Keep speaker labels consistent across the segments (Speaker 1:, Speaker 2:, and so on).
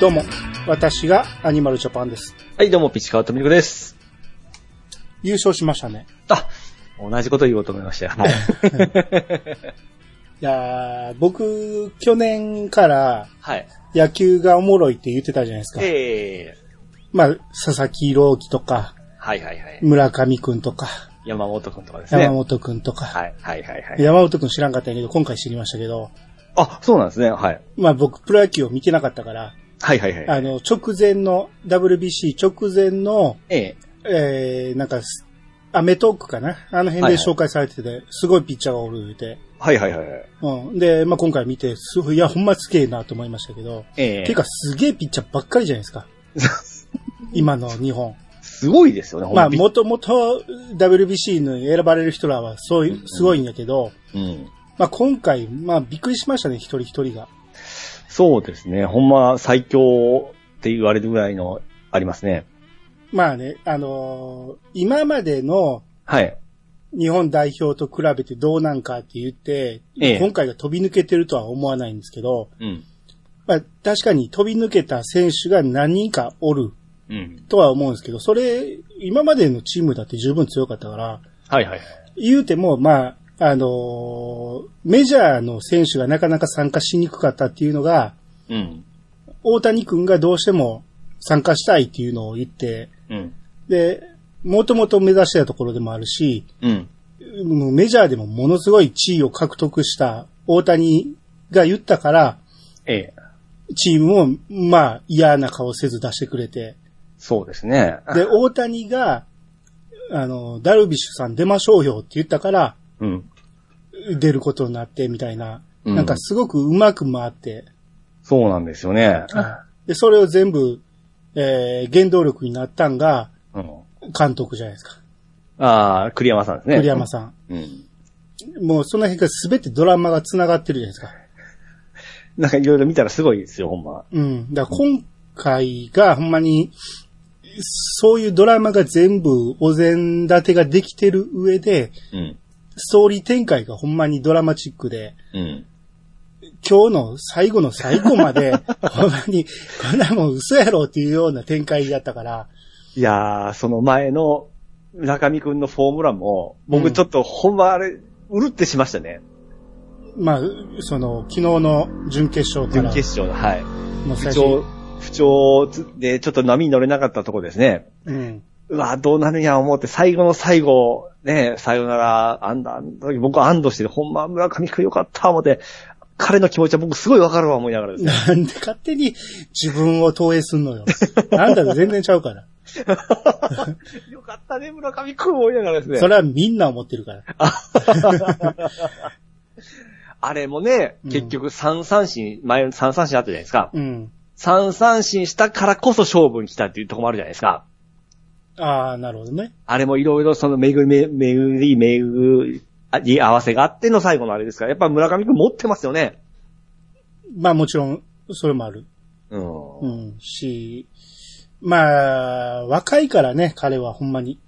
Speaker 1: どうも、私がアニマルジャパンです。
Speaker 2: はい、どうも、ピチカートミルクです。
Speaker 1: 優勝しましたね。
Speaker 2: あ、同じこと言おうと思いましたよ。
Speaker 1: いやー僕、去年から
Speaker 2: はい。
Speaker 1: 野球がおもろいって言ってたじゃないですか。
Speaker 2: え
Speaker 1: まあ、佐々木朗希とか、
Speaker 2: ー、はいはいはい。
Speaker 1: 村上くんとか、
Speaker 2: 山本くんとかですね。
Speaker 1: 山本くんとか。
Speaker 2: はいはいはいはい。
Speaker 1: 山本くん知らんかったんやけど、今回知りましたけど、
Speaker 2: あ、そうなんですね。はい。
Speaker 1: まあ僕、プロ野球を見てなかったから、
Speaker 2: はいはいはい。
Speaker 1: あの、直前の、WBC 直前の、
Speaker 2: え
Speaker 1: えー、なんか、すアメトークかなあの辺で紹介されてて、すごいピッチャーがおる言うて。
Speaker 2: ー、はいはいはいはい。
Speaker 1: うん。で、まあ、今回見て、すごい、いや、ほんますげえなと思いましたけど。
Speaker 2: えー、
Speaker 1: てか、すげえピッチャーばっかりじゃないです か。今の日本。
Speaker 2: すごいですよね、
Speaker 1: まあ、
Speaker 2: ほん
Speaker 1: もともと WBC に選ばれる人らは、そういう、すごいんやけど、
Speaker 2: うん。
Speaker 1: まあ、今回、まあ、びっくりしましたね、一人一人が。
Speaker 2: そうですね。ほんま、最強って言われるぐらいの、ありますね。
Speaker 1: まあね、あのー今までの
Speaker 2: はい。
Speaker 1: 日本代表と比べてどうなんかって言って、
Speaker 2: ええ
Speaker 1: 今回が飛び抜けてるとは思わないんですけど、
Speaker 2: うん。
Speaker 1: まあ、確かに飛び抜けた選手が何人かおる
Speaker 2: うん。
Speaker 1: とは思うんですけど、それ、今までのチームだって十分強かったから、
Speaker 2: はいはいはい。
Speaker 1: 言うても、まあ、あのーメジャーの選手がなかなか参加しにくかったっていうのが、
Speaker 2: うん。
Speaker 1: 大谷くんがどうしても参加したいっていうのを言って、
Speaker 2: うん。
Speaker 1: で、もともと目指してたところでもあるし、
Speaker 2: うん。
Speaker 1: もうメジャーでもものすごい地位を獲得した大谷が言ったから、
Speaker 2: ええ
Speaker 1: チームも、まあ、嫌な顔せず出してくれて、
Speaker 2: そうですね。
Speaker 1: で、大谷が、あの、ダルビッシュさん出ましょうよって言ったから、
Speaker 2: うん。
Speaker 1: 出ることになって、みたいな。
Speaker 2: うん
Speaker 1: なんかすごくうまく回って、
Speaker 2: そうなんですよね。
Speaker 1: で、それを全部、えー、原動力になったんが、
Speaker 2: うん。
Speaker 1: 監督じゃないですか。
Speaker 2: ああ、栗山さんですね。
Speaker 1: 栗山さん。
Speaker 2: うん。
Speaker 1: もうその辺が全てドラマが繋がってるじゃないですか。
Speaker 2: なんかいろいろ見たらすごいですよ、ほんま。
Speaker 1: うん。だから今回が、ほんまに、そういうドラマが全部お膳立てができてる上で、
Speaker 2: うん。
Speaker 1: ストーリー展開がほんまにドラマチックで、
Speaker 2: うん。
Speaker 1: 今日の最後の最後まで、 ほんまに、こんなもん嘘やろっていうような展開だったから、
Speaker 2: いやー、その前の村上くんのフォームランも、
Speaker 1: う
Speaker 2: 僕
Speaker 1: ん
Speaker 2: ちょっとほんまあれ、うるってしましたね。
Speaker 1: まあ、その、昨日の準決勝か
Speaker 2: 準
Speaker 1: ら、
Speaker 2: 決勝の、はい。
Speaker 1: もう
Speaker 2: 不
Speaker 1: 最
Speaker 2: 調
Speaker 1: 初、、
Speaker 2: 不調でちょっと波に乗れなかったとこですね。
Speaker 1: うん。
Speaker 2: うわー、どうなるんや思って、最後の最後、ね、さよなら、アンダーの時、僕は安堵して、ほんま村上くんよかった思って、彼の気持ちは僕すごいわかるわ思いなが らですね。
Speaker 1: なんで勝手に自分を投影すんのよ。あんたと全然ちゃうから。
Speaker 2: よかったね、村上くん思いながらですね。
Speaker 1: それはみんな思ってるから。
Speaker 2: あれもね
Speaker 1: う、ん
Speaker 2: 結局3三振、前の3三振あったじゃないですか。
Speaker 1: うん。
Speaker 2: 3三振したからこそ勝負に来たっていうところもあるじゃないですか。
Speaker 1: ああ、なるほどね。
Speaker 2: あれもいろいろその巡り、巡り、巡り合わせがあっての最後のあれですから、やっぱ村上くん持ってますよね。
Speaker 1: まあもちろん、それもある。
Speaker 2: うん。
Speaker 1: うん。し、まあ、若いからね、彼はほんまに。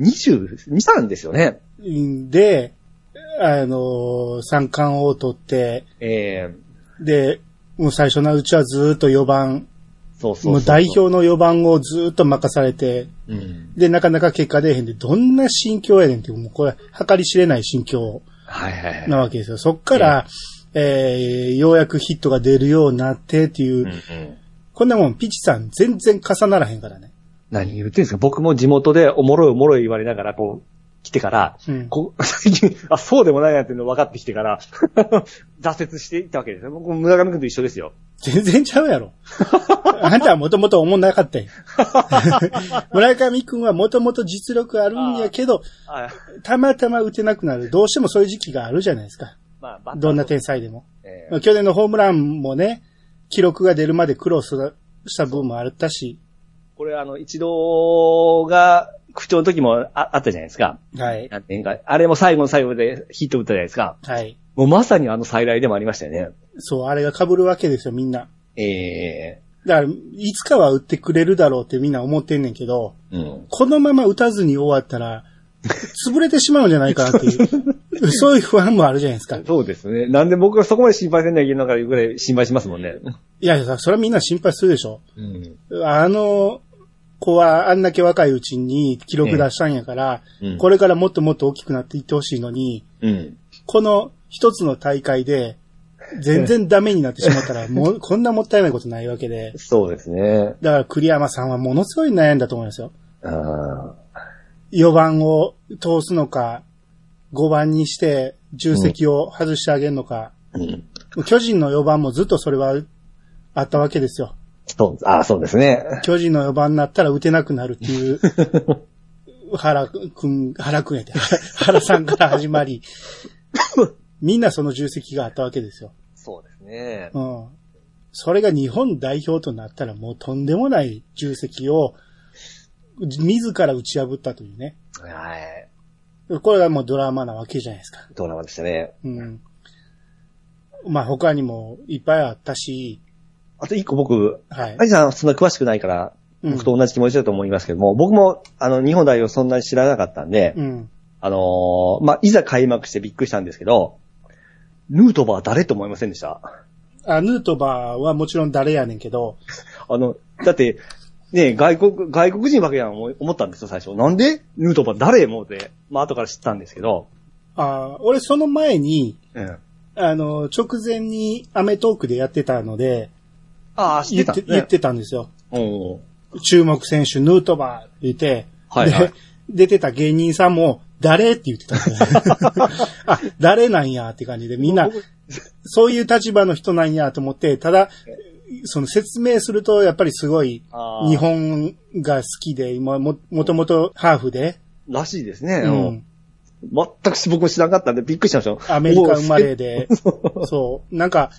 Speaker 2: 22、3ですよね。
Speaker 1: んで、あのー三冠王を取って、
Speaker 2: えー、
Speaker 1: で、もう最初のうちはずーっと4番、
Speaker 2: そうそうそう
Speaker 1: もう代。表の4番をずーっと任されて、
Speaker 2: うん。
Speaker 1: で、なかなか結果出えへんで、どんな心境やねんって、もうこれ、計り知れない心境
Speaker 2: はいはい
Speaker 1: な
Speaker 2: はい。
Speaker 1: わけですよ。そっから、えー、ようやくヒットが出るようになってっていう、
Speaker 2: うんうん
Speaker 1: こんなもん、ピチさん全然重ならへんからね。
Speaker 2: 何言ってんですか僕も地元でおもろいおもろい言われながら、こう、来てから、
Speaker 1: うん
Speaker 2: こう 最近、あ、そうでもないなっていうの分かってきてから、 挫折していったわけですよ。僕も村上君と一緒ですよ。
Speaker 1: 全然ちゃう やろ。あんたはもともと思んなかったよ。 村上くんはもともと実力あるんやけど、
Speaker 2: あ
Speaker 1: たまたま打てなくなる。どうしてもそういう時期があるじゃないですか。
Speaker 2: まあ、バッター
Speaker 1: どんな天才でも。
Speaker 2: え
Speaker 1: 去年のホームランもね、記録が出るまで苦労した分もあったし、
Speaker 2: ーこれあの、一度が、口調の時もああったじゃないですか。
Speaker 1: はい。
Speaker 2: なんていうか、あれも最後の最後でヒット打ったじゃないですか。
Speaker 1: はい。
Speaker 2: もうまさにあの再来でもありましたよね。
Speaker 1: そう、あれが被るわけですよ、みんな。
Speaker 2: ええ
Speaker 1: だから、いつかは打ってくれるだろうってみんな思ってんねんけど、
Speaker 2: うん。
Speaker 1: このまま打たずに終わったら、潰れてしまうんじゃないかなっていう。 そういう不安もあるじゃないですか。い
Speaker 2: そうですね。なんで僕がそこまで心配せんなきゃいけないのかいうぐらい心配しますもんね。
Speaker 1: やいや、それはみんな心配するでしょ。
Speaker 2: うん。
Speaker 1: あの子はあんだけ若いうちに記録出したんやから、
Speaker 2: ええうん
Speaker 1: これからもっともっと大きくなっていってほしいのに、
Speaker 2: うん。
Speaker 1: この一つの大会で、全然ダメになってしま ったら、もう、こんなもったいないことないわけで。
Speaker 2: そうですね。
Speaker 1: だから栗山さんはものすごい悩んだと思いますよ。
Speaker 2: ああ。
Speaker 1: 4番を通すのか、5番にして重責を外してあげるのか、
Speaker 2: うん。
Speaker 1: 巨人の4番もずっとそれはあったわけですよ。
Speaker 2: そう、ああ、そうですね。
Speaker 1: 巨人の4番になったら打てなくなるって いう、原くん、原くんやって、原さんから始まり、みんなその重責があったわけですよ。
Speaker 2: そうですね。
Speaker 1: うん。それが日本代表となったらもうとんでもない重責を、自ら打ち破ったというね。
Speaker 2: はい。
Speaker 1: これがもうドラマなわけじゃないですか。
Speaker 2: ドラマでしたね。
Speaker 1: うん。まあ他にもいっぱいあったし、
Speaker 2: あと一個僕、
Speaker 1: はい
Speaker 2: ア。ジさんそんな詳しくないから、
Speaker 1: うん
Speaker 2: 僕と同じ気持ちだと思いますけども、僕も、あの、日本代表そんなに知らなかったんで、
Speaker 1: うん。
Speaker 2: あのーまあ、いざ開幕してびっくりしたんですけど、ヌートバー誰と思いませんでした
Speaker 1: あ、ヌートバーはもちろん誰やねんけど、
Speaker 2: あの、だって、ね、外国、外国人ばけやん思い思ったんですよ、最初。なんでヌートバー誰思うて。まあ、後から知ったんですけど。
Speaker 1: あ俺その前に、
Speaker 2: うん。
Speaker 1: あの、直前にアメトークでやってたので、
Speaker 2: ああ、知
Speaker 1: 言
Speaker 2: って
Speaker 1: ったて,、
Speaker 2: んですね。
Speaker 1: 言ってたんですよ。
Speaker 2: うん。
Speaker 1: 注目選手、ヌートバーって言って、
Speaker 2: はいはい
Speaker 1: で、出てた芸人さんも、誰って言ってたんですよ。 あ、誰なんやって感じで、みんな、そういう立場の人なんやと思って、ただ、その説明すると、やっぱりすごい、
Speaker 2: あー
Speaker 1: 日本が好きで、今も、もともとハーフで、
Speaker 2: らしいですね。
Speaker 1: う
Speaker 2: うんん。全く僕も知らなかったんで、びっくりしましたよ。
Speaker 1: アメリカ生ま
Speaker 2: お
Speaker 1: れで、そう。なんか、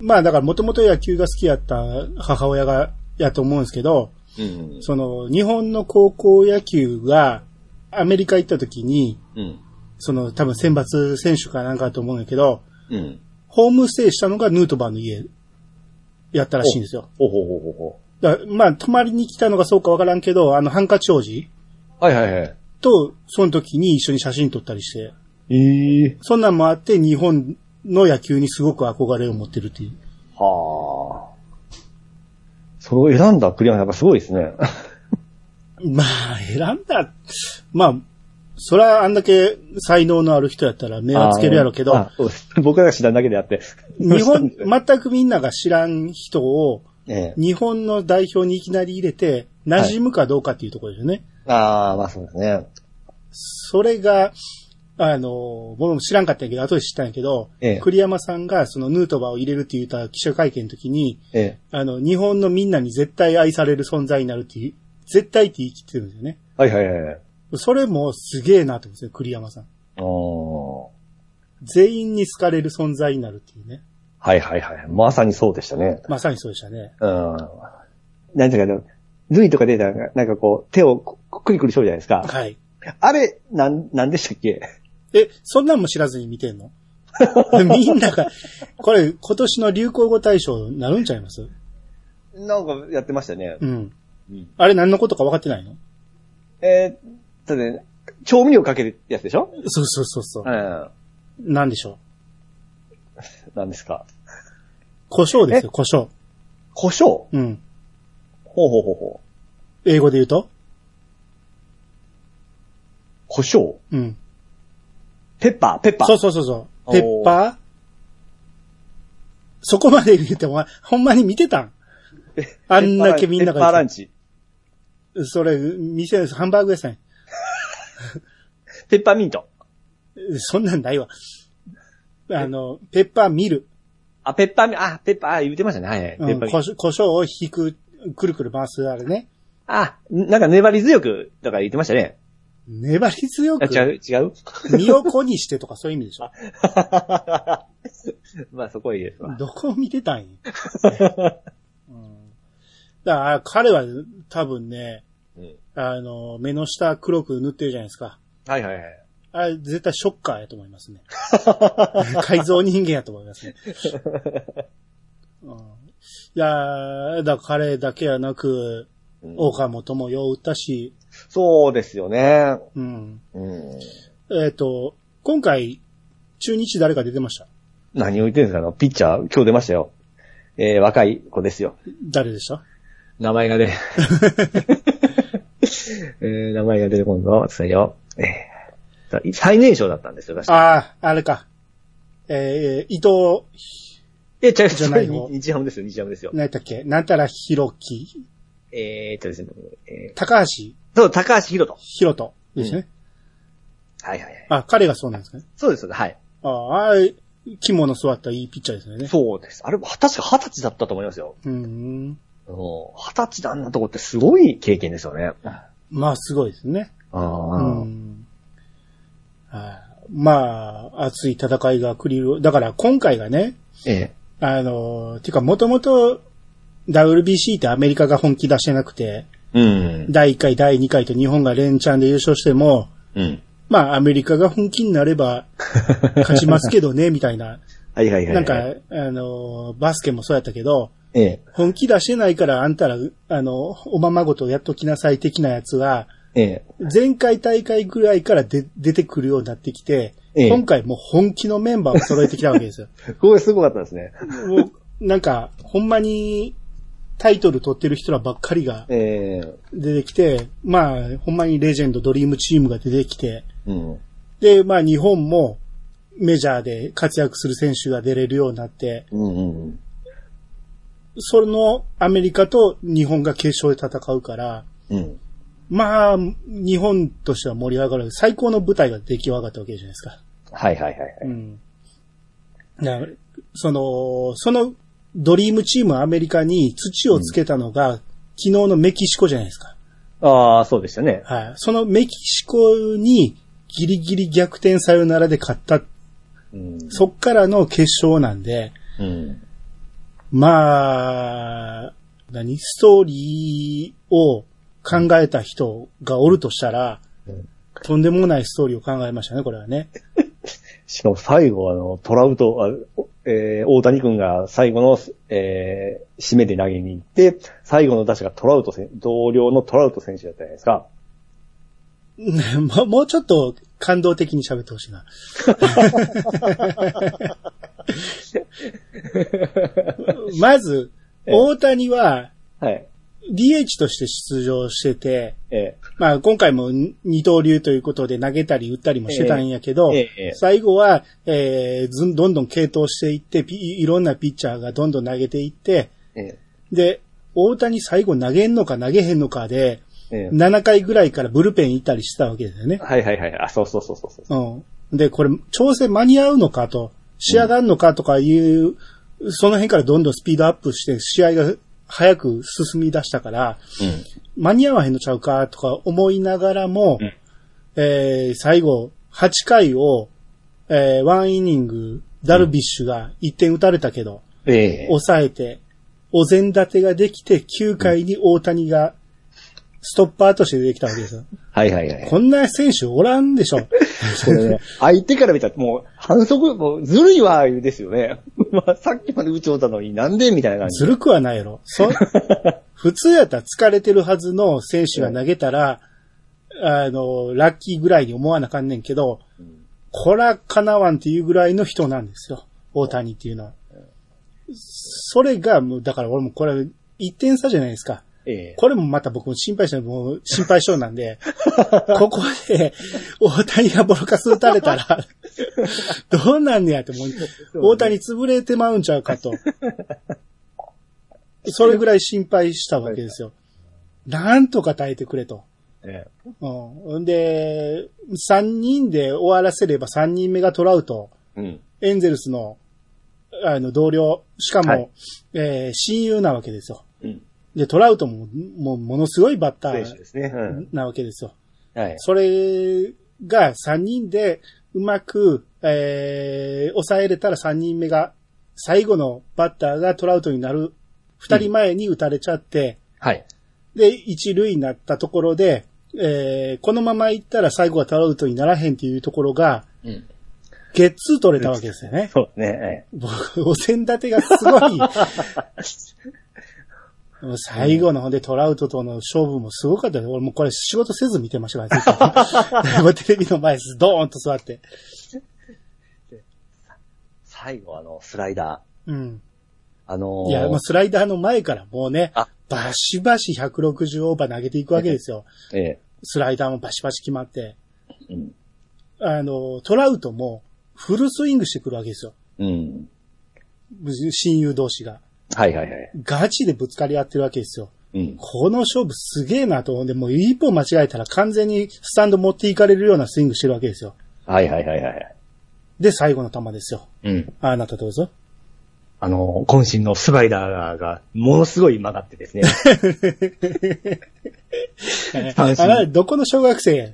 Speaker 1: まあだからもともと野球が好きやった母親が、やと思うんですけど、
Speaker 2: ー。うん。
Speaker 1: その、日本の高校野球が、アメリカ行った時に、
Speaker 2: うん。
Speaker 1: その、多分選抜選手かなんかだと思うんだけど、
Speaker 2: うん。
Speaker 1: ホームステイしたのがヌートバーの家、やったらしいんですよ。
Speaker 2: ほうほうほうほうほ
Speaker 1: だからまあ、泊まりに来たのがそうかわからんけど、あの、ハンカチ王子
Speaker 2: う。はいはいはい。
Speaker 1: と、その時に一緒に写真撮ったりして、
Speaker 2: ええ
Speaker 1: そんなんもあって、日本の野球にすごく憧れを持ってるっていう。
Speaker 2: はあ。それを選んだ栗山さんやっぱすごいですね。
Speaker 1: まあ、選んだ。まあ、それはあんだけ才能のある人やったら目はつけるやろうけ
Speaker 2: あー
Speaker 1: ど
Speaker 2: あ、そうです。僕らが知らんだけであって。
Speaker 1: 日本、全くみんなが知らん人を、
Speaker 2: ええ。
Speaker 1: 日本の代表にいきなり入れて、馴染むかどうかっていうところですよね。
Speaker 2: ああ、まあそうですね。
Speaker 1: それが、あの、僕も知らんかったんやけど、後で知ったんやけど、
Speaker 2: ええ
Speaker 1: 栗山さんがそのヌートバーを入れるって言った記者会見の時に、
Speaker 2: ええ。
Speaker 1: あの、日本のみんなに絶対愛される存在になるっていう、絶対って言い切ってるんですよね。
Speaker 2: はいはいはいはい。
Speaker 1: それもすげえなと思うんですよ、栗山さん。
Speaker 2: おー
Speaker 1: 全員に好かれる存在になるっていうね。
Speaker 2: はいはいはい。まさにそうでしたね。
Speaker 1: まさにそうでしたね。
Speaker 2: うん。なんていうかね、ルイとか出たら、なんかこう、手をこくりくりしょるじゃないですか。
Speaker 1: はい。
Speaker 2: あれ、なん、なんでしたっけ
Speaker 1: え、そんなんも知らずに見てんの みんなが、これ今年の流行語大賞になるんちゃいます
Speaker 2: なんかやってましたね。
Speaker 1: うん。
Speaker 2: うん
Speaker 1: あれ何のことか分かってないの
Speaker 2: えー、っとね、調味料かけるやつでしょ
Speaker 1: そうそうそうそう。
Speaker 2: うん。
Speaker 1: なんでしょ
Speaker 2: なんですか。
Speaker 1: う。胡椒ですよ、胡椒。
Speaker 2: 胡椒
Speaker 1: うん。
Speaker 2: ほうほうほうほう。
Speaker 1: 英語で言うと
Speaker 2: 胡椒
Speaker 1: うん。
Speaker 2: ペッパー、ペッパー。
Speaker 1: そうそうそうそう。ペッパーそこまで言っても、ほんまに見てたん
Speaker 2: え
Speaker 1: あんだけみんな
Speaker 2: ペッパーラ
Speaker 1: が
Speaker 2: ン。チ。
Speaker 1: それ、店です。ハンバーグ屋さんや。
Speaker 2: ペッパーミント。
Speaker 1: そんなんないわ。あの、ペッパーミル。
Speaker 2: あ、ペッパーミント、あ、ペッパー、あ言ってましたね。はいはい。ペ
Speaker 1: う
Speaker 2: ッ
Speaker 1: ん、
Speaker 2: パー
Speaker 1: 胡
Speaker 2: ミント。
Speaker 1: 椒胡椒を引く、くるくる回すあれね。
Speaker 2: あ、なんか粘り強く、とか言ってましたね。
Speaker 1: 粘り強
Speaker 2: あ
Speaker 1: く、
Speaker 2: 違う、違う
Speaker 1: 身を粉にしてとかそういう意味でしょ。
Speaker 2: まあそこはいいですわ。
Speaker 1: どこを見て たんや。うんだから、彼は多分ね、
Speaker 2: うん
Speaker 1: あの、目の下黒く塗ってるじゃないですか。
Speaker 2: はいはいはい。
Speaker 1: あれ、絶対ショッカーやと思います ね。改造人間やと思いますね。うん、いやーだから彼だけはなく、
Speaker 2: うん
Speaker 1: 大川もともよう打ったし、
Speaker 2: そうですよね。
Speaker 1: うん。
Speaker 2: うん。
Speaker 1: えっ、と、今回、中日誰か出てました
Speaker 2: 何を言ってるんですかあの、ピッチャー、今日出ましたよ。えー、若い子ですよ。
Speaker 1: 誰でした
Speaker 2: 名前 がね。えー、名前が出てこんぞ。そうよ。えーだ最年少だったんですよ、確か
Speaker 1: ああ、あれか。えー、伊藤、
Speaker 2: え、ちゃう、
Speaker 1: じ
Speaker 2: じ
Speaker 1: ゃ
Speaker 2: ゃ
Speaker 1: な
Speaker 2: ないい
Speaker 1: の
Speaker 2: 日ハムですよ、日ハムですよ。
Speaker 1: 何やったっけなんたらひろき、
Speaker 2: えー、っとですね、え
Speaker 1: 高橋
Speaker 2: ー、そう、高橋宏斗。
Speaker 1: ひろとですね。
Speaker 2: はいはいはい。
Speaker 1: あ、彼がそうなんですかね。
Speaker 2: そうです、そうですはい。
Speaker 1: ああ、ああ肝の座ったいいピッチャーですよね。
Speaker 2: そうです。あれ、確か二十歳だったと思いますよ。
Speaker 1: うーん。
Speaker 2: うん二十歳であんなとこってすごい経験ですよね。あ
Speaker 1: まあ、すごいですね。
Speaker 2: あ
Speaker 1: う
Speaker 2: ー、
Speaker 1: んはいまあ、熱い戦いが繰り広げだから今回がね、
Speaker 2: え
Speaker 1: あの、てかもともと WBC ってアメリカが本気出してなくて、
Speaker 2: え。うん。
Speaker 1: 第1回、第2回と日本が連チャンで優勝しても、
Speaker 2: うん。
Speaker 1: まあアメリカが本気になれば勝ちますけどね、みたいな。
Speaker 2: はいはいはいはい。
Speaker 1: なんか、あの、バスケもそうやったけど、
Speaker 2: ええ、
Speaker 1: 本気出してないからあんたら、あの、おままごとやっときなさい的なやつが、
Speaker 2: ええ。
Speaker 1: 前回大会ぐらいからで出てくるようになってきて、
Speaker 2: ええ
Speaker 1: 今回もう本気のメンバーを揃えてきたわけ ですよ。
Speaker 2: これすごかったです ね。
Speaker 1: もう、なんか、ほんまにタイトル取ってる人らばっかりが
Speaker 2: ええ。
Speaker 1: 出てきて、まあ、ほんまにレジェンド、ドリームチームが出てきて、
Speaker 2: うん。
Speaker 1: で、まあ日本もメジャーで活躍する選手が出れるようになって、
Speaker 2: うんうん
Speaker 1: そのアメリカと日本が決勝で戦うから、
Speaker 2: うん。うん。
Speaker 1: まあ、日本としては盛り上がる最高の舞台が出来上がったわけじゃないですか。
Speaker 2: はいはいはいはい。
Speaker 1: うん。だからその、そのドリームチームアメリカに土をつけたのが、昨日のメキシコじゃないですか。
Speaker 2: ああ、そうでしたね。
Speaker 1: はい。そのメキシコにギリギリ逆転さよならで勝った、
Speaker 2: うん。
Speaker 1: そっからの決勝なんで、
Speaker 2: うん。
Speaker 1: まあ、何ストーリーを考えた人がおるとしたら、とんでもないストーリーを考えましたね、これはね。
Speaker 2: しかも最後、あの、トラウト、あおえー、大谷君が最後の、えー、締めで投げに行って、最後の打者がトラウト選同僚のトラウト選手だったじゃないですか。
Speaker 1: もうもうちょっと感動的に喋ってほし いな。まず、
Speaker 2: ええ
Speaker 1: 大谷は
Speaker 2: はい。
Speaker 1: DH として出場してて、
Speaker 2: え
Speaker 1: まあ今回も二刀流ということで投げたり打ったりもしてたんやけど、
Speaker 2: えええ
Speaker 1: 最後は、えーずんどんどん継投していって、ピいろんなピッチャーがどんどん投げていって、
Speaker 2: ええ
Speaker 1: で、大谷最後投げんのか投げへんのかで、
Speaker 2: ええ
Speaker 1: 7回ぐらいからブルペン行ったりしてたわけですよね。
Speaker 2: はいはいはい。あ、そうそうそうそうそう。
Speaker 1: うん。で、これ、調整間に合うのかと、仕上がるのかとかいう、その辺からどんどんスピードアップして、試合が早く進み出したから、間に合わへんのちゃうかとか思いながらも、
Speaker 2: うん
Speaker 1: えー、最後、8回を、えー、ワンイニング、ダルビッシュが1点打たれたけど、
Speaker 2: ええ
Speaker 1: 抑えて、お膳立てができて、9回に大谷が、ストッパーとして出てきたわけですよ。
Speaker 2: はいはいはい。
Speaker 1: こんな選手おらんでし ょ。
Speaker 2: こ れね、相手から見たらもう反則、もうずるいわ、ですよね。 まあ、さっきまで打ちおったのになんでみたいな感じ。
Speaker 1: ずるくはないやろ。そ普通やったら疲れてるはずの選手が投げたら、あの、ラッキーぐらいに思わなあかんねんけど、こらかなわんっていうぐらいの人なんですよ。大谷っていうのは。それが、もう、だから俺もこれ、一点差じゃないですか。
Speaker 2: ええ
Speaker 1: これもまた僕も心配して、もう心配性なんで、 ここで大谷がボロカス打たれた ら、どうなんねやって、もう大谷潰れてまうんちゃうか と。それぐらい心配したわけですよ。なんとか耐えてくれと。
Speaker 2: ええ
Speaker 1: うん、で、3人で終わらせれば3人目がトラウト、
Speaker 2: うん。
Speaker 1: エンゼルスの、あの、同僚、しかも、
Speaker 2: はい
Speaker 1: えー親友なわけですよ。
Speaker 2: うん。
Speaker 1: で、トラウトも、もう、ものすごいバッタ
Speaker 2: 選手
Speaker 1: ー
Speaker 2: ですね。うん。
Speaker 1: なわけですよ。
Speaker 2: はい。
Speaker 1: それが3人で、うまく、えー、抑えれたら3人目が、最後のバッターがトラウトになる。2人前に打たれちゃって、
Speaker 2: はい。
Speaker 1: で、1塁になったところで、えー、このまま行ったら最後はトラウトにならへんっていうところが、
Speaker 2: うん。
Speaker 1: ゲッツー取れたわけですよね。
Speaker 2: そうですね。
Speaker 1: 僕、お膳立てがすご い。もう最後のほんでトラウトとの勝負もすごかったです。俺もうこれ仕事せず見 てましたから、ずっともうテレビの前です、ドーンと座って。
Speaker 2: え最後あの、スライダ
Speaker 1: うん。
Speaker 2: ー。あのー
Speaker 1: いや、まあ、スライダーの前からもうね
Speaker 2: あ、
Speaker 1: バシバシ160オーバー投げていくわけですよ。
Speaker 2: え
Speaker 1: スライダーもバシバシ決まって。
Speaker 2: え。うん。
Speaker 1: あの、トラウトもフルスイングしてくるわけですよ。
Speaker 2: うん。
Speaker 1: 親友同士が。
Speaker 2: はいはいはい。
Speaker 1: ガチでぶつかり合ってるわけですよ。
Speaker 2: うん。
Speaker 1: この勝負すげえなと思うんで、もう一歩間違えたら完全にスタンド持っていかれるようなスイングしてるわけですよ。
Speaker 2: はいはいはいはい。
Speaker 1: で、最後の球ですよ。
Speaker 2: うん。
Speaker 1: あなたどうぞ。
Speaker 2: あのー、渾身のスライダーが、ものすごい曲がってで すね。三
Speaker 1: あなた
Speaker 2: 振、
Speaker 1: どこの小学生や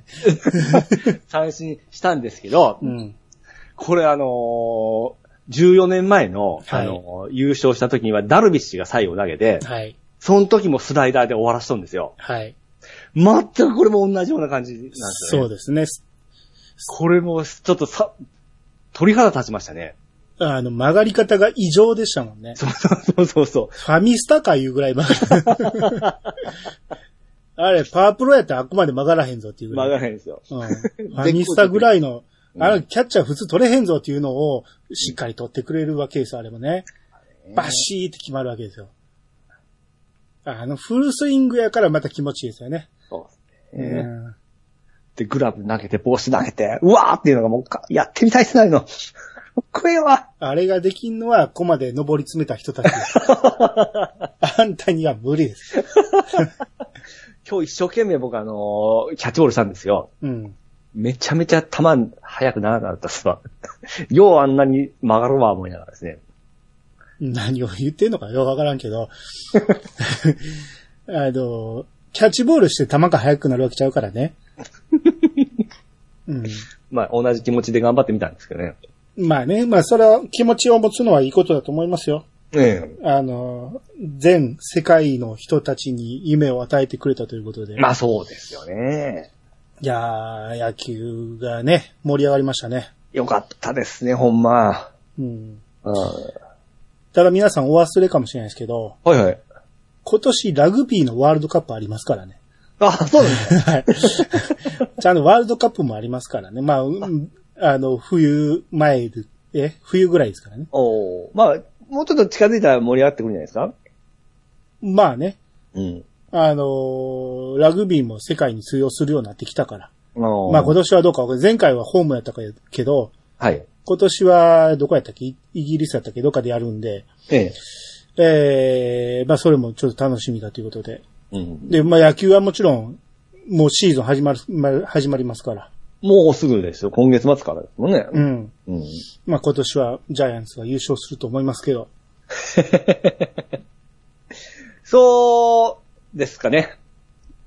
Speaker 2: 三振したんですけど、
Speaker 1: うん。
Speaker 2: これあのー、14年前の、
Speaker 1: はい
Speaker 2: あのー優勝した時にはダルビッシュが最後投げて、
Speaker 1: はい。
Speaker 2: その時もスライダーで終わらしとんですよ。
Speaker 1: はい。
Speaker 2: 全くこれも同じような感じなんです
Speaker 1: そ
Speaker 2: よね。
Speaker 1: うですね。
Speaker 2: これも、ちょっとさ、鳥肌立ちましたね。
Speaker 1: あの、曲がり方が異常でしたもんね。
Speaker 2: そうそうそうそう。
Speaker 1: ファミスタかいうぐらい曲がる。あれ、パワープロやったらあくまで曲がらへんぞっていうぐらい
Speaker 2: 曲。がらへんですよ。
Speaker 1: うんファミスタぐらいの、あの、キャッチャー普通取れへんぞっていうのを、しっかり取ってくれるわけですよ、あれもね。バシーって決まるわけですよ。あの、フルスイングやからまた気持ちいいですよね。
Speaker 2: そうですね
Speaker 1: うん
Speaker 2: で、グラブ投げて、帽子投げて、うわーっていうのがもうか、やってみたいじゃないの。 これは、
Speaker 1: あれができんのは、ここまで登り詰めた人たち です。あんたには無理です。
Speaker 2: 今日一生懸命僕あのーキャッチボールしたんですよ。
Speaker 1: うん。
Speaker 2: めちゃめちゃ球、速くならなかったっすわ。 ようあんなに曲がるわ、思いながらですね。
Speaker 1: 何を言ってんのかよくわからんけど。 あの、キャッチボールして球が速くなるわけちゃうから ね。うん。
Speaker 2: まあ、同じ気持ちで頑張ってみたんですけどね。
Speaker 1: まあね、まあそれは気持ちを持つのはいいことだと思いますよ。
Speaker 2: え
Speaker 1: あの、全世界の人たちに夢を与えてくれたということで。
Speaker 2: まあ、そうですよね。
Speaker 1: いやー、野球がね、盛り上がりましたね。
Speaker 2: よかったですね、ほんま。
Speaker 1: うん。
Speaker 2: うん。
Speaker 1: ただ皆さんお忘れかもしれないですけど、
Speaker 2: はいはい。
Speaker 1: 今年ラグビーのワールドカップありますからね。
Speaker 2: あ、そうです ね。
Speaker 1: はい。ちゃんとワールドカップもありますからね。まあ、うんあの、冬前で、え、冬ぐらいですからね。
Speaker 2: おお。まあ、もうちょっと近づいたら盛り上がってくるんじゃないですか
Speaker 1: まあね、
Speaker 2: うん。
Speaker 1: あのーラグビーも世界に通用するようになってきたから。ま
Speaker 2: ま
Speaker 1: あ今年はどうかわかんない前回はホームやったかやけど、
Speaker 2: はい。
Speaker 1: 今年はどこやったっけイイギリスやったっけどっかでやるんで、
Speaker 2: ええ。
Speaker 1: ええまあそれもちょっと楽しみだということで。
Speaker 2: うん。
Speaker 1: で、まあ野球はもちろん、もうシーズン始まる、ま始まりますから。
Speaker 2: もうすぐですよ。今月末からですもんね。
Speaker 1: うん。
Speaker 2: うん。
Speaker 1: まあ今年はジャイアンツが優勝すると思いますけど。
Speaker 2: そうですかね。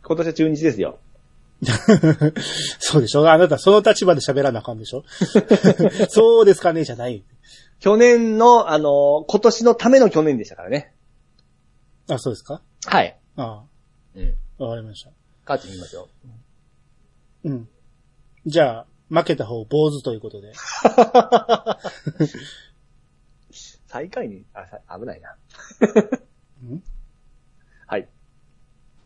Speaker 2: 今年は中日ですよ。
Speaker 1: そうでしょあなたその立場で喋らなあかんでしょ そうですかねじゃない。
Speaker 2: 去年の、あの、今年のための去年でしたからね。
Speaker 1: あ、そうですか
Speaker 2: はい。
Speaker 1: あ
Speaker 2: うん。
Speaker 1: あ、わかりました。
Speaker 2: 勝ちに行きましょう。
Speaker 1: うん。じゃあ、負けた方坊主ということで。
Speaker 2: 最下位に、あ、さ危ないな。
Speaker 1: ん
Speaker 2: はい。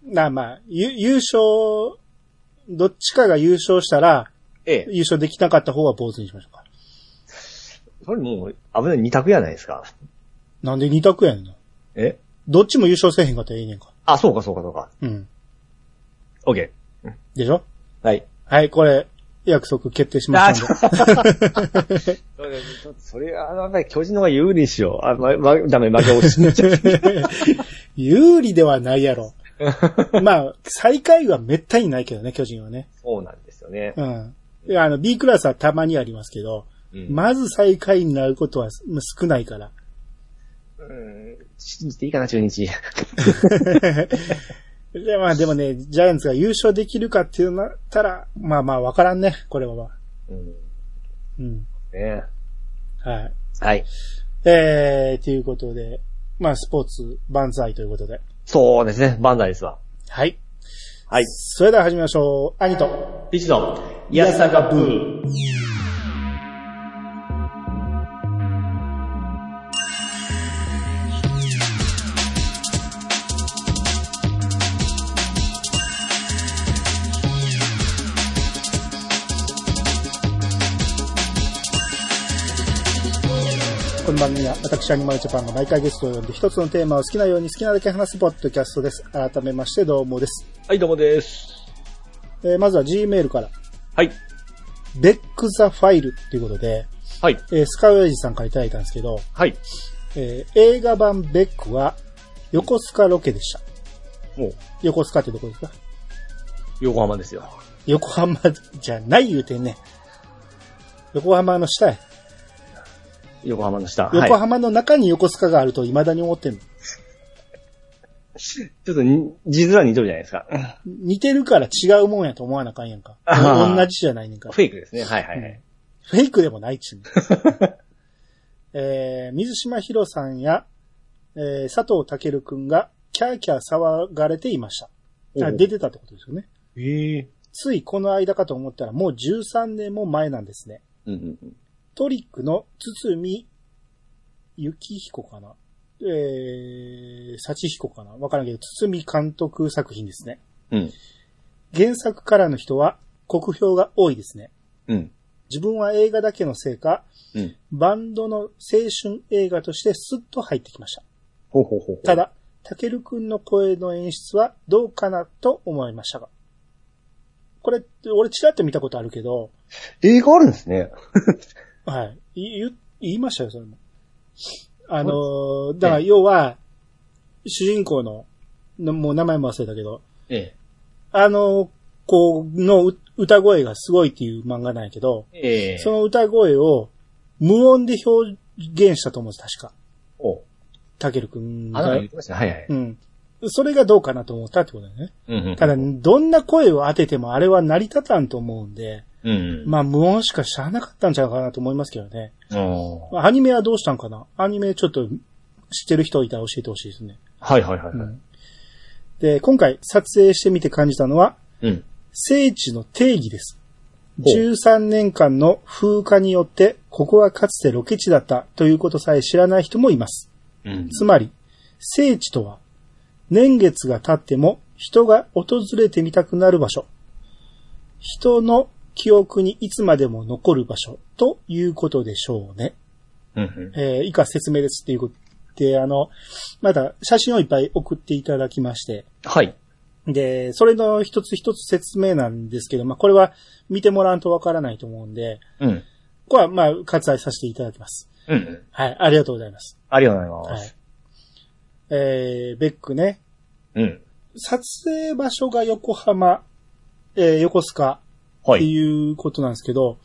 Speaker 1: なあまあ、ゆ優勝、どっちかが優勝したら、
Speaker 2: ええ。
Speaker 1: 優勝できなかった方は坊主にしましょうか。
Speaker 2: それもう、危ない二択やないですか。
Speaker 1: なんで二択やねんな。
Speaker 2: え
Speaker 1: どっちも優勝せえへんかったらええねんか。
Speaker 2: あ、そうかそうかそうか。
Speaker 1: うん。
Speaker 2: オッケ
Speaker 1: でしょ
Speaker 2: ー。はい。
Speaker 1: はい、これ、約束決定しましたんで。
Speaker 2: ちょっとそれ、あの、やっぱり巨人の方が有利にしよう。あ、ま、ま、ダメ、負け惜しみちゃう。
Speaker 1: 有利ではないやろ。 まあ、最下位はめったにないけどね、巨人はね。
Speaker 2: そうなんですよ ね。
Speaker 1: うん。いやあの、B クラスはたまにありますけど、
Speaker 2: うん
Speaker 1: まず最下位になることは少ないから。
Speaker 2: うん信じていいかな、中日。
Speaker 1: で、まあでもね、ジャイアンツが優勝できるかっていうなったら、まあまあわからんね、これはまあ。
Speaker 2: うん。
Speaker 1: うん。
Speaker 2: ね
Speaker 1: はい。
Speaker 2: はい。
Speaker 1: えー、ということで、まあスポーツ万歳ということで。
Speaker 2: そうですね、バンダイですわ。
Speaker 1: はい。
Speaker 2: はい。
Speaker 1: それでは始めましょう。兄と。
Speaker 2: ピチの、やさがブー。
Speaker 1: の番組は私アニマルジャパンが毎回ゲストを呼んで一つのテーマを好きなように好きなだけ話すポッドキャストです。改めましてどうもです。
Speaker 2: はい、どうもです。
Speaker 1: えーまずは Gmail から、
Speaker 2: はい。
Speaker 1: ベックザファイルっていうことで、
Speaker 2: はい。
Speaker 1: えースカウエイジさんからいただいたんですけど、
Speaker 2: はい。
Speaker 1: えー映画版ベックは横須賀ロケでした。
Speaker 2: もう、
Speaker 1: 横須賀ってどこですか
Speaker 2: 横浜ですよ。
Speaker 1: 横浜じゃない言うてんね。横浜の下や。
Speaker 2: 横浜の下。
Speaker 1: 横
Speaker 2: はい。
Speaker 1: 浜の中に横須賀があると未だに思ってんの。
Speaker 2: ちょっとに、字面に似とるじゃないですか。
Speaker 1: 似てるから違うもんやと思わなあかんやんか。
Speaker 2: あー
Speaker 1: 同じじゃないねんか。
Speaker 2: フェイクですね。はいはいはい。
Speaker 1: フェイクでもないっちゅうね えー、水島博さんや、えー、佐藤健くんが、キャーキャー騒がれていました。
Speaker 2: お
Speaker 1: あ
Speaker 2: う
Speaker 1: 出てたってことですよね。
Speaker 2: ええ。
Speaker 1: ついこの間かと思ったら、もう13年も前なんですね。
Speaker 2: うんうんうん。
Speaker 1: トリックの堤幸彦かなえー、幸彦かなわからんけど、堤監督作品ですね。
Speaker 2: うん。
Speaker 1: 原作からの人は酷評が多いですね。
Speaker 2: うん。
Speaker 1: 自分は映画だけのせいか、
Speaker 2: うん。
Speaker 1: バンドの青春映画としてスッと入ってきました。
Speaker 2: ほうほうほうほう。
Speaker 1: た。だ、たけるくんの声の演出はどうかなと思いましたが。これ、俺ちらっと見たことあるけど、
Speaker 2: 映画あるんですね。
Speaker 1: はい。い言、言いましたよ、それも。あのーだから要は、主人公の、のもう名前も忘れたけど、
Speaker 2: え
Speaker 1: あの子のう歌声がすごいっていう漫画なんやけど、
Speaker 2: え。ええ。
Speaker 1: その歌声を無音で表現したと思うんです、確か。
Speaker 2: お
Speaker 1: たけるくん
Speaker 2: あ、なん
Speaker 1: が
Speaker 2: か言ってましたね。はいはい。
Speaker 1: うん。それがどうかなと思ったってことだよね。
Speaker 2: うんうん
Speaker 1: ただ、どんな声を当ててもあれは成り立たんと思うんで、
Speaker 2: うん。
Speaker 1: まあ無音しかしゃあなかったんちゃうかなと思いますけどね。
Speaker 2: あー。
Speaker 1: アニメはどうしたんかなアニメちょっと知ってる人いたら教えてほしいですね。
Speaker 2: はいはいはい。
Speaker 1: う
Speaker 2: はい
Speaker 1: ん。で、今回撮影してみて感じたのは、
Speaker 2: うん。
Speaker 1: 聖地の定義です。
Speaker 2: ほう
Speaker 1: 13年間の風化によって、ここはかつてロケ地だったということさえ知らない人もいます。
Speaker 2: うん。
Speaker 1: つまり、聖地とは、年月が経っても人が訪れてみたくなる場所。人の記憶にいつまでも残る場所ということでしょうね。
Speaker 2: うんうん。
Speaker 1: えー以下説明ですっていうことで、あの、まだ写真をいっぱい送っていただきまして、
Speaker 2: はい。
Speaker 1: で、それの一つ一つ説明なんですけど、まあ、これは見てもらうとわからないと思うんで、
Speaker 2: うん。
Speaker 1: ここはまあ、割愛させていただきます。
Speaker 2: うんうん。
Speaker 1: はい、ありがとうございます。
Speaker 2: ありがとうございま
Speaker 1: はい
Speaker 2: す。。
Speaker 1: えー、ベックね、
Speaker 2: うん。
Speaker 1: 撮影場所が横浜、えー横須賀
Speaker 2: は
Speaker 1: って
Speaker 2: い。
Speaker 1: いうことなんですけど、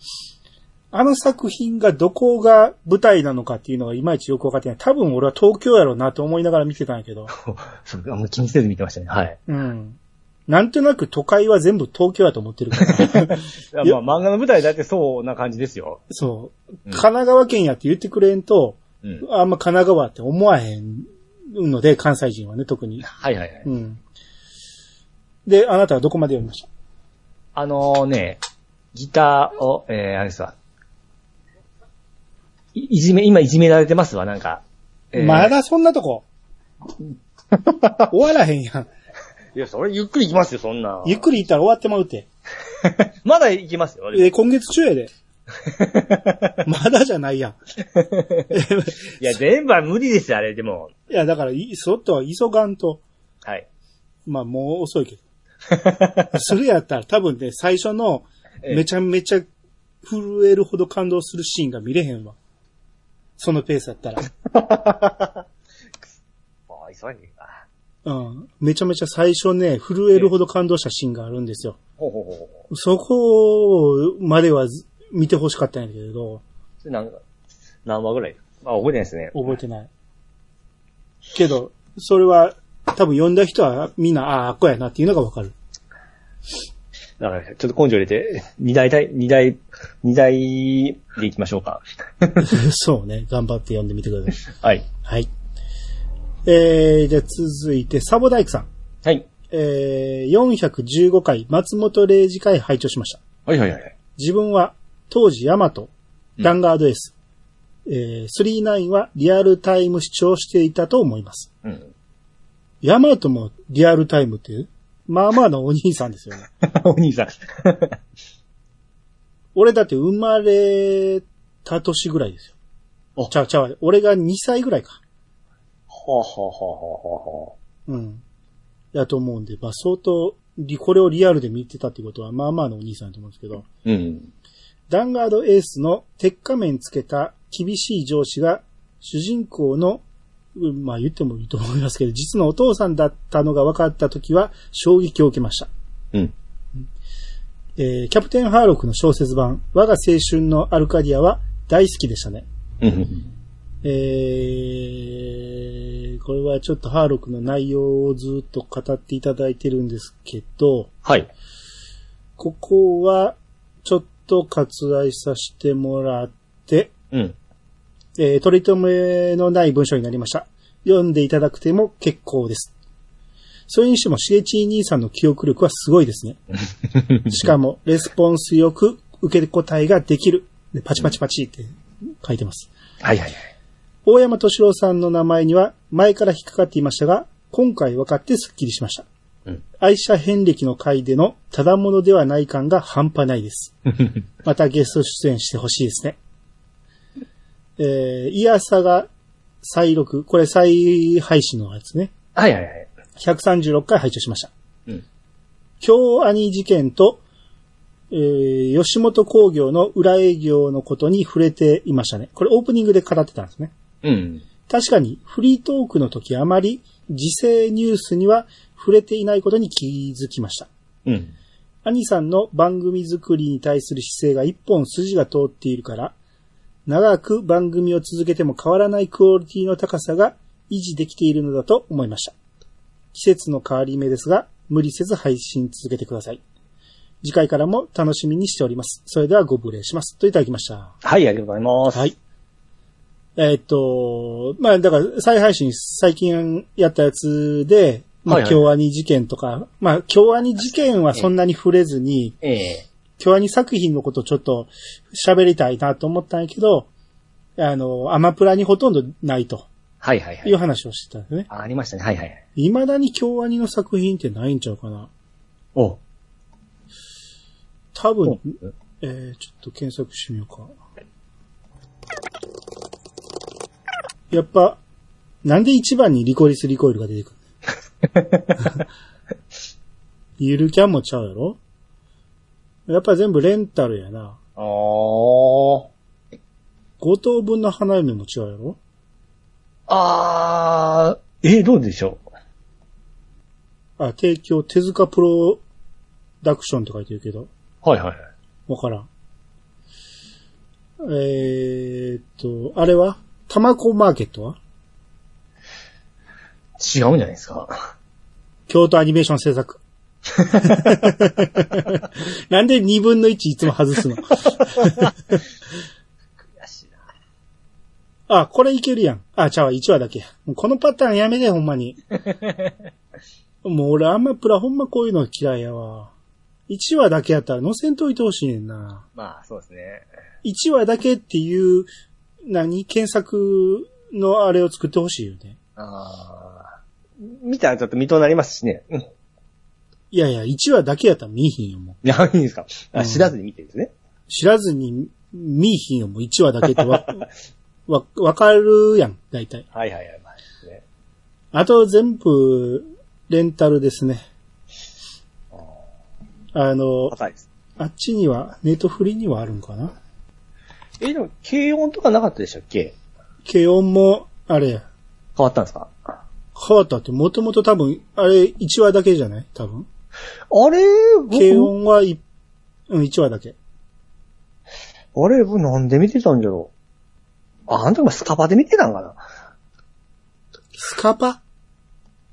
Speaker 1: あの作品がどこが舞台なのかっていうのがいまいちよくわかってない。多分俺は東京やろうなと思いながら見てたんやけど、
Speaker 2: そう、あんま気にせず見てましたね。はい。
Speaker 1: うん。なんとなく都会は全部東京やと思ってる から。
Speaker 2: いやまあ、漫画の舞台だってそうな感じですよ。
Speaker 1: そう。
Speaker 2: うん
Speaker 1: 神奈川県やって言ってくれんと、
Speaker 2: うん。
Speaker 1: あんま神奈川って思わへんので、関西人はね、特に。
Speaker 2: はいはいはい。
Speaker 1: うん。で、あなたはどこまで読みました
Speaker 2: あのね、ギターを、えー、あれですわ。いいじめ、今いじめられてますわ、なんか。えー
Speaker 1: まだそんなと こ。終わらへんやん。
Speaker 2: いや、それゆっくり行きますよ、そんな。
Speaker 1: ゆっくり行ったら終わってまうて。
Speaker 2: まだ行きますよ、
Speaker 1: え、今月中やで。 まだじゃないやん。
Speaker 2: いや、全部は無理ですよ、あれ、でも。
Speaker 1: いや、だから、いそっとは急がんと。
Speaker 2: はい。
Speaker 1: まあ、もう遅いけど。それやったら多分ね、最初の、
Speaker 2: ええ
Speaker 1: めちゃめちゃ震えるほど感動するシーンが見れへんわ。そのペースだったら。
Speaker 2: もう、急いで行くわ
Speaker 1: うん。めちゃめちゃ最初ね、震えるほど感動したシーンがあるんですよ。
Speaker 2: ほうほうほうほ
Speaker 1: そこまではず見てほしかったんやけれど、
Speaker 2: う。それなんか、何話ぐらいあ、覚えてないですね。
Speaker 1: 覚えてない。けど、それは、多分読んだ人はみんな、ああ、あっこやなっていうのがわかる。
Speaker 2: だから、ちょっと根性入れて、二台対、二台、二台で行きましょうか。
Speaker 1: そうね。頑張って読んでみてください。
Speaker 2: はい。
Speaker 1: はい。えー、じゃあ続いて、サボ大工さん。
Speaker 2: はい。
Speaker 1: えー、415回松本零士会拝聴しました。
Speaker 2: はいはいはい。
Speaker 1: 自分は当時ヤマト、
Speaker 2: うん
Speaker 1: ダンガードエース、えー、39はリアルタイム視聴していたと思います。
Speaker 2: うん。
Speaker 1: ヤマトもリアルタイムって、まあまあのお兄さんですよね。
Speaker 2: お兄さん。
Speaker 1: 俺だって生まれた年ぐらいですよ。
Speaker 3: あ
Speaker 1: ちゃうちゃう。俺が2歳ぐらいか。
Speaker 3: はあ、はあはあはあは
Speaker 1: うん。だと思うんで、まあ相当、りこれをリアルで見てたってことは、まあまあのお兄さんだと思うんですけど、
Speaker 3: あ。うん。
Speaker 1: ダンガードエースの鉄仮面つけた厳しい上司が主人公の、うんまあ言ってもいいと思いますけど、実のお父さんだったのが分かった時は衝撃を受けました。
Speaker 3: うん。
Speaker 1: えーキャプテンハーロックの小説版、我が青春のアルカディアは大好きでしたね。
Speaker 3: うん。
Speaker 1: えー、これはちょっとハーロックの内容をずっと語っていただいてるんですけど、
Speaker 3: はい。
Speaker 1: ここはちょっと割愛させてもらって、
Speaker 3: うん。
Speaker 1: えー取り留めのない文章になりました。読んでいただくても結構です。それにしても、しげちい兄さんの記憶力はすごいですね。しかも、レスポンスよく受け答えができる。でパチパチパチって書いてます。
Speaker 3: はいはいはい。
Speaker 1: 大山敏郎さんの名前には前から引っかかっていましたが、今回分かってスッキリしました。
Speaker 3: うん
Speaker 1: 愛車遍歴の回でのただものではない感が半端ないです。またゲスト出演してほしいですね。えー、イヤサが再録、これ再配信のやつね。
Speaker 3: はいはいはい。
Speaker 1: 136回拝聴しました。
Speaker 3: うん。
Speaker 1: 京アニ事件と、えー、吉本工業の裏営業のことに触れていましたね。これオープニングで語ってたんですね。
Speaker 3: うん。
Speaker 1: 確かにフリートークの時あまり時勢ニュースには触れていないことに気づきました。
Speaker 3: うん。
Speaker 1: 兄さんの番組作りに対する姿勢が一本筋が通っているから、長く番組を続けても変わらないクオリティの高さが維持できているのだと思いました。季節の変わり目ですが、無理せず配信続けてください。次回からも楽しみにしております。それではご無礼します。といただきました。
Speaker 3: はい、ありがとうございます。
Speaker 1: はい。えーっと、まあ、だから、再配信、最近やったやつで、ま
Speaker 3: はい
Speaker 1: あ、
Speaker 3: はい
Speaker 1: 京アニ事件とか、まあ、京アニ事件はそんなに触れずに、
Speaker 3: ええ
Speaker 1: 京アニ作品のことちょっと喋りたいなと思ったんやけど、あの、アマプラにほとんどないと
Speaker 3: はいはいはいい。
Speaker 1: う話をしてたんですね。
Speaker 3: あありましたね。はいはいはい。
Speaker 1: 未だに京アニの作品ってないんちゃうかな。
Speaker 3: お
Speaker 1: 多
Speaker 3: う
Speaker 1: 分、えー、ちょっと検索してみようか。やっぱ、なんで一番にリコリスリコイルが出てくるゆるキャンもちゃうやろやっぱ全部レンタルやな。
Speaker 3: あー。
Speaker 1: 5等分の花嫁も違うやろ
Speaker 3: あー。えー、どうでしょう
Speaker 1: あ、提供手塚プロダクションって書いてるけど、
Speaker 3: はいはいはい。
Speaker 1: わからん。えー、っと、あれはタマコマーケットは
Speaker 3: 違うんじゃないですか。
Speaker 1: 京都アニメーション制 作。なんで2分の1いつも外すの
Speaker 3: 悔しいな。
Speaker 1: あ、これいけるやん。あ、ちゃうわ、1話だけや。もうこのパターンやめて、ほんまに。もう俺あんまプラほんまこういうの嫌いやわ。1話だけやったら載せんといてほしいねんな。
Speaker 3: まあ、そうですね。
Speaker 1: 1話だけっていう、何検索のあれを作ってほしいよね。
Speaker 3: あー。見たらちょっと見とうなりますしね。うん。
Speaker 1: い
Speaker 3: い
Speaker 1: やいや、1話だけやったら見いひんよ、もう。
Speaker 3: や、いいんですか。
Speaker 1: う
Speaker 3: あ
Speaker 1: ん
Speaker 3: 知らずに見てるんですね。
Speaker 1: 知らずに見いひんよ、もう1話だけって わ、わ、わかるやん、大体。
Speaker 3: はいはいはい。まあですね。
Speaker 1: あと全部、レンタルですね。あの、
Speaker 3: 硬いです。
Speaker 1: あっちには、ネットフリにはあるんかな
Speaker 3: えー、でも、軽音とかなかったでしたっけ
Speaker 1: 軽音も、あれや、
Speaker 3: 変わったんですか
Speaker 1: 変わったって、もともと多分、あれ、1話だけじゃない多分。
Speaker 3: あれ
Speaker 1: 軽音はい、うん、1話だけ。
Speaker 3: あれ、僕なんで見てたんじゃろう。あ、あの時もスカパで見てたんかな
Speaker 1: スカパ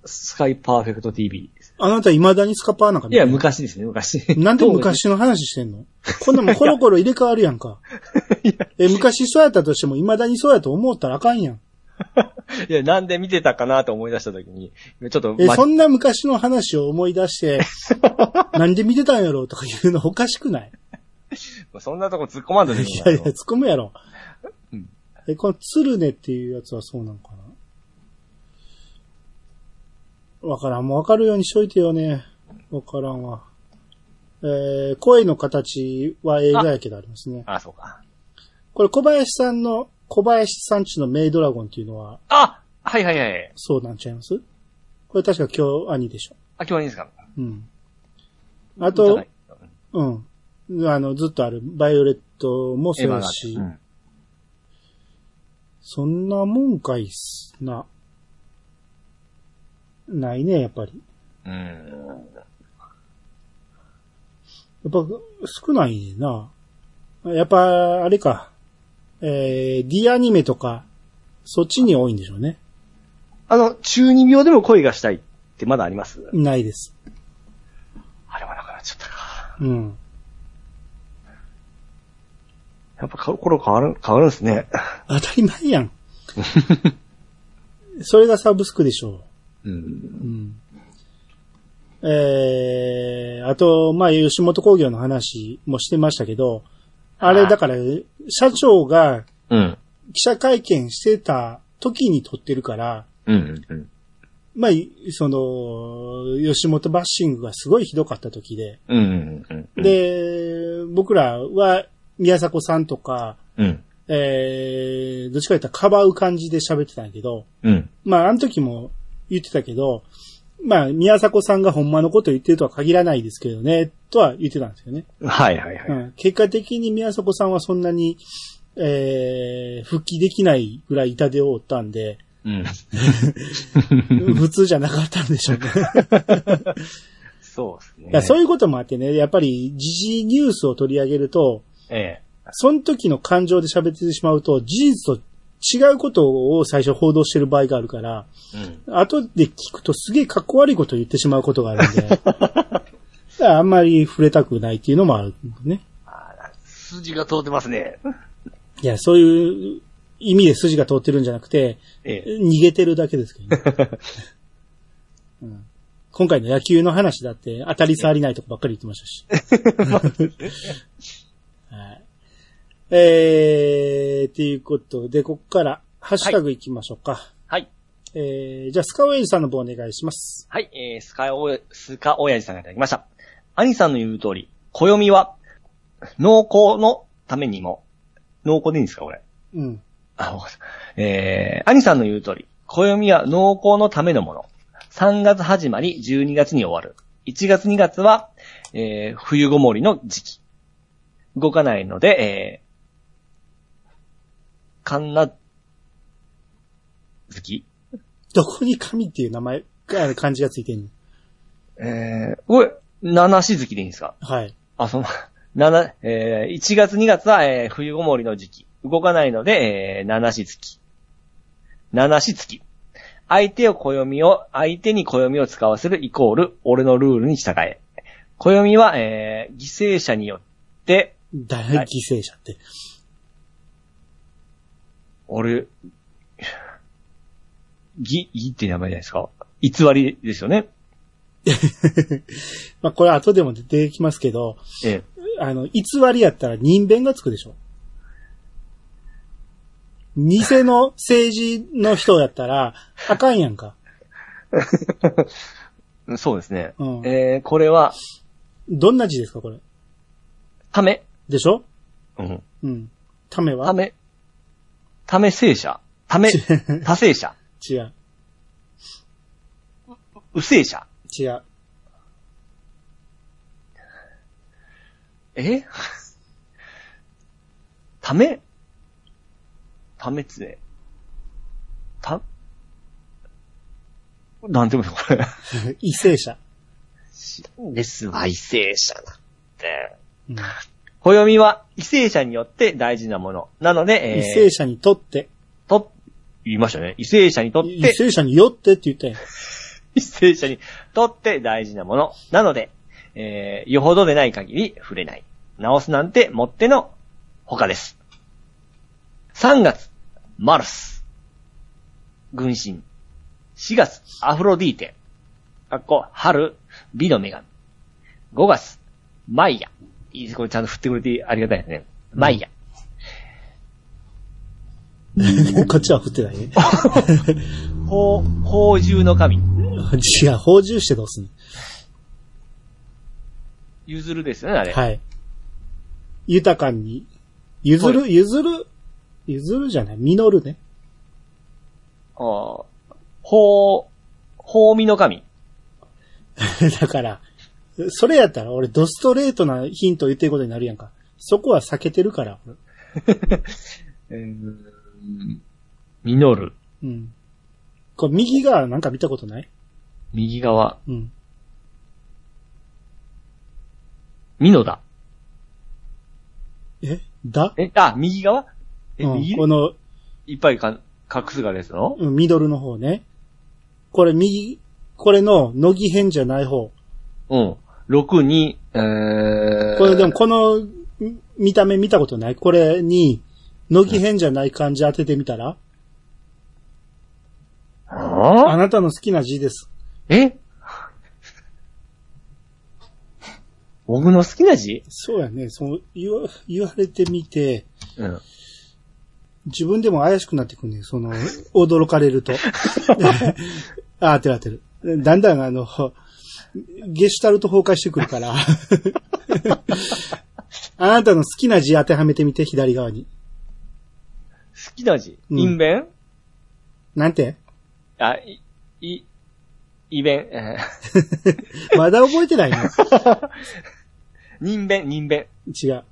Speaker 3: スカイパーフェクト TV。
Speaker 1: あなた未だにスカパーなんか
Speaker 3: いや、昔ですね、昔。
Speaker 1: なんで 昔の話してんのこんなもんコロコロ入れ替わるやんか。
Speaker 3: いや
Speaker 1: え、昔そうやったとしても未だにそうやと思ったらあかんやん。
Speaker 3: いや、なんで見てたかなと思い出した時に、ちょっと、
Speaker 1: え、
Speaker 3: ま
Speaker 1: そんな昔の話を思い出 して、なんで見てたんやろうとか言うのおかしくない
Speaker 3: そんなとこ突っ込まんとでい
Speaker 1: い
Speaker 3: い
Speaker 1: やいや、突っ込むやろ
Speaker 3: うん。
Speaker 1: え、この鶴ねっていうやつはそうなのかなわからん。もうわかるようにしといてよね。わからんわ。えー、声の形は映画やけどありますね。
Speaker 3: あ、そうか。
Speaker 1: これ小林さんの小林さんちのメイドラゴンっていうのは、
Speaker 2: あはいはいはい。
Speaker 1: そうなんちゃいますこれ確か今日兄でしょ。
Speaker 2: あ、今日はいいんですか
Speaker 1: うん。あ
Speaker 2: じゃ
Speaker 1: と
Speaker 2: ない、
Speaker 1: うん。あの、ずっとある、バイオレットもそ
Speaker 2: エヴァ
Speaker 1: う
Speaker 2: が
Speaker 1: やし、
Speaker 2: うん
Speaker 1: そんなもんかいっすな。ないね、やっぱり。
Speaker 2: うん。
Speaker 1: やっぱ、少ないねんな。やっぱ、あれか。えー、D アニメとか、そっちに多いんでしょうね。
Speaker 3: あの、中二病でも恋がしたいってまだあります
Speaker 1: ないです。
Speaker 2: あれはなくなっちゃったか。
Speaker 1: うん。
Speaker 3: やっぱ心変わる、変わるんですね。
Speaker 1: 当たり前やん。 それがサブスクでしょ
Speaker 2: うん
Speaker 1: う。。うん。えー、あと、まあ、吉本工業の話もしてましたけど、あれ、だから、社長が
Speaker 2: うん。
Speaker 1: 記者会見してた時に撮ってるから、
Speaker 2: うん。うん。
Speaker 1: まあ、その、吉本バッシングがすごいひどかった時で、
Speaker 2: うん。うん。うん、
Speaker 1: で、僕らは宮迫さんとか、
Speaker 2: うん。
Speaker 1: えー、どっちか言ったらかばう感じで喋ってたんやけど、
Speaker 2: うん。
Speaker 1: まあ、あの時も言ってたけど、まあ、宮迫さんがほんまのこと言ってるとは限らないですけどね、とは言ってたんですよね。
Speaker 3: はいはいは
Speaker 1: う
Speaker 3: い。
Speaker 1: ん、結果的に宮迫さんはそんなに、えー、復帰できないぐらい痛手を負ったん で、
Speaker 2: うん。
Speaker 1: 普通じゃなかったんでしょう ね。
Speaker 2: そうですね。
Speaker 1: いやそういうこともあってね、やっぱり時事ニュースを取り上げると、
Speaker 2: ええ。
Speaker 1: その時の感情で喋ってしまうと、事実と違うことを最初報道してる場合があるから、
Speaker 2: うん。
Speaker 1: 後で聞くとすげえかっこ悪いことを言ってしまうことがあるんで、だからあんまり触れたくないっていうのもあるね。
Speaker 2: 筋が通ってますね。
Speaker 1: いや、そういう意味で筋が通ってるんじゃなくて、
Speaker 2: ええ。
Speaker 1: 逃げてるだけですけどね。うん今回の野球の話だって当たり障りないとこばっかり言ってましたし。はい、えー、っていうことで、ここからハッシュタグいきましょうか。
Speaker 2: はい。
Speaker 1: えー、じゃあ、スカウェイジさんの方お願いします。
Speaker 2: はい、えー、スカオ、スカオヤジさんがいただきました。兄さんの言う通り、暦は、濃厚のためにも、濃厚でいいんですか、これ。
Speaker 1: うん。
Speaker 2: あ、わかった。えー、兄さんの言う通り、暦は濃厚のためのもの。3月始まり、12月に終わる。1月2月は、えー、冬ごもりの時期。動かないので、えー、かんな、月
Speaker 1: どこに神っていう名前、あ漢字がついてんの
Speaker 2: えー、これ、七し月でいいんですか
Speaker 1: はい。
Speaker 2: あ、その、 七、えー、1月2月は、えー冬ごもりの時期。動かないので、えー、七し月。七し月。相手を暦を、相手に暦を使わせるイコール、俺のルールに従え。暦は、えー、犠牲者によって、
Speaker 1: 大
Speaker 2: はい
Speaker 1: 犠牲者って。
Speaker 2: 俺、 ぎ、ぎって名前じゃないですか偽りですよね。
Speaker 1: まあ、これ後でも出てきますけど、
Speaker 2: え
Speaker 1: あの、偽りやったら人弁がつくでしょ偽の政治の人やったら、あかんやんか。
Speaker 2: えそうですね。
Speaker 1: うん
Speaker 2: えー、これは、
Speaker 1: どんな字ですか、これ。
Speaker 2: ため。
Speaker 1: でしょ
Speaker 2: うん。
Speaker 1: うん。ため
Speaker 2: た
Speaker 1: は
Speaker 2: め、ため聖者、ため、多聖者、
Speaker 1: 違う。
Speaker 2: 右聖者。
Speaker 1: 違う。
Speaker 2: え ため、ためつえ。た、なんて言うんですか、これ。
Speaker 1: 異性者。
Speaker 2: ですわ、異聖者なんて。
Speaker 1: うん
Speaker 2: 暦は異聖者によって大事なもの。なので、えー、
Speaker 1: 異性者にとって。
Speaker 2: と、言いましたね。異聖者にとっ
Speaker 1: 異
Speaker 2: て、
Speaker 1: 性者によってって言ったやん。
Speaker 2: 異性者にとって大事なもの。なので、えー、よほどでない限り触れない。直すなんてもっての他です。3月、マルス。軍神。4月、アフロディーテ。かっこ、春、美の女神。5月、マイヤ。いいです、これちゃんと振ってくれてありがたいですね。マイヤ。
Speaker 1: こっちは振ってないね。
Speaker 2: 宝、宝獣の神。
Speaker 1: 違う。放獣してどうすん
Speaker 2: 譲るですよね、あれ。
Speaker 1: のはい。豊かに。譲る、譲る、ゆずるじゃない、みのるね。
Speaker 2: あー法、法味の神。
Speaker 1: だから、それやったら俺ドストレートなヒントを言ってることになるやんか。そこは避けてるから。
Speaker 2: ミノル。
Speaker 1: うん。これ右側なんか見たことない
Speaker 2: 右側。
Speaker 1: うん。
Speaker 2: ミノだ。
Speaker 1: えだ
Speaker 2: え、あ、右側え、
Speaker 1: うん、
Speaker 2: 右
Speaker 1: この、
Speaker 2: いっぱいか隠すがですの
Speaker 1: うんミドルの方ね。これ右、これの、乃木編じゃない方。
Speaker 2: うん。6に、えー、
Speaker 1: これでもこの、ん見た目見たことないこれに、乃木編じゃない漢字当ててみたら、
Speaker 2: は
Speaker 1: あなたの好きな字です。
Speaker 2: ぁえ 僕の好きな字
Speaker 1: そうやね。そう、言わ、言われてみて、
Speaker 2: うん。
Speaker 1: 自分でも怪しくなってくるね。その、驚かれると。あ、当てる当てる。だんだんあの、ゲシュタルト崩壊してくるから。 あなたの好きな字当てはめてみて、左側に。
Speaker 2: 好きな字
Speaker 1: うん
Speaker 2: 陰弁、
Speaker 1: なんて
Speaker 2: あ、い、い、イベン、えー
Speaker 1: まだ覚えてないの
Speaker 2: 人弁、人弁。
Speaker 1: 違う。
Speaker 2: 好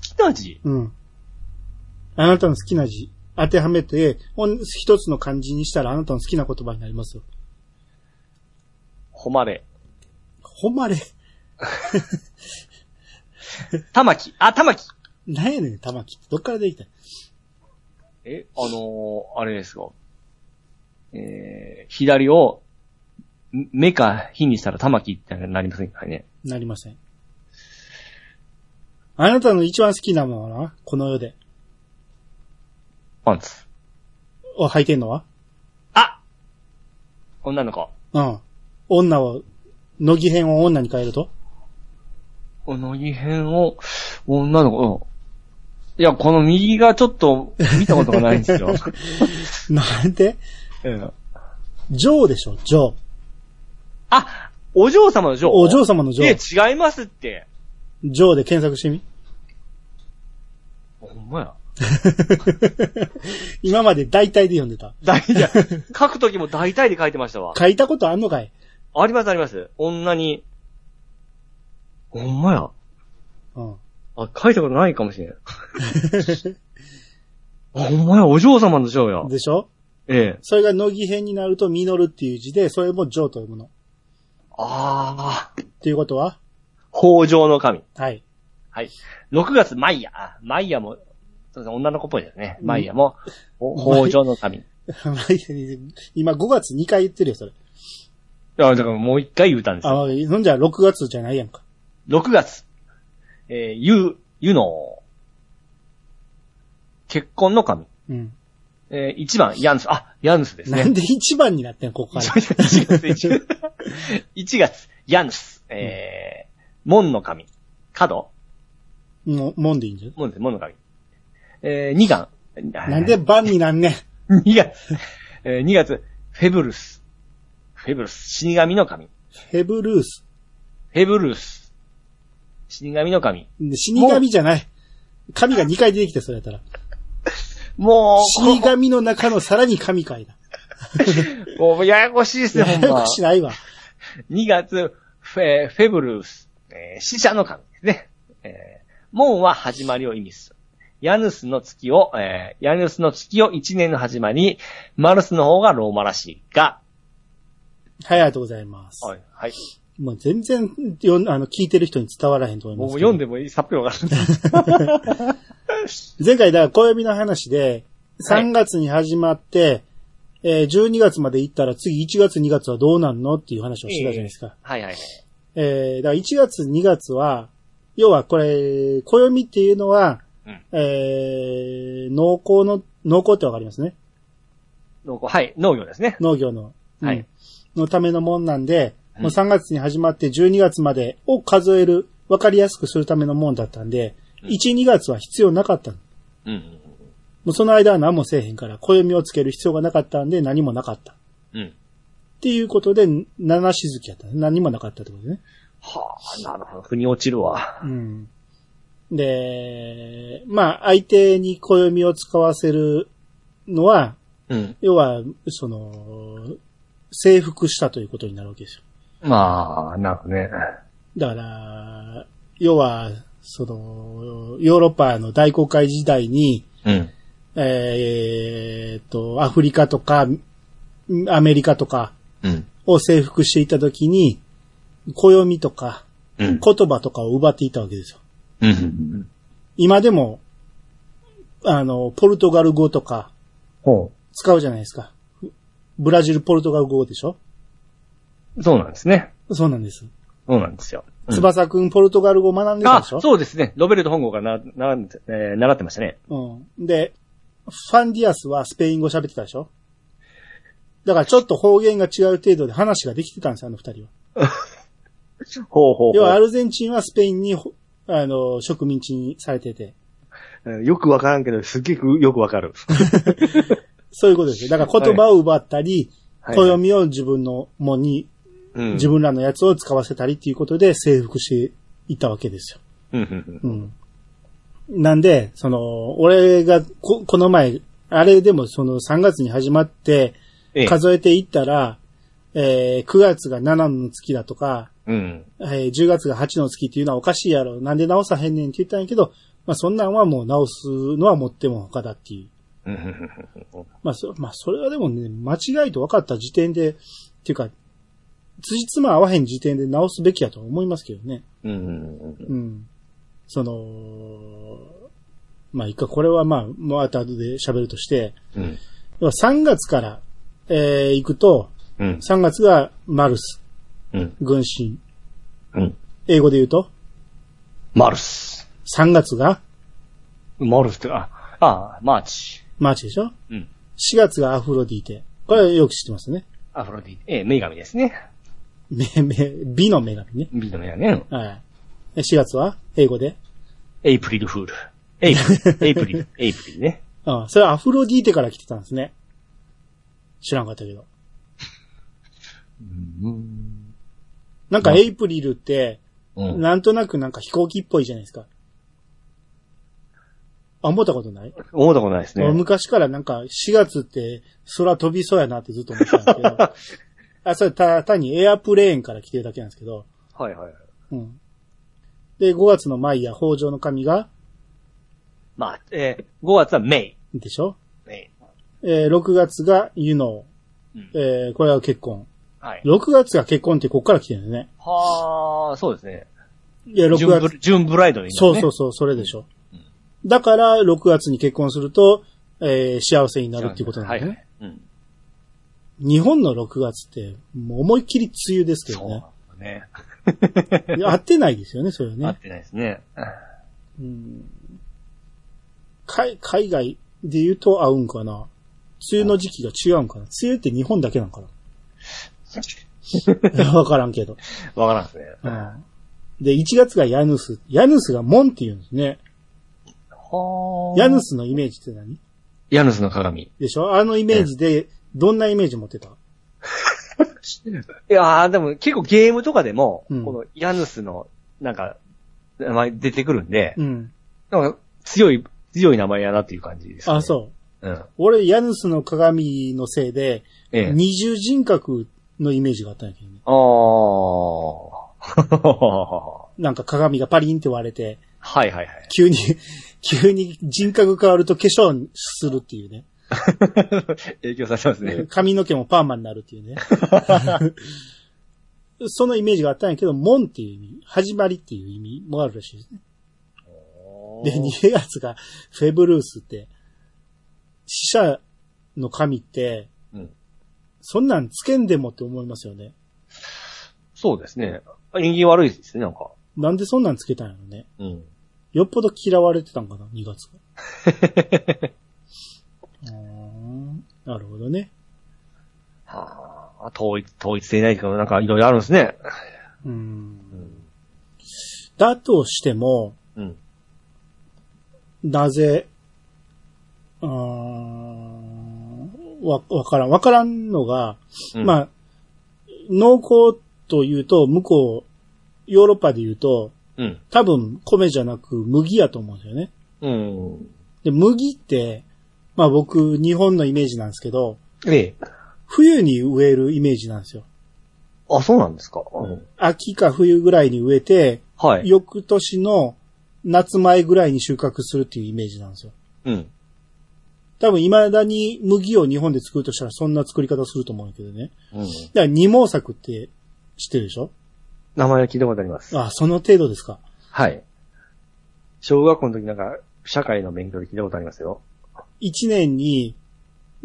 Speaker 2: きな字
Speaker 1: うん。あなたの好きな字、当てはめて、ほん一つの漢字にしたらあなたの好きな言葉になりますよ。
Speaker 2: 誉れ。
Speaker 1: ほんまれ。
Speaker 2: 玉木。あ、玉木
Speaker 1: なんやねん、玉木って。どっからできた
Speaker 2: え、あのー、あれですよ。えー、左を、ん目か火にしたら玉木ってなりませんからね。
Speaker 1: なりません。あなたの一番好きなものはなこの世で。
Speaker 2: パンツ。
Speaker 1: を履いてんのは
Speaker 2: あ女の子。
Speaker 1: うん。女を、乃木編を女に変えると
Speaker 2: この異変を、女の子、うんいや、この右がちょっと見たことがないんですよ。
Speaker 1: なんて
Speaker 2: うん
Speaker 1: ジョーでしょ、ジョー。
Speaker 2: あ、お嬢様の嬢
Speaker 1: お嬢様のジョー。
Speaker 2: え、違いますって。
Speaker 1: ジョーで検索 してみ。
Speaker 2: ほんまや。
Speaker 1: 今まで大体で読んでた。
Speaker 2: 大 体、書くときも大体で書いてましたわ。
Speaker 1: 書いたことあんのかい
Speaker 2: ありますあります。女に。ほんまや。
Speaker 1: うん。
Speaker 2: あ、書いたことないかもしれん。 あほんまや、お嬢様の嬢や。
Speaker 1: でしょ
Speaker 2: ええ。
Speaker 1: それが乃木編になると、実るっていう字で、それもジョーと読むの。
Speaker 2: ああ。
Speaker 1: っていうことは
Speaker 2: 北条の神。
Speaker 1: はい。
Speaker 2: はい。6月、マイヤ。あマイヤも、そうですね女の子っぽいですね。マイヤも、お北条の神。い
Speaker 1: 今5月2回言ってるよ、それ。
Speaker 2: や、だからもう一回言うたんですよ。
Speaker 1: あ、そんじゃ6月じゃないやんか。
Speaker 2: 6月、えー、ゆ、ゆの、結婚の神。
Speaker 1: うん。
Speaker 2: えー、1番、ヤンス。あ、ヤンスですね。
Speaker 1: なんで一番になってん、ここ から。
Speaker 2: 1月、1月、1月ヤヌス、えー、門の神、角、
Speaker 1: もう、もんでいいんじゃ
Speaker 2: 門です、門の神。えー、2月、
Speaker 1: んなんで番になんねん。
Speaker 2: ?2 月、えー、2月、フェブルス、フェブルス、死神の神、フ
Speaker 1: ヘブルース。
Speaker 2: ェブルス、死神の神。
Speaker 1: 死神じゃない。神が2回出てきて、それやったら。
Speaker 2: も
Speaker 1: 死神の中のさらに神回だ。
Speaker 2: う、もうやや こしいですね、
Speaker 1: や
Speaker 2: ほん
Speaker 1: や
Speaker 2: ま
Speaker 1: こ。しないわ。
Speaker 2: 2月、フェ、フェブルス、えー死者の神ですね。えー門は始まりを意味する。ヤヌスの月を、えーヤヌスの月を1年の始まり、マルスの方がローマらしいが、
Speaker 1: はい、ありがとうございます。
Speaker 2: はい、はい。
Speaker 1: もう全然、よんあの、聞いてる人に伝わらへんと思います。
Speaker 2: 僕読ん。でもいい発表がある。
Speaker 1: 前回、だから、小指の話で、3月に始まって、えー12月まで行ったら次1月2月はどうなんのっていう話をしてたじゃないですか。
Speaker 2: はい、はい。
Speaker 1: えー、だから1月2月は、要はこれ、暦っていうのは、
Speaker 2: うん
Speaker 1: えー、農耕の、農耕ってわかりますね。
Speaker 2: 農耕はい、農業ですね。
Speaker 1: 農業の、うん
Speaker 2: はい
Speaker 1: のためのもんなんで、
Speaker 2: うん
Speaker 1: もう3月に始まって12月までを数える、わかりやすくするためのもんだったんで、
Speaker 2: うん
Speaker 1: 1、2月は必要なかったの。
Speaker 2: うん、
Speaker 1: もうその間は何もせえへんから、暦をつける必要がなかったんで何もなかった。っ
Speaker 2: うん。うん。
Speaker 1: ていうことで、七しずきやったね。何もなかったってことね。
Speaker 2: はあ、なるほど。腑に落ちるわ。
Speaker 1: うん。で、まあ、相手に暦を使わせるのは、
Speaker 2: うん。
Speaker 1: 要は、その、征服したということになるわけですよ。
Speaker 3: まあ、なんかね。
Speaker 1: だから、要は、その、ヨーロッパの大航海時代に、
Speaker 2: うん。
Speaker 1: えーっと、アフリカとか、アメリカとか
Speaker 2: うん。
Speaker 1: を征服していたときに、暦とか、
Speaker 2: うん。
Speaker 1: 言葉とかを奪っていたわけですよ。
Speaker 2: うん。
Speaker 1: 今でも、あの、ポルトガル語とか
Speaker 3: ほ
Speaker 1: 使うじゃないですか。ブラジル、ポルトガル語でしょ
Speaker 3: う。そうなんですね。
Speaker 1: そうなんです。
Speaker 3: そうなんですよ。
Speaker 2: うん
Speaker 1: 翼くん、ポルトガル語学んでた
Speaker 2: あ、
Speaker 1: でしょ
Speaker 2: そうですね。ロベルト本郷からな、な、えー習ってましたね。
Speaker 1: うん。で、ファンディアスはスペイン語喋ってたでしょだからちょっと方言が違う程度で話ができてたんですよ、あの二人は。
Speaker 3: ほうほうほう。
Speaker 1: 要はアルゼンチンはスペインに、ほあの、植民地にされてて。
Speaker 3: うんよくわからんけど、すっげくよくわかる。
Speaker 1: そういうことですよ。だから言葉を奪ったり、
Speaker 3: はい
Speaker 1: 暦を自分のもに、
Speaker 3: うん
Speaker 1: 自分らのやつを使わせたりっていうことで征服していったわけですよ。
Speaker 2: うんうん
Speaker 1: うん。なんで、その、俺がこ、この前、あれでもその3月に始まって、
Speaker 2: ええ
Speaker 1: 数えていったら、えー9月が7の月だとか、
Speaker 2: うん。
Speaker 1: えー10月が8の月っていうのはおかしいやろ。なんで直さへんねんって言ったんやけど、まあそんなんはもう直すのは持っても他だっていう。
Speaker 2: うんうんうんうん
Speaker 1: まあそ、まあそれはでもね、間違いと分かった時点で、っていうか、辻褄合わへん時点で直すべきやと思いますけどね。
Speaker 2: うんうん
Speaker 1: うん。その、まあ、いいか、これはまあ、もう後々で喋るとして、
Speaker 2: うん。
Speaker 1: 要は3月から、えー、行くと、
Speaker 2: うん。
Speaker 1: 3月がマルス、
Speaker 2: うん。
Speaker 1: 軍神。
Speaker 2: うん。
Speaker 1: 英語で言うと、
Speaker 2: マルス。
Speaker 1: 3月が
Speaker 2: マルスって、あ、あ、マーチ。
Speaker 1: マーチでしょ
Speaker 2: うん。
Speaker 1: ?4 月がアフロディーテ。これはよく知ってますね。
Speaker 2: アフロディ、ええ、女神ですね。
Speaker 1: め、め、美の女神ね。
Speaker 2: 美の女ね。
Speaker 1: はい。4月は英語で。
Speaker 2: エイプリルフール。エ イプリル、エイプリル、エイプリルね。
Speaker 1: ああ、それはアフロディーテから来てたんですね。知らんかったけど。なんかエイプリルって、
Speaker 2: うん。
Speaker 1: なんとなくなんか飛行機っぽいじゃないですか。あ、思ったことない、
Speaker 2: 思ったことないですね
Speaker 1: 俺。昔からなんか4月って空飛びそうやなってずっと思ってたんですけ ど。あ、それた単にエアプレーンから来てるだけなんですけど。
Speaker 2: はいはい。
Speaker 1: うん。で、5月のマイヤー、北条の神が、
Speaker 2: まあ、えー、5月はメイ。
Speaker 1: でしょ
Speaker 2: メイ。
Speaker 1: えー6月がユノ
Speaker 2: うん
Speaker 1: ー、えーこれは結婚。
Speaker 2: はい。
Speaker 1: 6月が結婚ってこっから来てるんだよね。
Speaker 2: はあ、そうですね。
Speaker 1: いや、6
Speaker 2: ジュンブ
Speaker 1: 月。
Speaker 2: ルジュンブライドに、ね。
Speaker 1: そうそうそう、それでしょ。だから、6月に結婚すると、えー幸せになるっていうことなんだよね。
Speaker 2: はいはい。うん。
Speaker 1: 日本の6月って、もう思いっきり梅雨ですけ
Speaker 2: そう
Speaker 1: どね。
Speaker 2: なんだね。
Speaker 1: いや合ってないですよね、それは
Speaker 2: 合
Speaker 1: ね
Speaker 2: っ。てないですね。
Speaker 1: う ん海海外で言うと合うんかな。梅雨の時期が違うんかな。梅雨って日本だけなんかな。 わからんけど。
Speaker 2: わからんですね。
Speaker 1: うんで、1月がヤヌス。ヤヌスがモンって言うんですね。
Speaker 2: は
Speaker 1: ヤヌ。スのイメージって何
Speaker 2: ヤヌスの鏡。
Speaker 1: でしょあのイメージで、どんなイメージ持ってた
Speaker 2: いやーでも結構ゲームとかでも、
Speaker 1: うん
Speaker 2: このヤヌスの、なんか、名前出てくるんで、
Speaker 1: うん。
Speaker 2: なんか強い、強い名前やなっていう感じです、ね。
Speaker 1: あ、そう。
Speaker 2: う。うん。
Speaker 1: 俺、ヤヌスの鏡のせいで、
Speaker 2: ええ。
Speaker 1: 二重人格のイメージがあったんやけどね。
Speaker 2: あー。 は
Speaker 1: なんか鏡がパリンって割れて、
Speaker 2: いはい はい。
Speaker 1: 急に、 急に人格変わると化粧するっていうね。
Speaker 2: 影響されてますね。
Speaker 1: 髪の毛もパーマになるっていうね。 そのイメージがあったんやけど、門っていう意味、始まりっていう意味もあるらしいですね。で、2月がフェブルースって、死者の神って、
Speaker 2: うん
Speaker 1: そんなんつけんでもって思いますよね。
Speaker 2: そうですね。縁起悪いですね、なんか。
Speaker 1: なんでそんなんつけたんやろね。
Speaker 2: うん。
Speaker 1: よっぽど嫌われてたんかな、2月が。 うーんなるほどね。
Speaker 2: はあ、統一、統一性ないけど、なんかいろいろあるんですね。
Speaker 1: うんだとしても、
Speaker 2: うん。
Speaker 1: なぜ、うーん、わ、わからん。わからんのが、
Speaker 2: うん
Speaker 1: まあ、農耕というと、向こう、ヨーロッパで言うと、
Speaker 2: うん。
Speaker 1: 多分米じゃなく麦やと思うんですよね。
Speaker 2: うん。
Speaker 1: で、麦って、まあ僕、日本のイメージなんですけど、
Speaker 2: ええ。
Speaker 1: 冬に植えるイメージなんですよ。
Speaker 2: あ、そうなんですか。うん、
Speaker 1: 秋か冬ぐらいに植えて、
Speaker 2: はい。
Speaker 1: 翌年の夏前ぐらいに収穫するっていうイメージなんですよ。
Speaker 2: うん。
Speaker 1: 多分未だに麦を日本で作るとしたらそんな作り方すると思うんだけどね。
Speaker 2: うん。
Speaker 1: だから二毛作って知ってるでしょ
Speaker 3: 名前は聞いたことあります。
Speaker 1: あ、その程度ですか。
Speaker 3: はい。小学校の時なんか、社会の勉強で聞いたことありますよ。
Speaker 1: 一年に、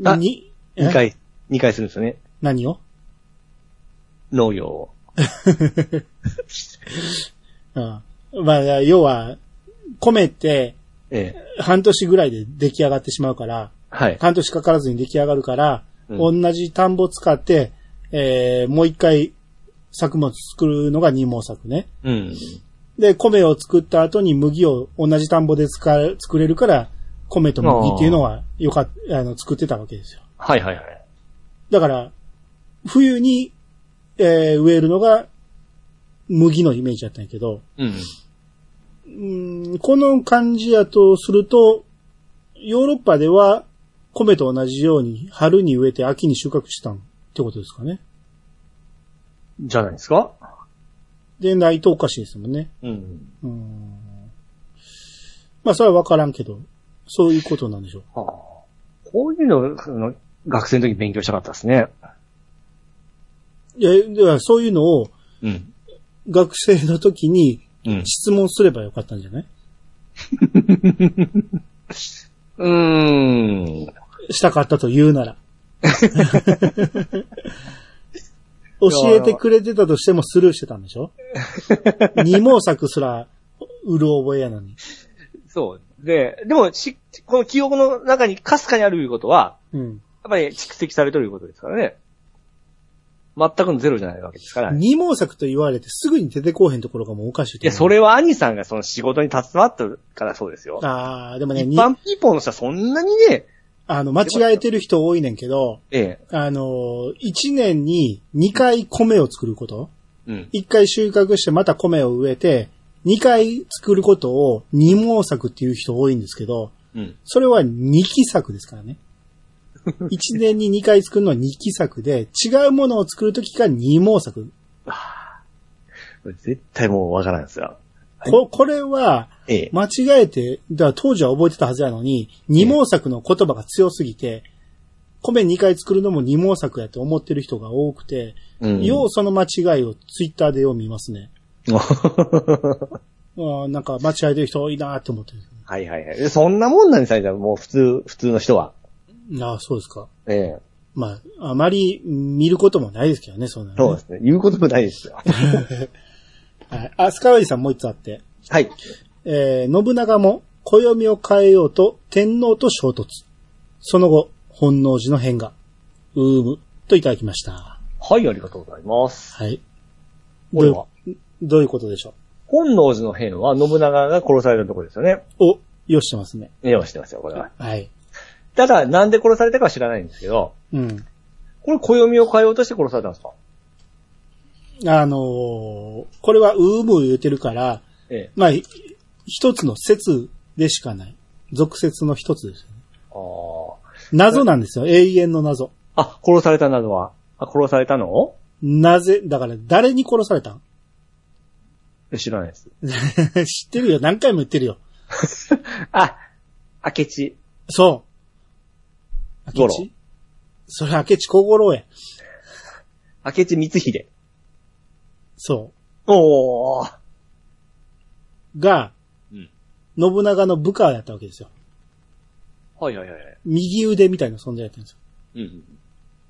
Speaker 3: あ
Speaker 1: に、え
Speaker 3: 2回、2回するんですよね。
Speaker 1: 何を
Speaker 3: 農業を。
Speaker 1: うん。まあ、要は、米って
Speaker 3: ええ。
Speaker 1: 半年ぐらいで出来上がってしまうから、
Speaker 3: はい。
Speaker 1: 半年かからずに出来上がるから、
Speaker 3: う
Speaker 1: 同じ田んぼ使って、えー、もう一回作物作るのが二毛作ね。
Speaker 3: うん。
Speaker 1: で、米を作った後に麦を同じ田んぼで使う作れるから、米と麦っていうのはよかっあの、作ってたわけですよ。
Speaker 3: はいはいはい。
Speaker 1: だから、冬に、えー、植えるのが麦のイメージだったんやけど、
Speaker 3: うん。
Speaker 1: うーんこの感じやとすると、ヨーロッパでは米と同じように春に植えて秋に収穫したんってことですかね。
Speaker 3: じゃないですか
Speaker 1: で、ないとおかしいですもんね。
Speaker 3: うん。
Speaker 1: うーんまあ、それはわからんけど、そういうことなんでしょう。
Speaker 3: はあ、こういうの、その学生の時勉強したかったですね。
Speaker 1: いや、ではそういうのを
Speaker 3: うん。
Speaker 1: 学生の時に
Speaker 3: うん。
Speaker 1: 質問すればよかったんじゃないう
Speaker 3: ーん。
Speaker 1: したかったと言う なら。教えてくれてたとしてもスルーしてたんでしょ二毛作すら、うる覚えやのに。
Speaker 2: そう。で、でもし、この記憶の中にかすかにあるということは、
Speaker 1: うん。
Speaker 2: やっぱり蓄積されてるということですからね。全くのゼロじゃないわけですから。い
Speaker 1: 二毛作と言われてすぐに出てこうへんところがもうおかしいと思う
Speaker 2: や、そ。れは兄さんがその仕事に携わってるからそうですよ。
Speaker 1: ああ、でもね、
Speaker 2: 一
Speaker 1: に
Speaker 2: 般ピーポーの人はそんなにね、
Speaker 1: あの、間違えてる人多いねんけど、
Speaker 2: ええ、
Speaker 1: あのー、一年に二回米を作ること
Speaker 2: うん。
Speaker 1: 一回収穫してまた米を植えて、二回作ることを二毛作っていう人多いんですけど、
Speaker 2: うん。
Speaker 1: それは二期作ですからね。一年に二回作るのは二期作で、違うものを作るときが二毛作。
Speaker 3: 絶対もうわからんですよ。
Speaker 1: ここれは、
Speaker 3: ええ。
Speaker 1: 間違えて、だから当時は覚えてたはずやのに、二毛作の言葉が強すぎて、米二回作るのも二毛作やと思ってる人が多くて、
Speaker 3: うん
Speaker 1: ようその間違いをツイッターでよう見ますね。
Speaker 3: は
Speaker 1: あーなんか間違えてる人多いなーって思ってる。
Speaker 3: いはいはい。そんなもんなんですよ、もう普通、普通の人は。
Speaker 1: ああ、そうですか。
Speaker 3: ええ。
Speaker 1: まあ、あまり見ることもないですけどね、そんなのね
Speaker 3: そうですね。言うこともないで すよ。
Speaker 1: はい。あ、スカワリさんもう一つあって。
Speaker 3: はい。
Speaker 1: えー信長も暦を変えようと天皇と衝突。その後、本能寺の変が、うーむ、といただきました。
Speaker 2: はい、ありがとうございます。
Speaker 1: はい。
Speaker 2: これは
Speaker 1: どうどういうことでしょ
Speaker 2: 本能寺の変は信長が殺されたところですよね。
Speaker 1: うお、よしてますね。
Speaker 2: ええ、知ってますよ、これは。
Speaker 1: はい。
Speaker 2: ただ、なんで殺されたかは知らないんですけど、
Speaker 1: うん。
Speaker 2: これ暦を変えようとして殺されたんですか
Speaker 1: あのーこれはうーむ言ってるから、
Speaker 2: ええ。
Speaker 1: まあ、ひ一つの説でしかない。俗説の一つですよね。
Speaker 2: ああ。
Speaker 1: 謎なんですよ。永遠の謎。
Speaker 2: あ、殺されたなどは、あ、殺されたの
Speaker 1: なぜ、だから誰に殺された ん
Speaker 2: え知らないです。
Speaker 1: 知ってるよ。何回も言ってるよ。
Speaker 2: あ、明智。
Speaker 1: そう。
Speaker 2: 五
Speaker 1: 明
Speaker 2: 郎
Speaker 1: 智それ明智小五郎や。
Speaker 2: 明智光秀。
Speaker 1: そ
Speaker 2: おー。
Speaker 1: う。が、
Speaker 2: うん
Speaker 1: 信長の部下やったわけですよ。
Speaker 2: はいはいはい。
Speaker 1: 右腕みたいな存在やったんですよ。
Speaker 2: うん。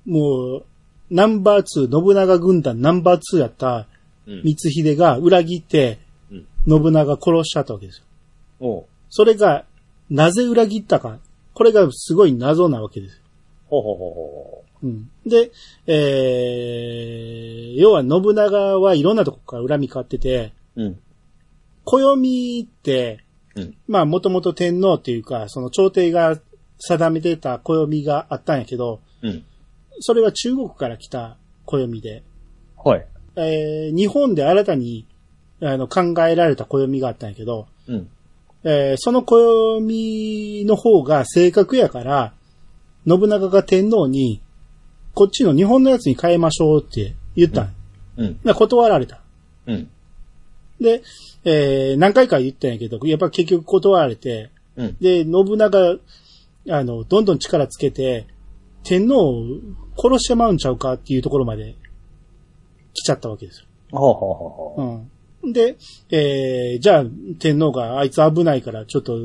Speaker 1: もう、ナンバー2、信長軍団ナンバー2やった
Speaker 2: うん
Speaker 1: 光秀が裏切って、
Speaker 2: うん
Speaker 1: 信長殺しちゃったわけですよ。
Speaker 2: おう。
Speaker 1: それが、なぜ裏切ったか。これがすごい謎なわけですよ。
Speaker 2: ほうほうほうほ
Speaker 1: うんで、えー、要は信長はいろんなとこから恨み買ってて、
Speaker 2: う。うん。
Speaker 1: 暦って、
Speaker 2: うん
Speaker 1: まあもともと天皇っていうか、その朝廷が定めてた暦があったんやけど、
Speaker 2: うん。
Speaker 1: それは中国から来た暦で、
Speaker 2: はい。
Speaker 1: えー日本で新たにあの、考えられた暦があったんやけど、
Speaker 2: うん。
Speaker 1: えーその暦の方が正確やから、信長が天皇に、こっちの日本のやつに変えましょうって言ったん。
Speaker 2: うん。
Speaker 1: で断られた。
Speaker 2: うん。
Speaker 1: で、えー何回か言ったんやけど、やっぱ結局断られて、
Speaker 2: うん。
Speaker 1: で、信長、あの、どんどん力つけて、天皇を殺してまうんちゃうかっていうところまで来ちゃったわけですよ。
Speaker 3: はあ、はあはあはあ、
Speaker 1: うん。で、えーじゃあ、天皇があいつ危ないから、ちょっと、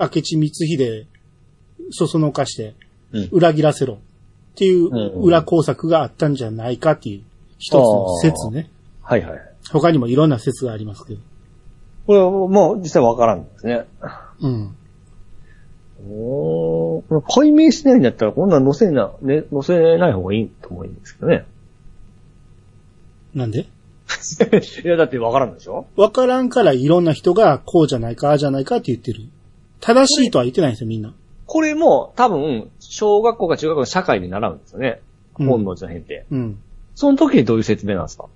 Speaker 1: 明智光秀、そそのかして
Speaker 2: うん、
Speaker 1: 裏切らせろ。っていう
Speaker 3: うんうん
Speaker 1: 裏工作があったんじゃないかっていう、一つの説ね。
Speaker 3: はいはい。
Speaker 1: 他にもいろんな説がありますけど。
Speaker 3: これはもう実際わからんですね。
Speaker 1: うん。
Speaker 3: おー
Speaker 2: 解明しないんだったらこんなん載せな、ね、載せない方がいいと思うんですけどね。
Speaker 1: なんで
Speaker 2: いや、だってわからんでしょ
Speaker 1: わからんからいろんな人がこうじゃないか、ああじゃないかって言ってる。正しいとは言ってないんですよ、みんな。
Speaker 2: これも多分、小学校か中学校の社会で習うんですよね。
Speaker 1: うん
Speaker 2: 本能寺の変って。
Speaker 1: うん。
Speaker 2: その時にどういう説明なんですか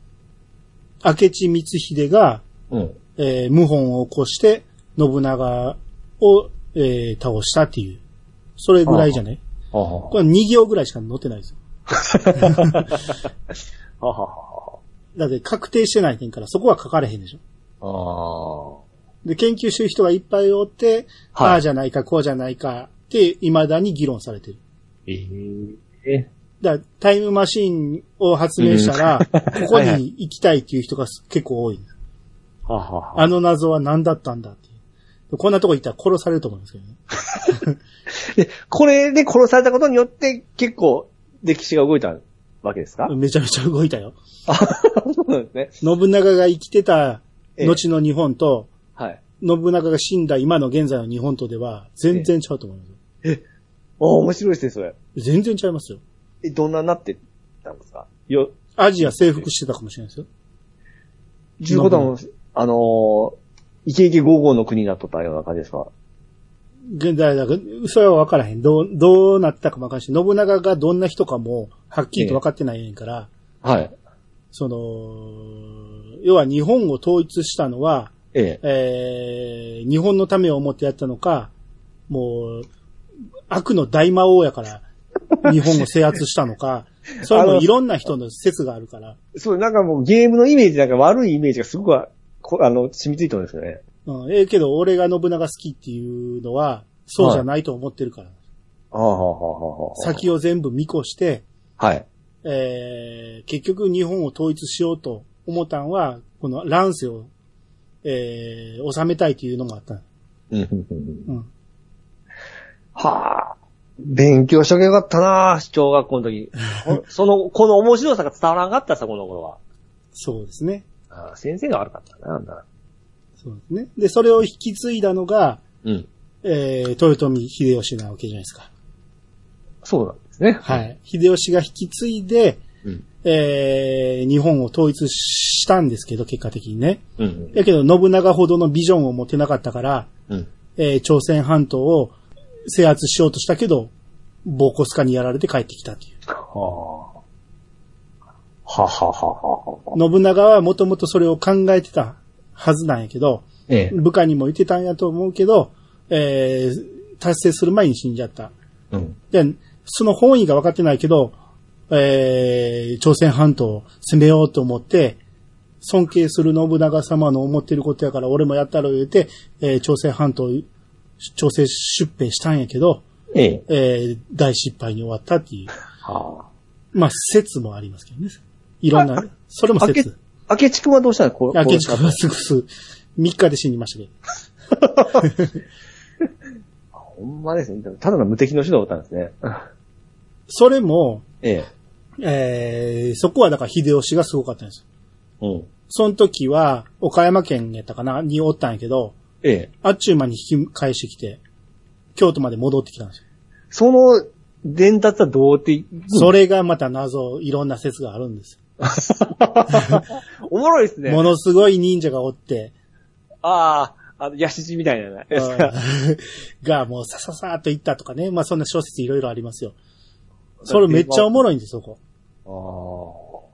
Speaker 1: 明智光秀が、
Speaker 2: うん。
Speaker 1: えー、謀反を起こして、信長を、えー、倒したっていう。それぐらいじゃない
Speaker 2: はあは
Speaker 1: これ2行ぐらいしか載ってないですよ。
Speaker 2: あはあは
Speaker 1: だって確定してないねんから、そこは書かれへんでしょ。
Speaker 2: あは
Speaker 1: で、研究してる人がいっぱいおって、
Speaker 2: はい
Speaker 1: ああじゃないか、こうじゃないかって、未だに議論されてる。
Speaker 2: あー。ええ。
Speaker 1: だからタイムマシンを発明したら、こ こに行きたいっていう人が結構多い。
Speaker 2: はあはあはあ。
Speaker 1: あの謎は何だったんだっていう。こんなとこ行ったら殺されると思いますけどね。
Speaker 2: で、これで殺されたことによって結構歴史が動いたわけですか、
Speaker 1: めちゃめちゃ動いたよ。
Speaker 2: あ、そうなんですね。
Speaker 1: 信長が生きてた
Speaker 2: ええ
Speaker 1: 後の日本と、
Speaker 2: はい。
Speaker 1: 信長が死んだ今の現在の日本とでは、全然ちゃうと思いますよ。
Speaker 2: お面白いですね、それ。
Speaker 1: 全然ちゃいますよ。
Speaker 2: え、どんなになってたんですかよ、
Speaker 1: アジア征服してたかもしれないですよ。
Speaker 2: 15段も、あのー、イケイケ55の国になっとったような感じですか
Speaker 1: 現在だけそれは分からへん。どう、どうなったかも分からんし、信長がどんな人かも、はっきりと分かってないねんから、
Speaker 2: はい。
Speaker 1: その、要は日本を統一したのは、
Speaker 2: ええ。
Speaker 1: えー日本のためを思ってやったのか、もう、悪の大魔王やから、日本を制圧したの か、それもいろんな人の説があるから、
Speaker 2: そう、なんかもうゲームのイメージ、なんか悪いイメージがすごくあ、こあの、染みついてるんですよね。
Speaker 1: うん、ええけど俺が信長好きっていうのは、そうじゃないと思ってるから、
Speaker 2: はあはあはあはあ。
Speaker 1: 先を全部見越して、
Speaker 2: はい。
Speaker 1: えー結局日本を統一しようと思ったんは、この乱世を、えー収めたいというのもあった。
Speaker 2: うんうんうん
Speaker 1: うん。
Speaker 2: はあ。勉強しとけばよかったなあ小学校の 時。ほその、この面白さが伝わらなかったさ、この頃は。
Speaker 1: そうですね。
Speaker 2: ああ先生が悪かったな、なんだ。
Speaker 1: そうですね。で、それを引き継いだのが、
Speaker 2: うん。
Speaker 1: えー、豊臣秀吉なわけじゃないですか。
Speaker 2: そうなんですね。
Speaker 1: は。い。秀吉が引き継いで、
Speaker 2: うん
Speaker 1: えー、日本を統一したんですけど、結果的にね。
Speaker 2: うん
Speaker 1: だけど、信長ほどのビジョンを持ってなかったから、
Speaker 2: うん。うん。
Speaker 1: えー、朝鮮半島を制圧しようとしたけど、ボーコスカにやられて帰ってきたっていう。
Speaker 2: はあ。ははははは。
Speaker 1: 信長はもともとそれを考えてたはずなんやけど、
Speaker 2: ええ。
Speaker 1: 部下にも言ってたんやと思うけど、えー、達成する前に死んじゃった。
Speaker 2: うん。
Speaker 1: で、その本意が分かってないけど、えー、朝鮮半島を攻めようと思って、尊敬する信長様の思ってることやから俺もやったろ言うて、えー朝鮮半島を、朝鮮出兵したんやけど、
Speaker 2: ええ。
Speaker 1: えー、大失敗に終わったっていう。
Speaker 2: は
Speaker 1: まあ、説もありますけどね。いろんな、それも
Speaker 2: あ。明け
Speaker 1: 説。、
Speaker 2: 明けちくんはどうしたのこ
Speaker 1: 明智
Speaker 2: こう
Speaker 1: 君はすぐす、3日で死にましたけど。
Speaker 2: ほんまですね。ただの無敵の人だったんですね。
Speaker 1: それも、
Speaker 2: ええ。
Speaker 1: えー、そこはだから秀吉がすごかったんですよ。
Speaker 2: うん。
Speaker 1: その時は、岡山県やったかなにおったんやけど、
Speaker 2: ええ。
Speaker 1: あっちゅう間に引き返してきて、京都まで戻ってきたんですよ。
Speaker 2: その伝達はどうやっていくの
Speaker 1: それがまた謎、いろんな説があるんです
Speaker 2: おもろいです
Speaker 1: よ。
Speaker 2: ね。
Speaker 1: ものすごい忍者がお って、
Speaker 2: ああ、あの、ヤシジみたいな
Speaker 1: う
Speaker 2: やつ
Speaker 1: ん
Speaker 2: が。
Speaker 1: がもうさささーっと行ったとかね。まあそんな小説いろいろありますよ。それめっちゃおもろいんですよ、そこ。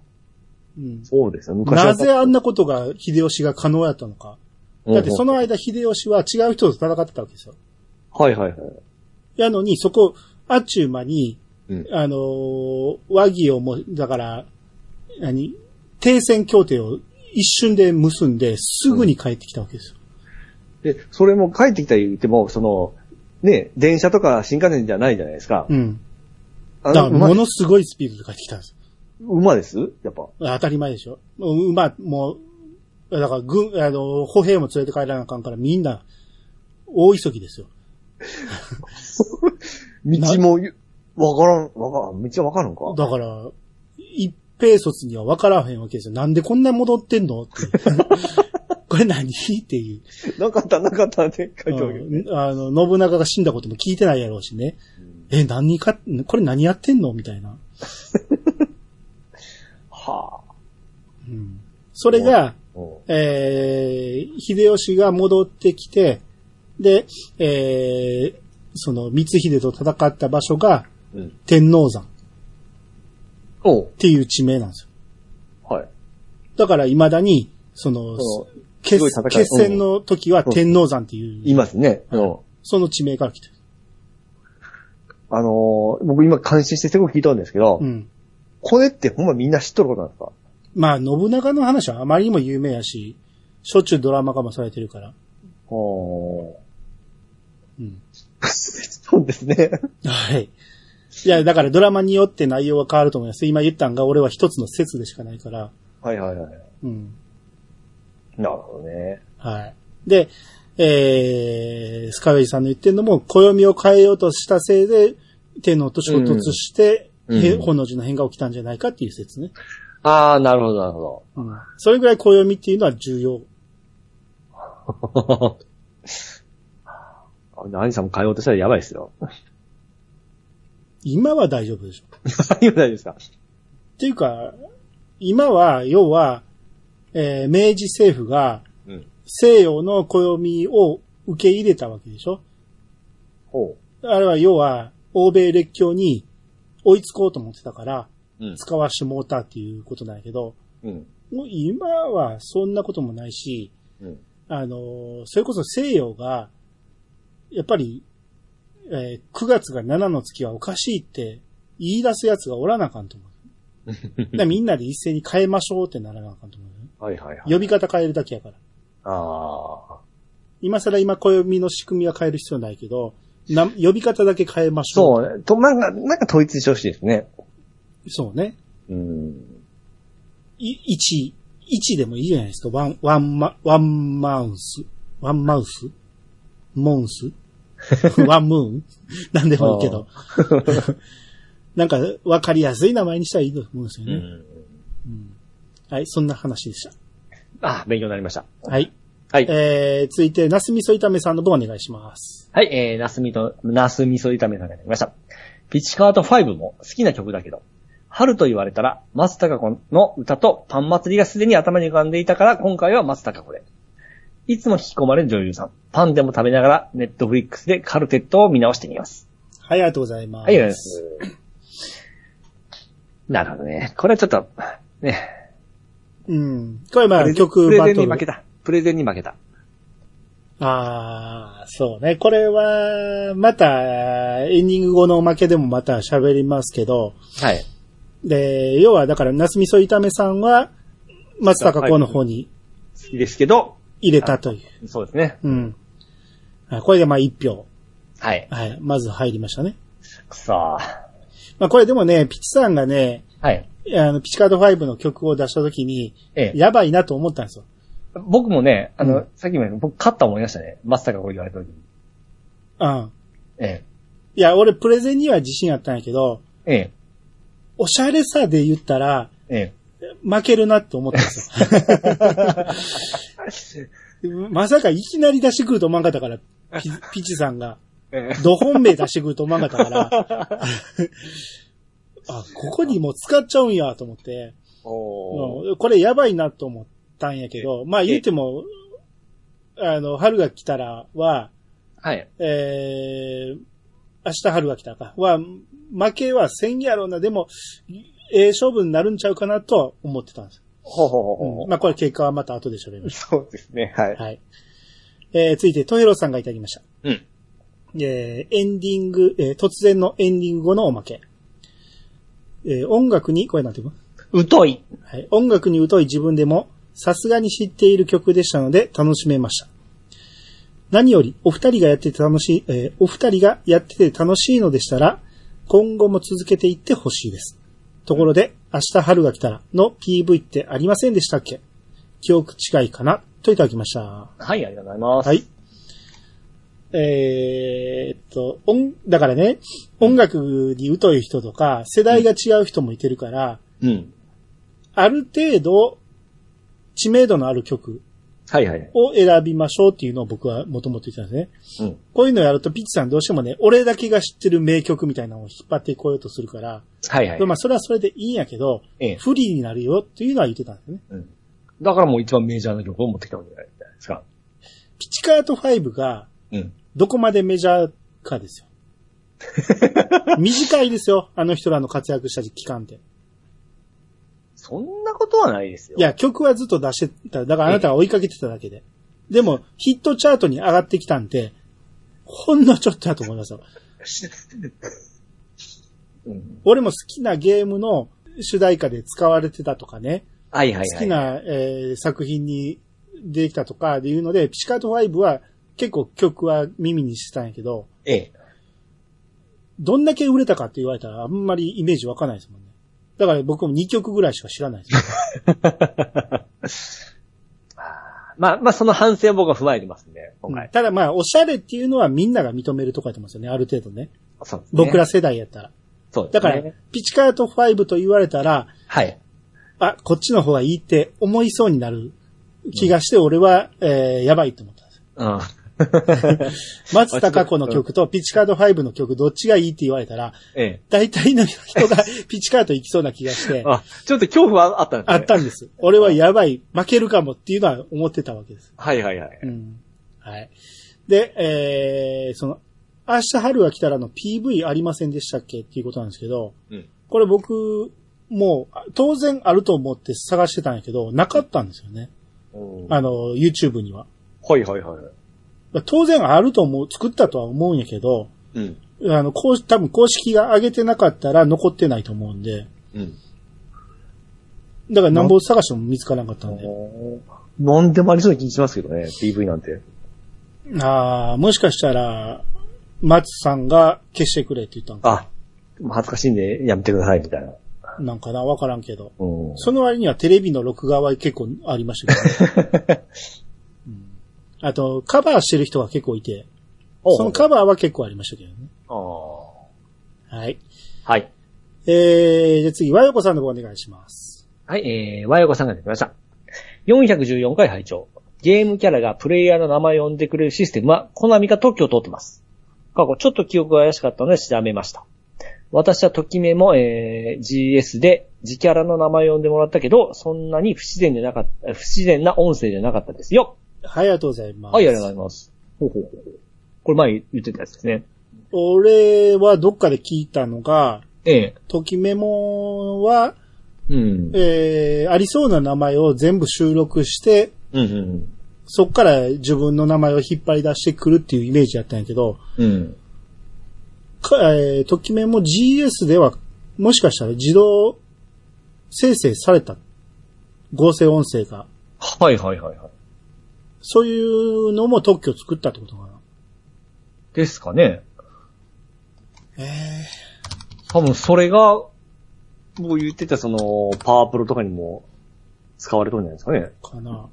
Speaker 2: あ
Speaker 1: うん。
Speaker 3: そうですよ。昔
Speaker 1: なぜあんなことが秀吉が可能やったのか。だってそ
Speaker 3: の、
Speaker 1: の間秀吉は違う人と戦ってたわけですよ。
Speaker 3: はいはいはい。
Speaker 1: やのに、そこ、あっちゅう間に、
Speaker 3: うん
Speaker 1: あのー和議をも、だから、何停戦協定を一瞬で結んで、すぐに帰ってきたわけですよ。
Speaker 3: で、それも帰ってきた言っても、その、ね、電車とか新幹線じゃないじゃないですか。
Speaker 1: うん。
Speaker 3: あ
Speaker 1: だから、
Speaker 3: の馬
Speaker 1: ものすごいスピードで帰ってきたんです。
Speaker 3: 馬ですやっぱ。
Speaker 1: 当たり前でしょ。もう馬、もう、だから、軍、あの、歩兵も連れて帰らなあかんから、みんな、大急ぎですよ。
Speaker 3: 道も、わからん、わからん、道はわかるんか
Speaker 1: だから、一平卒には分からへんわけですよ。なんでこんな戻ってんの って。これ何っていう。
Speaker 3: なかった、なかったって書いてあるけどね。
Speaker 1: うんあの、信長が死んだことも聞いてないやろうしね。え、何か、これ何やってんのみたいな。
Speaker 3: は
Speaker 1: うん。それが、
Speaker 3: あ。うん
Speaker 1: えー、秀吉が戻ってきて、で、えー、その、光秀と戦った場所が、
Speaker 3: うん。
Speaker 1: 天王山っ
Speaker 3: おう
Speaker 1: ていう地名なんですよ。
Speaker 3: はい。
Speaker 1: だから未だに、その、
Speaker 3: その
Speaker 1: 決
Speaker 3: すごい戦い
Speaker 1: 決戦の時は天王山ってい、
Speaker 3: いうますね。うん。
Speaker 1: その地名から来てる。
Speaker 3: あのー僕今感心してすごい聞いたんですけど、
Speaker 1: うん。
Speaker 3: これってほんまみんな知っとることなんですか
Speaker 1: まあ、信長の話はあまりにも有名やし、しょっちゅうドラマ化もされてるから。
Speaker 3: おー。
Speaker 1: うん。
Speaker 3: そうですね。
Speaker 1: はい。いや、だからドラマによって内容は変わると思います。今言ったんが俺は一つの説でしかないから。
Speaker 3: はいはいはい。
Speaker 1: うん。
Speaker 3: なるほどね。
Speaker 1: はい。で、えー、スカウェイさんの言ってるのも、暦を変えようとしたせいで、天皇と衝突して、
Speaker 3: うん
Speaker 1: へ
Speaker 3: うん
Speaker 1: 本能寺の変が起きたんじゃないかっていう説ね。
Speaker 3: ああ、なるほど、なるほ
Speaker 1: うん。それぐらい暦っていうのは重要。
Speaker 3: ど。 兄さんも変えようとしたらやばいですよ。
Speaker 1: 今は大丈夫でしょ。
Speaker 3: 今大丈夫ですか
Speaker 1: っていうか、今は、要は、えー明治政府が
Speaker 3: うん、
Speaker 1: 西洋の暦を受け入れたわけでしょ。
Speaker 3: ほ
Speaker 1: あれは要は、欧米列強に追いつこうと思ってたから、
Speaker 3: う。うん。
Speaker 1: 使わしてもうたっていうことなんやけど、
Speaker 3: うん。
Speaker 1: もう今はそんなこともないし、
Speaker 3: うん。
Speaker 1: あの、それこそ西洋が、やっぱり、えー9月が7の月はおかしいって言い出すやつがおらなあか んと思う。だからみんなで一斉に変えましょうってならなあかんと思うね。
Speaker 3: はいはいはい。
Speaker 1: 呼び方変えるだけやから。
Speaker 3: ああ。
Speaker 1: 今更今暦の仕組みは変える必要ないけど、な呼び方だけ変えましょう。
Speaker 3: そうね。と、なんか、なんか統一してほしいですね。
Speaker 1: そうね。
Speaker 3: うん。
Speaker 1: い、1、1でもいいじゃないですか。ワン、ワンマ、ワンマウス。ワンマウスモ ンスワンムーンなんでもいいけど。なんか、わかりやすい名前にしたらいいと思うんですよ
Speaker 3: う
Speaker 1: ね。
Speaker 3: ん。
Speaker 1: うんはい、そんな話でした。
Speaker 3: あ勉強になりました。
Speaker 1: はい。
Speaker 3: はい。
Speaker 1: えー、続いて、なすみそ炒めさんの分お願いします。
Speaker 2: はい、えー、ナスミと、ナスミソ炒めさんがいただきました。ピチカート5も好きな曲だけど、春と言われたら、松たか子の歌とパン祭りがすでに頭に浮かんでいたから、今回は松たか子で。いつも引き込まれる女優さん。パンでも食べながら、ネットフリックスでカルテットを見直してみます。
Speaker 1: はい、ありがとうございます。
Speaker 2: はい、ありがとうございます。なるほどね。これはちょっと、ね。
Speaker 1: うん。これま
Speaker 2: プレ
Speaker 1: あ、
Speaker 2: ゼンプ
Speaker 1: 曲バ
Speaker 2: レゼ
Speaker 1: ト
Speaker 2: ンに負
Speaker 1: ル
Speaker 2: け。た。プレゼンに負けた。
Speaker 1: ああ、そうね。これは、また、エンディング後のおまけでもまた喋りますけど、
Speaker 2: はい。
Speaker 1: で、要はだから、なすみそ炒めさんは、松高子の方に
Speaker 2: 好きですけど、
Speaker 1: 入れたという。
Speaker 2: そうですね。
Speaker 1: うん。あこれでまあ一票。
Speaker 2: はい。
Speaker 1: はい。まず入りましたね。
Speaker 2: くそー。
Speaker 1: まあこれでもね、ピチさんがね、
Speaker 2: はい。
Speaker 1: あの、ピチカード5の曲を出した時に、
Speaker 2: ええ。
Speaker 1: やばいなと思ったんですよ。
Speaker 2: 僕もね、あの、
Speaker 1: うん
Speaker 2: さっきも言った僕、勝った思いましたね。松坂これ言われた時に。
Speaker 1: うん。
Speaker 2: え
Speaker 1: いや、俺プレゼンには自信あったんやけど、
Speaker 2: え。え
Speaker 1: おしゃれさで言ったら、
Speaker 2: え。え
Speaker 1: 負けるなって思ったんですよ。まさかいきなり出してくると思わんかったから、ピピチさんが。
Speaker 2: え。
Speaker 1: ど本命出してくると思わなかったから。 あ、ここにもう使っちゃうんやと思って、
Speaker 3: おー。
Speaker 1: うんこれやばいなと思ったんやけど、まあ言うても、あの、春が来たらは、
Speaker 2: はい。
Speaker 1: えー、明日春が来たかは、負けはせんやろうな、でも、ええ勝負になるんちゃうかなとは思ってたんです。
Speaker 3: ほうほうほうほう、
Speaker 1: うんまあこれ結果はまた後で喋りまし
Speaker 3: そうですね、はい。
Speaker 1: ょう。はい。えー、続いて、トヘロさんがいただきました。
Speaker 2: うん。
Speaker 1: えーエンディング、えー突然のエンディング後のおまけ。えー音楽に、これなんていうの
Speaker 2: 疎い。
Speaker 1: はい。音楽に疎い自分でも、さすがに知っている曲でしたので、楽しめました。何より、お二人がやってて楽しい、えーお二人がやってて楽しいのでしたら、今後も続けていってほしいです。ところで、明日春が来たらの PV ってありませんでしたっけ記憶違いかなといただきました。
Speaker 2: はい、ありがとうございます。
Speaker 1: はい。えーっと、音、だからね、音楽に疎い人とか、世代が違う人もいてるから、
Speaker 3: うん。
Speaker 1: ある程度、知名度のある曲
Speaker 3: はいはい。
Speaker 1: を選びましょうっていうのを僕はもともと言ってたんですね。
Speaker 3: うん
Speaker 1: こういうのやるとピッチさんどうしてもね、俺だけが知ってる名曲みたいなのを引っ張ってこようとするから、
Speaker 3: はいはい。
Speaker 1: まあそれはそれでいいんやけど、
Speaker 3: ええ
Speaker 1: 不利になるよっていうのは言ってたんですね。
Speaker 3: だからもう一番メジャーな曲を持ってきたわけじゃないですか。
Speaker 1: ピッチカート5が
Speaker 3: うん。
Speaker 1: どこまでメジャーかですよ。 短いですよ、あの人らの活躍した期間って。
Speaker 2: そんなことはないですよ。
Speaker 1: い、や、曲はずっと出してた。だからあなたが追いかけてただけで。でも、ヒットチャートに上がってきたんで、ほんのちょっとだと思いますよ。
Speaker 3: うん。
Speaker 1: 俺も好きなゲームの主題歌で使われてたとかね、
Speaker 2: はいはいはい。
Speaker 1: 好き。な、えー作品に出てきたとかでいうので、ピチカート5は結構曲は耳にしてたんやけど、
Speaker 3: え え。
Speaker 1: どんだけ売れたかって言われたらあんまりイメージわかんないですもんね。だから僕も2曲ぐらいしか知らないです。
Speaker 2: まあ、まあ、その反省を僕は踏まえてますんで、今回。
Speaker 1: ただまあ、おしゃれっていうのはみんなが認めるとこやと思うんですよね、ある程度ね。
Speaker 2: そうですね
Speaker 1: 僕ら、世代やったら。
Speaker 2: そうですね
Speaker 1: だから、ピチカート5と言われたら、
Speaker 2: はい。
Speaker 1: あ、こっちの方がいいって思いそうになる気がして、俺は、えー、やばいと思ったんですよ。
Speaker 2: うん。
Speaker 1: 松たか子の曲とピチカート5の曲、どっちがいいって言われたら、
Speaker 2: ええ。
Speaker 1: 大体の人がピチカート行きそうな気がして、
Speaker 2: あ、ちょっと恐怖はあったんです
Speaker 1: あ
Speaker 2: ね。
Speaker 1: ったんです。俺はやばい、負けるかもっていうのは思ってたわけです。
Speaker 2: はいはいはい。
Speaker 1: うん。はい。で、えー、その、明日春が来たらの PV ありませんでしたっけっていうことなんですけど、
Speaker 2: うん。
Speaker 1: これ僕、もう、当然あると思って探してたんやけど、なかったんですよね。
Speaker 2: うん
Speaker 1: あの、YouTube には。
Speaker 2: はいはいはい。
Speaker 1: まあ当然あると思う、作ったとは思うんやけど、
Speaker 2: うん。
Speaker 1: あの、こう、多分公式が上げてなかったら残ってないと思うんで、
Speaker 2: うん。
Speaker 1: だからなんぼ探しても見つからなかったんで。
Speaker 3: なんでもありそうな気しますけどね、PV なんて。
Speaker 1: ああ、もしかしたら、松さんが消してくれって言ったんか
Speaker 3: あ、恥ずかしいんでやめてください、みたいな。
Speaker 1: なんかなわからんけど。
Speaker 3: うん。
Speaker 1: その割にはテレビの録画は結構ありましたけど、ね うんあと、カバーしてる人が結構いて、そのカバーは結構ありましたけどね。
Speaker 2: ああ。
Speaker 1: はい。
Speaker 2: はい。
Speaker 1: えー、じゃあ次、和洋子さんの方お願いします。
Speaker 2: はい、えー、和洋子さんが出てきました。414回拝聴ゲームキャラがプレイヤーの名前を呼んでくれるシステムは、コナミが特許を取ってます。過去、ちょっと記憶が怪しかったので調べました。私はときめも、えー、GS で、自キャラの名前を呼んでもらったけど、そんなに不自然でなかった、不自然な音声じゃなかったですよ。
Speaker 1: はい、ありがとうございます。
Speaker 2: はい、ありがとうございます。ほうほうほうほう。これ前言ってたやつですね。
Speaker 1: 俺はどっかで聞いたのが、
Speaker 2: ええ。
Speaker 1: ときメモは、
Speaker 2: うん。
Speaker 1: えー、ありそうな名前を全部収録して、
Speaker 2: うんうん
Speaker 1: そっから自分の名前を引っ張り出してくるっていうイメージだったんやけど、
Speaker 2: うん。うん。
Speaker 1: かえー、ときメモ GS では、もしかしたら自動生成された合成音声が、
Speaker 2: はいはいはいはい。
Speaker 1: そういうのも特許作ったってことかな。
Speaker 2: ですかね。
Speaker 1: え
Speaker 2: 多分それが、僕言ってたその、パワープロとかにも使われとるんじゃないです
Speaker 1: ー、か
Speaker 2: かね。
Speaker 1: な。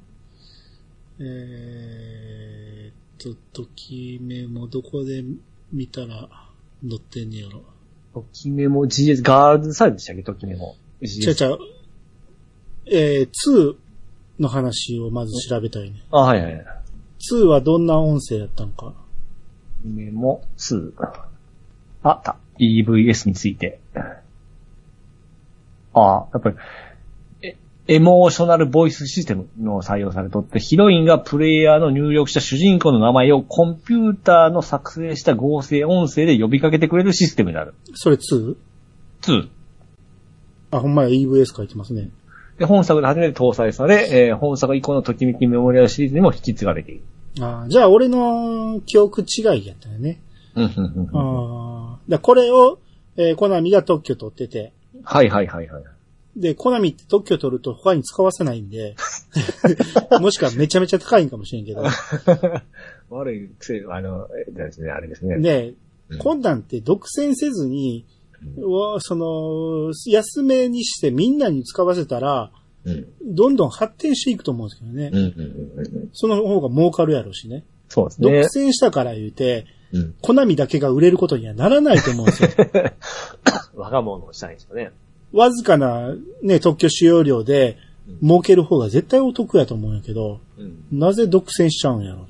Speaker 1: えーっと、ときメモどこで見たら載ってんねやろ。
Speaker 2: ときめも GS、ガールズサイドでしたっけときめも。
Speaker 1: 違う
Speaker 2: GS。
Speaker 1: 違う。えー、2の話をまず調べたいね。
Speaker 2: あ、はいはいはい。
Speaker 1: 2はどんな音声だったのか。
Speaker 2: ときめも2。あった。EVS について。あやっぱり、えエモーショナルボイスシステムの採用されとって、ヒロインがプレイヤーの入力した主人公の名前をコンピューターの作成した合成音声で呼びかけてくれるシステムになる。
Speaker 1: それ 2?
Speaker 2: 2。
Speaker 1: あ、ほんまや EVS 書いてますね。
Speaker 2: で、本作で初めて搭載され、えー本作以降のときめきメモリアルシリーズにも引き継がれている。
Speaker 1: ああ、じゃあ俺の記憶違いやったよね。
Speaker 2: うんうんうんうん
Speaker 1: ああ。だからこれを、えーコナミが特許取ってて、
Speaker 2: はいはいはい はい。
Speaker 1: で、コナミって特許取ると他に使わせないん で、 もしくはめちゃめちゃ高いんかもしれんけど、
Speaker 2: 悪い癖、あの、えですね、あれですね。
Speaker 1: ね
Speaker 2: うん
Speaker 1: こんなんって独占せずに、わその、安めにしてみんなに使わせたら、
Speaker 2: うん。
Speaker 1: どんどん発展していくと思うんですけどね。
Speaker 2: うんうんうんうん。
Speaker 1: その方が儲かるやろうしね。
Speaker 2: そうです
Speaker 1: 独
Speaker 2: ね。
Speaker 1: 占したから言うて、
Speaker 2: うん。
Speaker 1: コナミだけが売れることにはならないと思うんですよ。
Speaker 2: 若者をしたいんですよね。
Speaker 1: わずかなね、特許使用料で
Speaker 2: うん
Speaker 1: 儲ける方が絶対お得やと思うんやけど、
Speaker 2: うん。
Speaker 1: なぜ独占しちゃうんやろ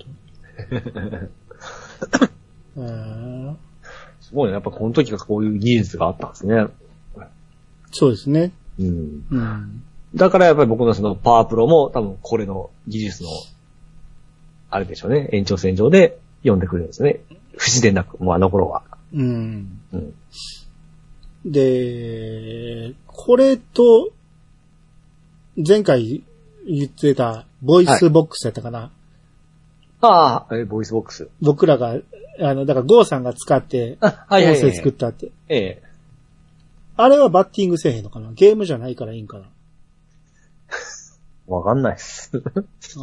Speaker 1: う と。えー
Speaker 2: すごいね。やっぱこの時がこういう技術があったんですね。
Speaker 1: そうですね。
Speaker 2: うん。
Speaker 1: うん。
Speaker 2: だからやっぱり僕のそのパワープロも多分これの技術の、あれでしょうね、延長線上で読んでくれるんですね。不自然なく、もうあの頃は。
Speaker 1: うん。
Speaker 2: うん。
Speaker 1: で、これと、前回言ってた、ボイスボックスやったかな。
Speaker 2: ああ、え、ボイスボックス。
Speaker 1: 僕らが、あの、だから、ゴーさんが使って、
Speaker 2: あ、は
Speaker 1: 音
Speaker 2: いはい、
Speaker 1: 声作ったって。
Speaker 2: ええ。
Speaker 1: あれはバッティングせえへんのかなゲームじゃないからいいんかな
Speaker 2: わかんないっす。
Speaker 1: あー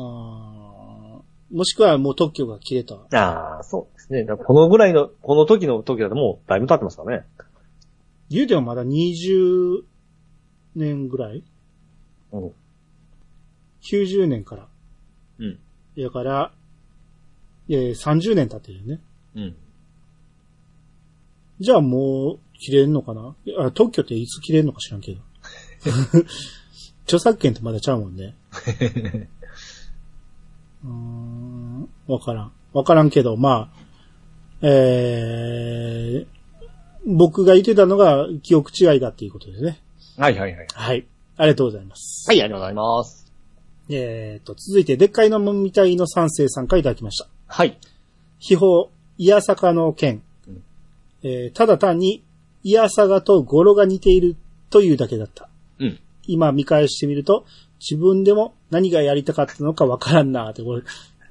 Speaker 1: もしくはもう特許が切れた。
Speaker 2: ああ、そうですね。だからこのぐらいの、この時の時だともうだいぶ経ってますからね。
Speaker 1: 言うてもまだ20年ぐらい
Speaker 2: うん。
Speaker 1: ?90 年から。
Speaker 2: うん。
Speaker 1: だから、えー、30年経ってるよね。
Speaker 2: うん。
Speaker 1: じゃあもう、切れんのかなあ特許っていつ切れんのか知らんけど。 著作権ってまだちゃうもんね。うーん、わからん。わからんけど、まあ、えー、僕が言ってたのが記憶違いだっていうことですね。
Speaker 2: はいはいはい。
Speaker 1: はい。ありがとうございます。
Speaker 2: はい、ありがとうございます。
Speaker 1: えーと、続いて、でっかいのもみたいの三世さんからいただきました。
Speaker 2: はい。
Speaker 1: 秘宝、イヤサカの剣。
Speaker 2: うん
Speaker 1: えーただ単に、イヤサガと語呂が似ているというだけだった。
Speaker 2: うん。
Speaker 1: 今見返してみると、自分でも何がやりたかったのかわからんなって、これ。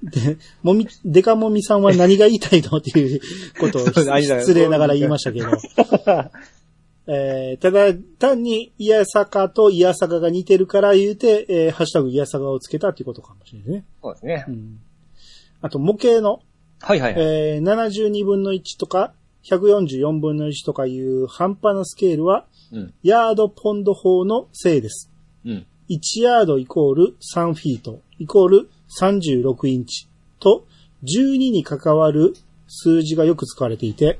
Speaker 1: で、もみ、デカもみさんは何が言いたいのっていうことを
Speaker 2: そうだ
Speaker 1: 失失礼ながら言いましたけど。 えーただ単に、イヤサカとイヤサガが似てるから言うて、えーハッシュタグイヤサガをつけたっていうことかもしれないですね。
Speaker 2: そうですね
Speaker 1: う。ん。あと、模型の、
Speaker 2: はいはいはい。
Speaker 1: えー、72分の1とか、144分の1とかいう半端なスケールは、
Speaker 2: うん。
Speaker 1: ヤードポンド法のせいです。
Speaker 2: うん。
Speaker 1: 1ヤードイコール3フィート、イコール36インチと、12に関わる数字がよく使われていて、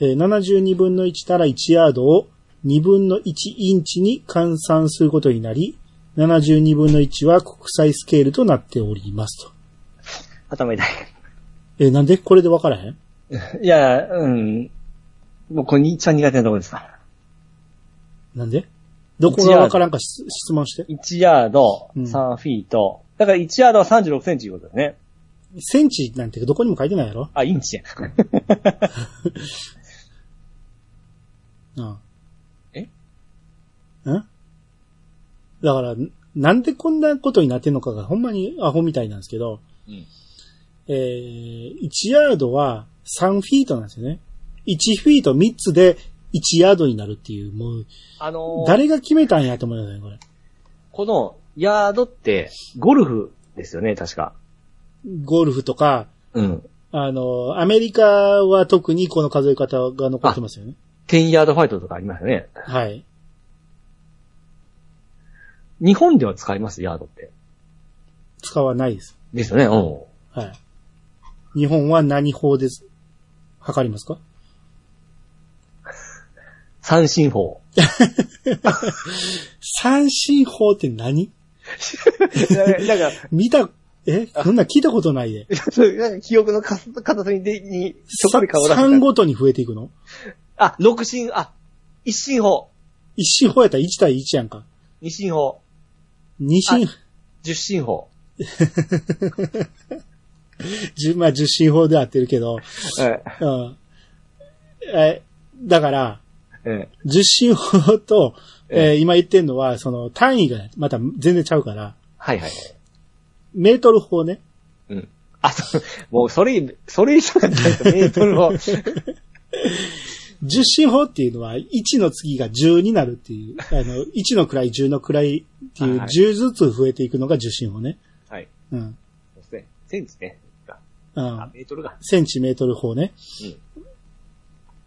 Speaker 1: えー72分の1たら1ヤードを2分の1インチに換算することになり、72分の1は国際スケールとなっておりますと。
Speaker 2: 頭痛い。
Speaker 1: えーなんでこれでわからへん
Speaker 2: いや、うん。もうこれ一番苦手なところですわ。
Speaker 1: なんでどこがわからんかし質問して。
Speaker 2: 1ヤード、
Speaker 1: うん
Speaker 2: 3フィート。だから1ヤードは36センチいうことですね。
Speaker 1: センチなんてどこにも書いてないやろ
Speaker 2: あ、インチや。
Speaker 1: うん。
Speaker 2: え
Speaker 1: んだから、なんでこんなことになってんのかがほんまにアホみたいなんですけど、
Speaker 2: うん
Speaker 1: えー、1ヤードは3フィートなんですよね。1フィート3つで1ヤードになるっていう、もう、
Speaker 2: あのー
Speaker 1: 誰が決めたんやと思うよね、これ。
Speaker 2: このヤードって、ゴルフですよね、確か。
Speaker 1: ゴルフとか、
Speaker 2: うん。
Speaker 1: あの、アメリカは特にこの数え方が残ってますよね。
Speaker 2: 10ヤードファイトとかありますよね。
Speaker 1: はい。
Speaker 2: 日本では使います、ヤードって。
Speaker 1: 使わないです。
Speaker 2: ですよね、うん。
Speaker 1: はい。日本は何法です測りますか
Speaker 2: 三振法。
Speaker 1: 三振法って何
Speaker 2: なんか、
Speaker 1: 見た、えそんなん聞いたことないで。
Speaker 2: 記憶の片隅で、に、
Speaker 1: 3ごとに増えていくの
Speaker 2: あ、六進、あ、一進法、
Speaker 1: 一進法やったら1対1やんか。
Speaker 2: 二進法、
Speaker 1: 二進、
Speaker 2: 十進法。
Speaker 1: 十まあ十進法で合ってるけど、
Speaker 2: え
Speaker 1: うん。え、だから、
Speaker 2: え、
Speaker 1: 十進法とえー今言ってんのは、その単位がまた全然ちゃうから、
Speaker 2: はいはい。
Speaker 1: メートル法ね。
Speaker 2: うん。あ、そう、もうそれ、それ以上がないとメートル を。
Speaker 1: 十進法っていうのは、1の次が10になるっていう、あの、1の位、10の位っていう、
Speaker 2: はい
Speaker 1: 10ずつ増えていくのが十進法ね。
Speaker 2: はい。
Speaker 1: うん。
Speaker 2: そうですね。センチね。
Speaker 1: う
Speaker 2: あ
Speaker 1: ん、。
Speaker 2: メートルが。
Speaker 1: センチメートル法ね。
Speaker 2: うん。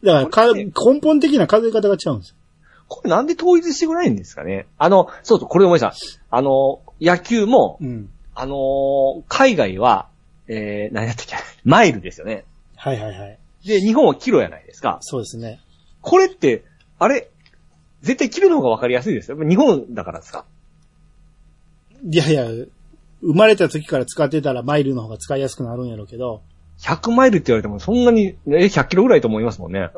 Speaker 1: だからか、
Speaker 2: これね
Speaker 1: 根本的な数え方が違うんですよ。
Speaker 2: これなんで統一してくれないんですかねあの、そうそう、これ思い出した。あの、野球も、
Speaker 1: うん。
Speaker 2: あのー海外は、えー、何やったっけマイルですよね。
Speaker 1: はいはいはい。
Speaker 2: で、日本はキロやないですか。
Speaker 1: そうですね。
Speaker 2: これって、あれ、絶対キロの方がわかりやすいですよ。日本だからですか
Speaker 1: いやいや、生まれた時から使ってたらマイルの方が使いやすくなるんやろうけど、
Speaker 2: 100マイルって言われてもそんなに、え、100キロぐらいと思いますも んね。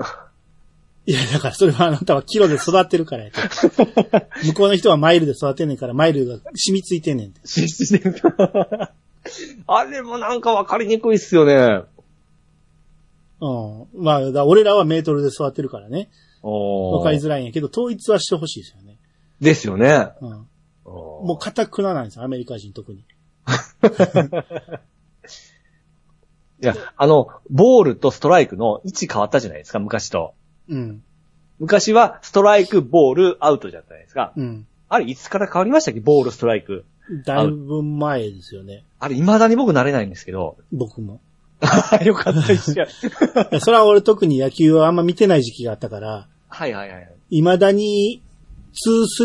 Speaker 1: いや、だからそれはあなたはキロで育ってるからやと。 向こうの人はマイルで育てんねんから、マイルが染みついてんねんて。
Speaker 2: 進出してる。あれもなんかわかりにくいっすよね。
Speaker 1: うん。まあ、だから俺らはメートルで育ってるからね。
Speaker 2: お
Speaker 1: わかりづらいんやけど、統一はしてほしいですよね。
Speaker 2: ですよね。
Speaker 1: うん。も
Speaker 2: も
Speaker 1: う、かたくななんですよ、アメリカ人特に。
Speaker 2: いや、あの、ボールとストライクの位置変わったじゃないですか、昔と。
Speaker 1: うん。
Speaker 2: 昔は、ストライク、ボール、アウトじゃったじゃないですか。
Speaker 1: うん。
Speaker 2: あれ、いつから変わりましたっけボール、ストライク。
Speaker 1: だいぶ前ですよね。
Speaker 2: あれ、未だに僕慣れないんですけど。
Speaker 1: 僕も。
Speaker 2: よかった、一緒や
Speaker 1: いやそれは俺特に野球はあんま見てない時期があったから、
Speaker 2: はいはいはい。
Speaker 1: 未だに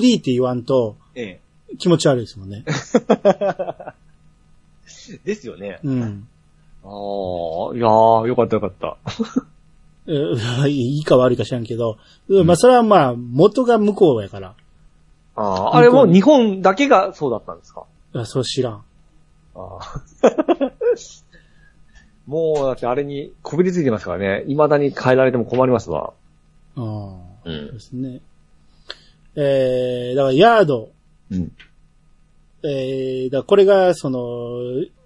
Speaker 1: 2-3って言わんと
Speaker 2: ええ。
Speaker 1: 気持ち悪いですもんね。
Speaker 2: ですよね。
Speaker 1: うん。
Speaker 2: ああ、いやー、よかったよかった。
Speaker 1: え ーいいか悪いか知らんけど、まあそれはまあ元が向こうやから、
Speaker 2: あーあれも日本だけがそうだったんですか
Speaker 1: あそう知らん。
Speaker 2: ああ。 もう、だってあれにこびりついてますからね。未だに変えられても困りますわ。
Speaker 1: うん。
Speaker 2: う。
Speaker 1: そうんですね。えー、だからヤード、
Speaker 2: うん。
Speaker 1: えー、だからこれがその、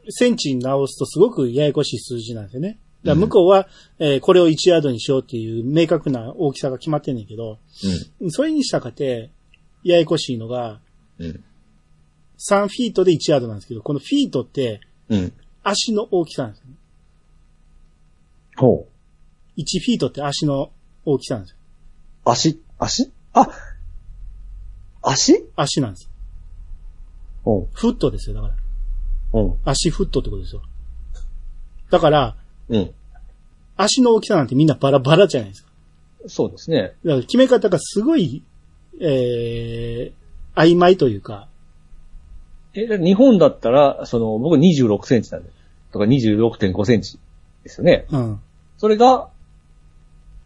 Speaker 1: センチに直すとすごくややこしい数字なんですよね。だから向こうは、えーこれを1ヤードにしようっていう明確な大きさが決まってんねんけど、それにしたかて、ややこしいのが、
Speaker 2: うん。
Speaker 1: 3フィートで1ヤードなんですけど、このフィートって
Speaker 2: うん。
Speaker 1: 足の大きさなんですよね。
Speaker 2: ほ
Speaker 1: 1フィートって足の大きさなんですよ。
Speaker 2: う。足、足あ足
Speaker 1: 足なんです。
Speaker 2: うん。
Speaker 1: フットですよ、だから。
Speaker 2: うん。
Speaker 1: 足フットってことですよ。だから、
Speaker 2: うん。
Speaker 1: 足の大きさなんてみんなバラバラじゃないですか。
Speaker 2: そうですね。
Speaker 1: だから決め方がすごい、えー、曖昧というか、
Speaker 2: え、だって日本だったら、その、僕26センチなんで、とか26.5センチですよね。
Speaker 1: うん。
Speaker 2: それが、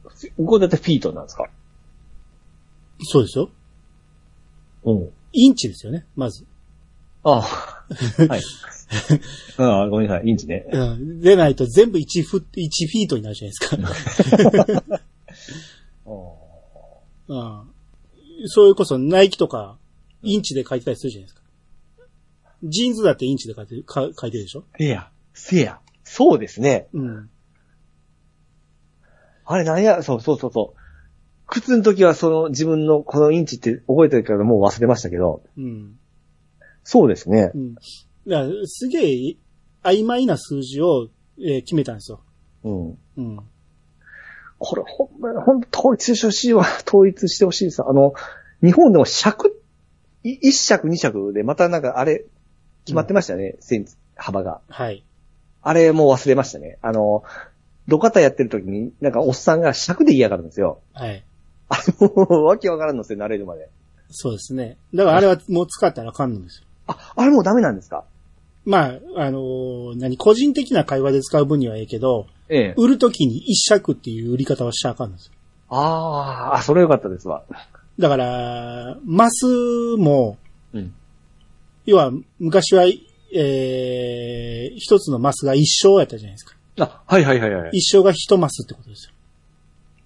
Speaker 2: ふ向こうだってフィートなんですか
Speaker 1: そうですよ。
Speaker 2: うん。
Speaker 1: インチですよね、まず。
Speaker 2: ああ。はい。 ああ、ごめんなさい。インチね。
Speaker 1: うん。でないと全部1フット、1フィートになるじゃないですか。
Speaker 2: ああ
Speaker 1: うん。そういうこそ、ナイキとか、インチで書いてたりするじゃないですか。ジーンズだってインチで書いてる、か書いてるでしょ
Speaker 2: せや、せや。そうですね。
Speaker 1: うん。
Speaker 2: あれなんや、そうそうそうそう。靴の時はその自分のこのインチって覚えてるからもう忘れましたけど。
Speaker 1: うん。
Speaker 2: そうですね
Speaker 1: う。ん。だから、すげえ、曖昧な数字を、えー決めたんですよ。
Speaker 2: うん。
Speaker 1: うん。
Speaker 2: これほんま、ほんと統一してほしいわ。統一してほしいさ。あの、日本でも尺、い一尺二尺でまたなんかあれ、決まってましたね。センチ、幅が。
Speaker 1: はい。
Speaker 2: あれもう忘れましたね。あの、路肩やってる時になんかおっさんが尺で嫌がるんですよ。
Speaker 1: はい。
Speaker 2: あ の、わけわからんのですよ、慣れるまで。
Speaker 1: そうですね。だからあれはもう使ったらあかんのですよ。
Speaker 2: あ、あれもうダメなんですか
Speaker 1: まあ、あのー何、個人的な会話で使う分にはええけど、
Speaker 2: ええ。
Speaker 1: 売るときに一尺っていう売り方はしちゃあかんのですよ。
Speaker 2: あーあ、それよかったですわ。
Speaker 1: だから、マスも、
Speaker 2: うん。
Speaker 1: 要は、昔は、えー、一つのマスが一生やったじゃないですか。
Speaker 2: あ、はいはいはいはい。
Speaker 1: 一生が一マスってことですよ。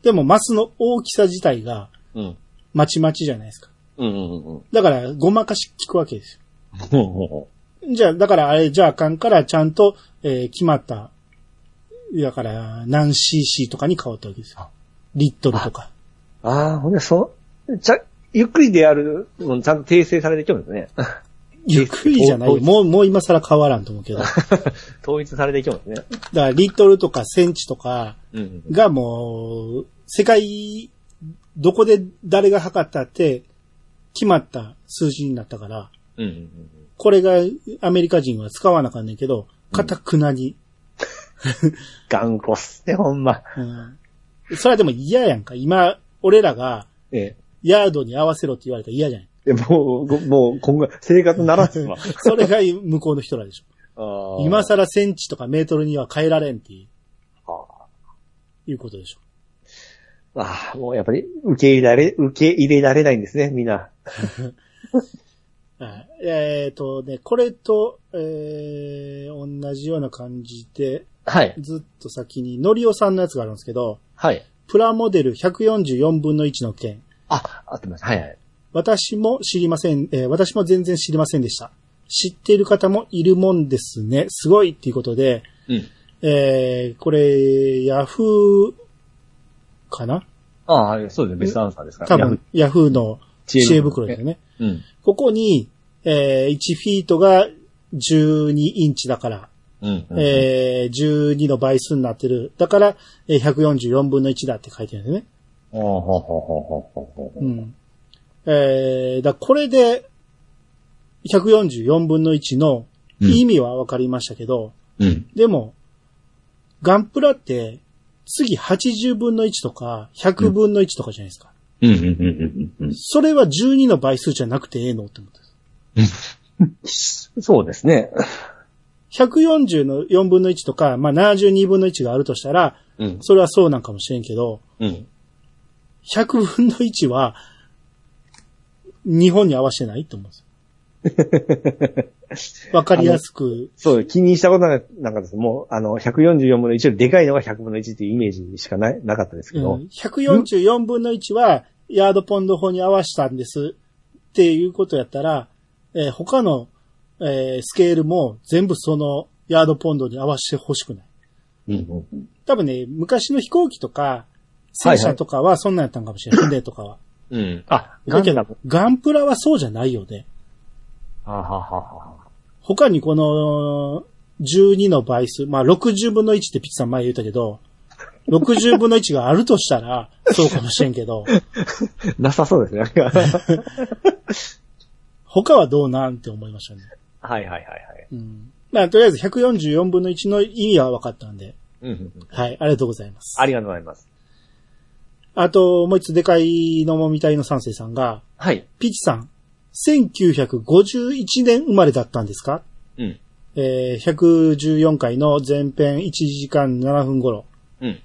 Speaker 1: でも、マスの大きさ自体が、
Speaker 2: うん。
Speaker 1: まちまちじゃないですか。
Speaker 2: うんうん うん。
Speaker 1: だから、ごまかし聞くわけです
Speaker 2: うん
Speaker 1: よ。じゃあ、だから、あれ、じゃああかんから、ちゃんと、えー決まった、だから、何 cc とかに変わったわけですよ。リットルとか。
Speaker 2: ああ、ほんで、そ、ちゃ、
Speaker 3: ゆっくりでやるのにちゃんと訂正されてきてるんですね。
Speaker 1: ゆっくりじゃないよ。もう、もう今更変わらんと思うけど。だか
Speaker 3: 統一されてきてるんですね。
Speaker 1: ら、リトルとかセンチとか
Speaker 3: うん。
Speaker 1: がもう、世界、どこで誰が測ったって、決まった数字になったから、
Speaker 3: うんうん。
Speaker 1: これがアメリカ人は使わなあかんねんけど、かたくなに。
Speaker 3: 頑固っすね、ほんま。
Speaker 1: うん。それはでも嫌やんか。今、俺らが、
Speaker 3: え
Speaker 1: ヤードに合わせろって言われたら嫌じゃん。
Speaker 3: え。でもう、ごもう、今後、生活ならす わ。
Speaker 1: それが向こうの人らでしょ。今
Speaker 3: さ
Speaker 1: 更センチとかメートルには変えられんってい
Speaker 3: あ
Speaker 1: うことでしょ。
Speaker 3: あ、もうやっぱり、受け入れられ、受け入れられないんですね、みんな。
Speaker 1: はいえっ、とね、これと、えー、同じような感じで、
Speaker 3: はい。
Speaker 1: ずっと先に、のりおさんのやつがあるんですけど、
Speaker 3: はい。
Speaker 1: プラモデル144分の1の件。
Speaker 3: あ、合ってます。はいはい。
Speaker 1: 私も知りません、えー私も全然知りませんでした。知っている方もいるもんですね。すごいっていうことで、
Speaker 3: うん。
Speaker 1: えー、これ、ヤフーかな
Speaker 3: ああ、そうですね。ベストアンサーですから。
Speaker 1: 多分、ヤフーの
Speaker 3: 知恵
Speaker 1: 知恵
Speaker 3: 袋
Speaker 1: 袋だよね。
Speaker 3: うん。
Speaker 1: ここに、えー、1フィートが12インチだから、
Speaker 3: うん。うん
Speaker 1: えー、12の倍数になってる。だから、えー144分の1だって書いてあるんだよね。
Speaker 3: ほうほうほうほうほうほう
Speaker 1: うん。えー、だこれで、144分の1の意味はわかりましたけど、
Speaker 3: うん。
Speaker 1: でも、ガンプラって、次80分の1とか、100分の1とかじゃないですか。
Speaker 3: うん。うん。うんうん。うん。
Speaker 1: それは12の倍数じゃなくてええのって思った。
Speaker 3: そうですね。
Speaker 1: 140の4分の1とか、まあ、72分の1があるとしたら、
Speaker 3: うん。
Speaker 1: それはそうなんかもしれんけど、
Speaker 3: うん。
Speaker 1: 100分の1は、日本に合わせてないと思うんです よ。わかりやすく、
Speaker 3: そう、気にしたことななんかです。もう、あの、144分の1よりでかいのが100分の1っていうイメージしかない、なかったですけど。
Speaker 1: うん144分の1は、ヤードポンド法に合わせたんです。っていうことやったら、えー他の、えースケールも全部そのヤードポンドに合わせてほしくない。
Speaker 3: うん。うん
Speaker 1: 多分ね、昔の飛行機とか、戦車とかはそんなんやったんかもしれない。船とかは。
Speaker 3: うん。あ、
Speaker 1: だけ
Speaker 3: ガンダ
Speaker 1: ど
Speaker 3: ム。、
Speaker 1: ガンプラはそうじゃないよね。
Speaker 3: あはははは。
Speaker 1: 他にこの、12の倍数、まあ、60分の1ってピッチさん前言ったけど、60分の1があるとしたら、そうかもしれんけど、
Speaker 3: なさそう ですね。
Speaker 1: 他はどうなんって思いましたね。
Speaker 3: はいはいはいはい。
Speaker 1: うん。まあ、とりあえず144分の1の意味は分かったんで、
Speaker 3: うんうんうん。
Speaker 1: はい、ありがとうございます。
Speaker 3: ありがとうございます。
Speaker 1: あと、もう一つでかいのもみたいの三世さんが、
Speaker 3: はい。
Speaker 1: ピッチさん、1951年生まれだったんですか
Speaker 3: うん。
Speaker 1: えー114回の前編1時間7分頃、
Speaker 3: うん。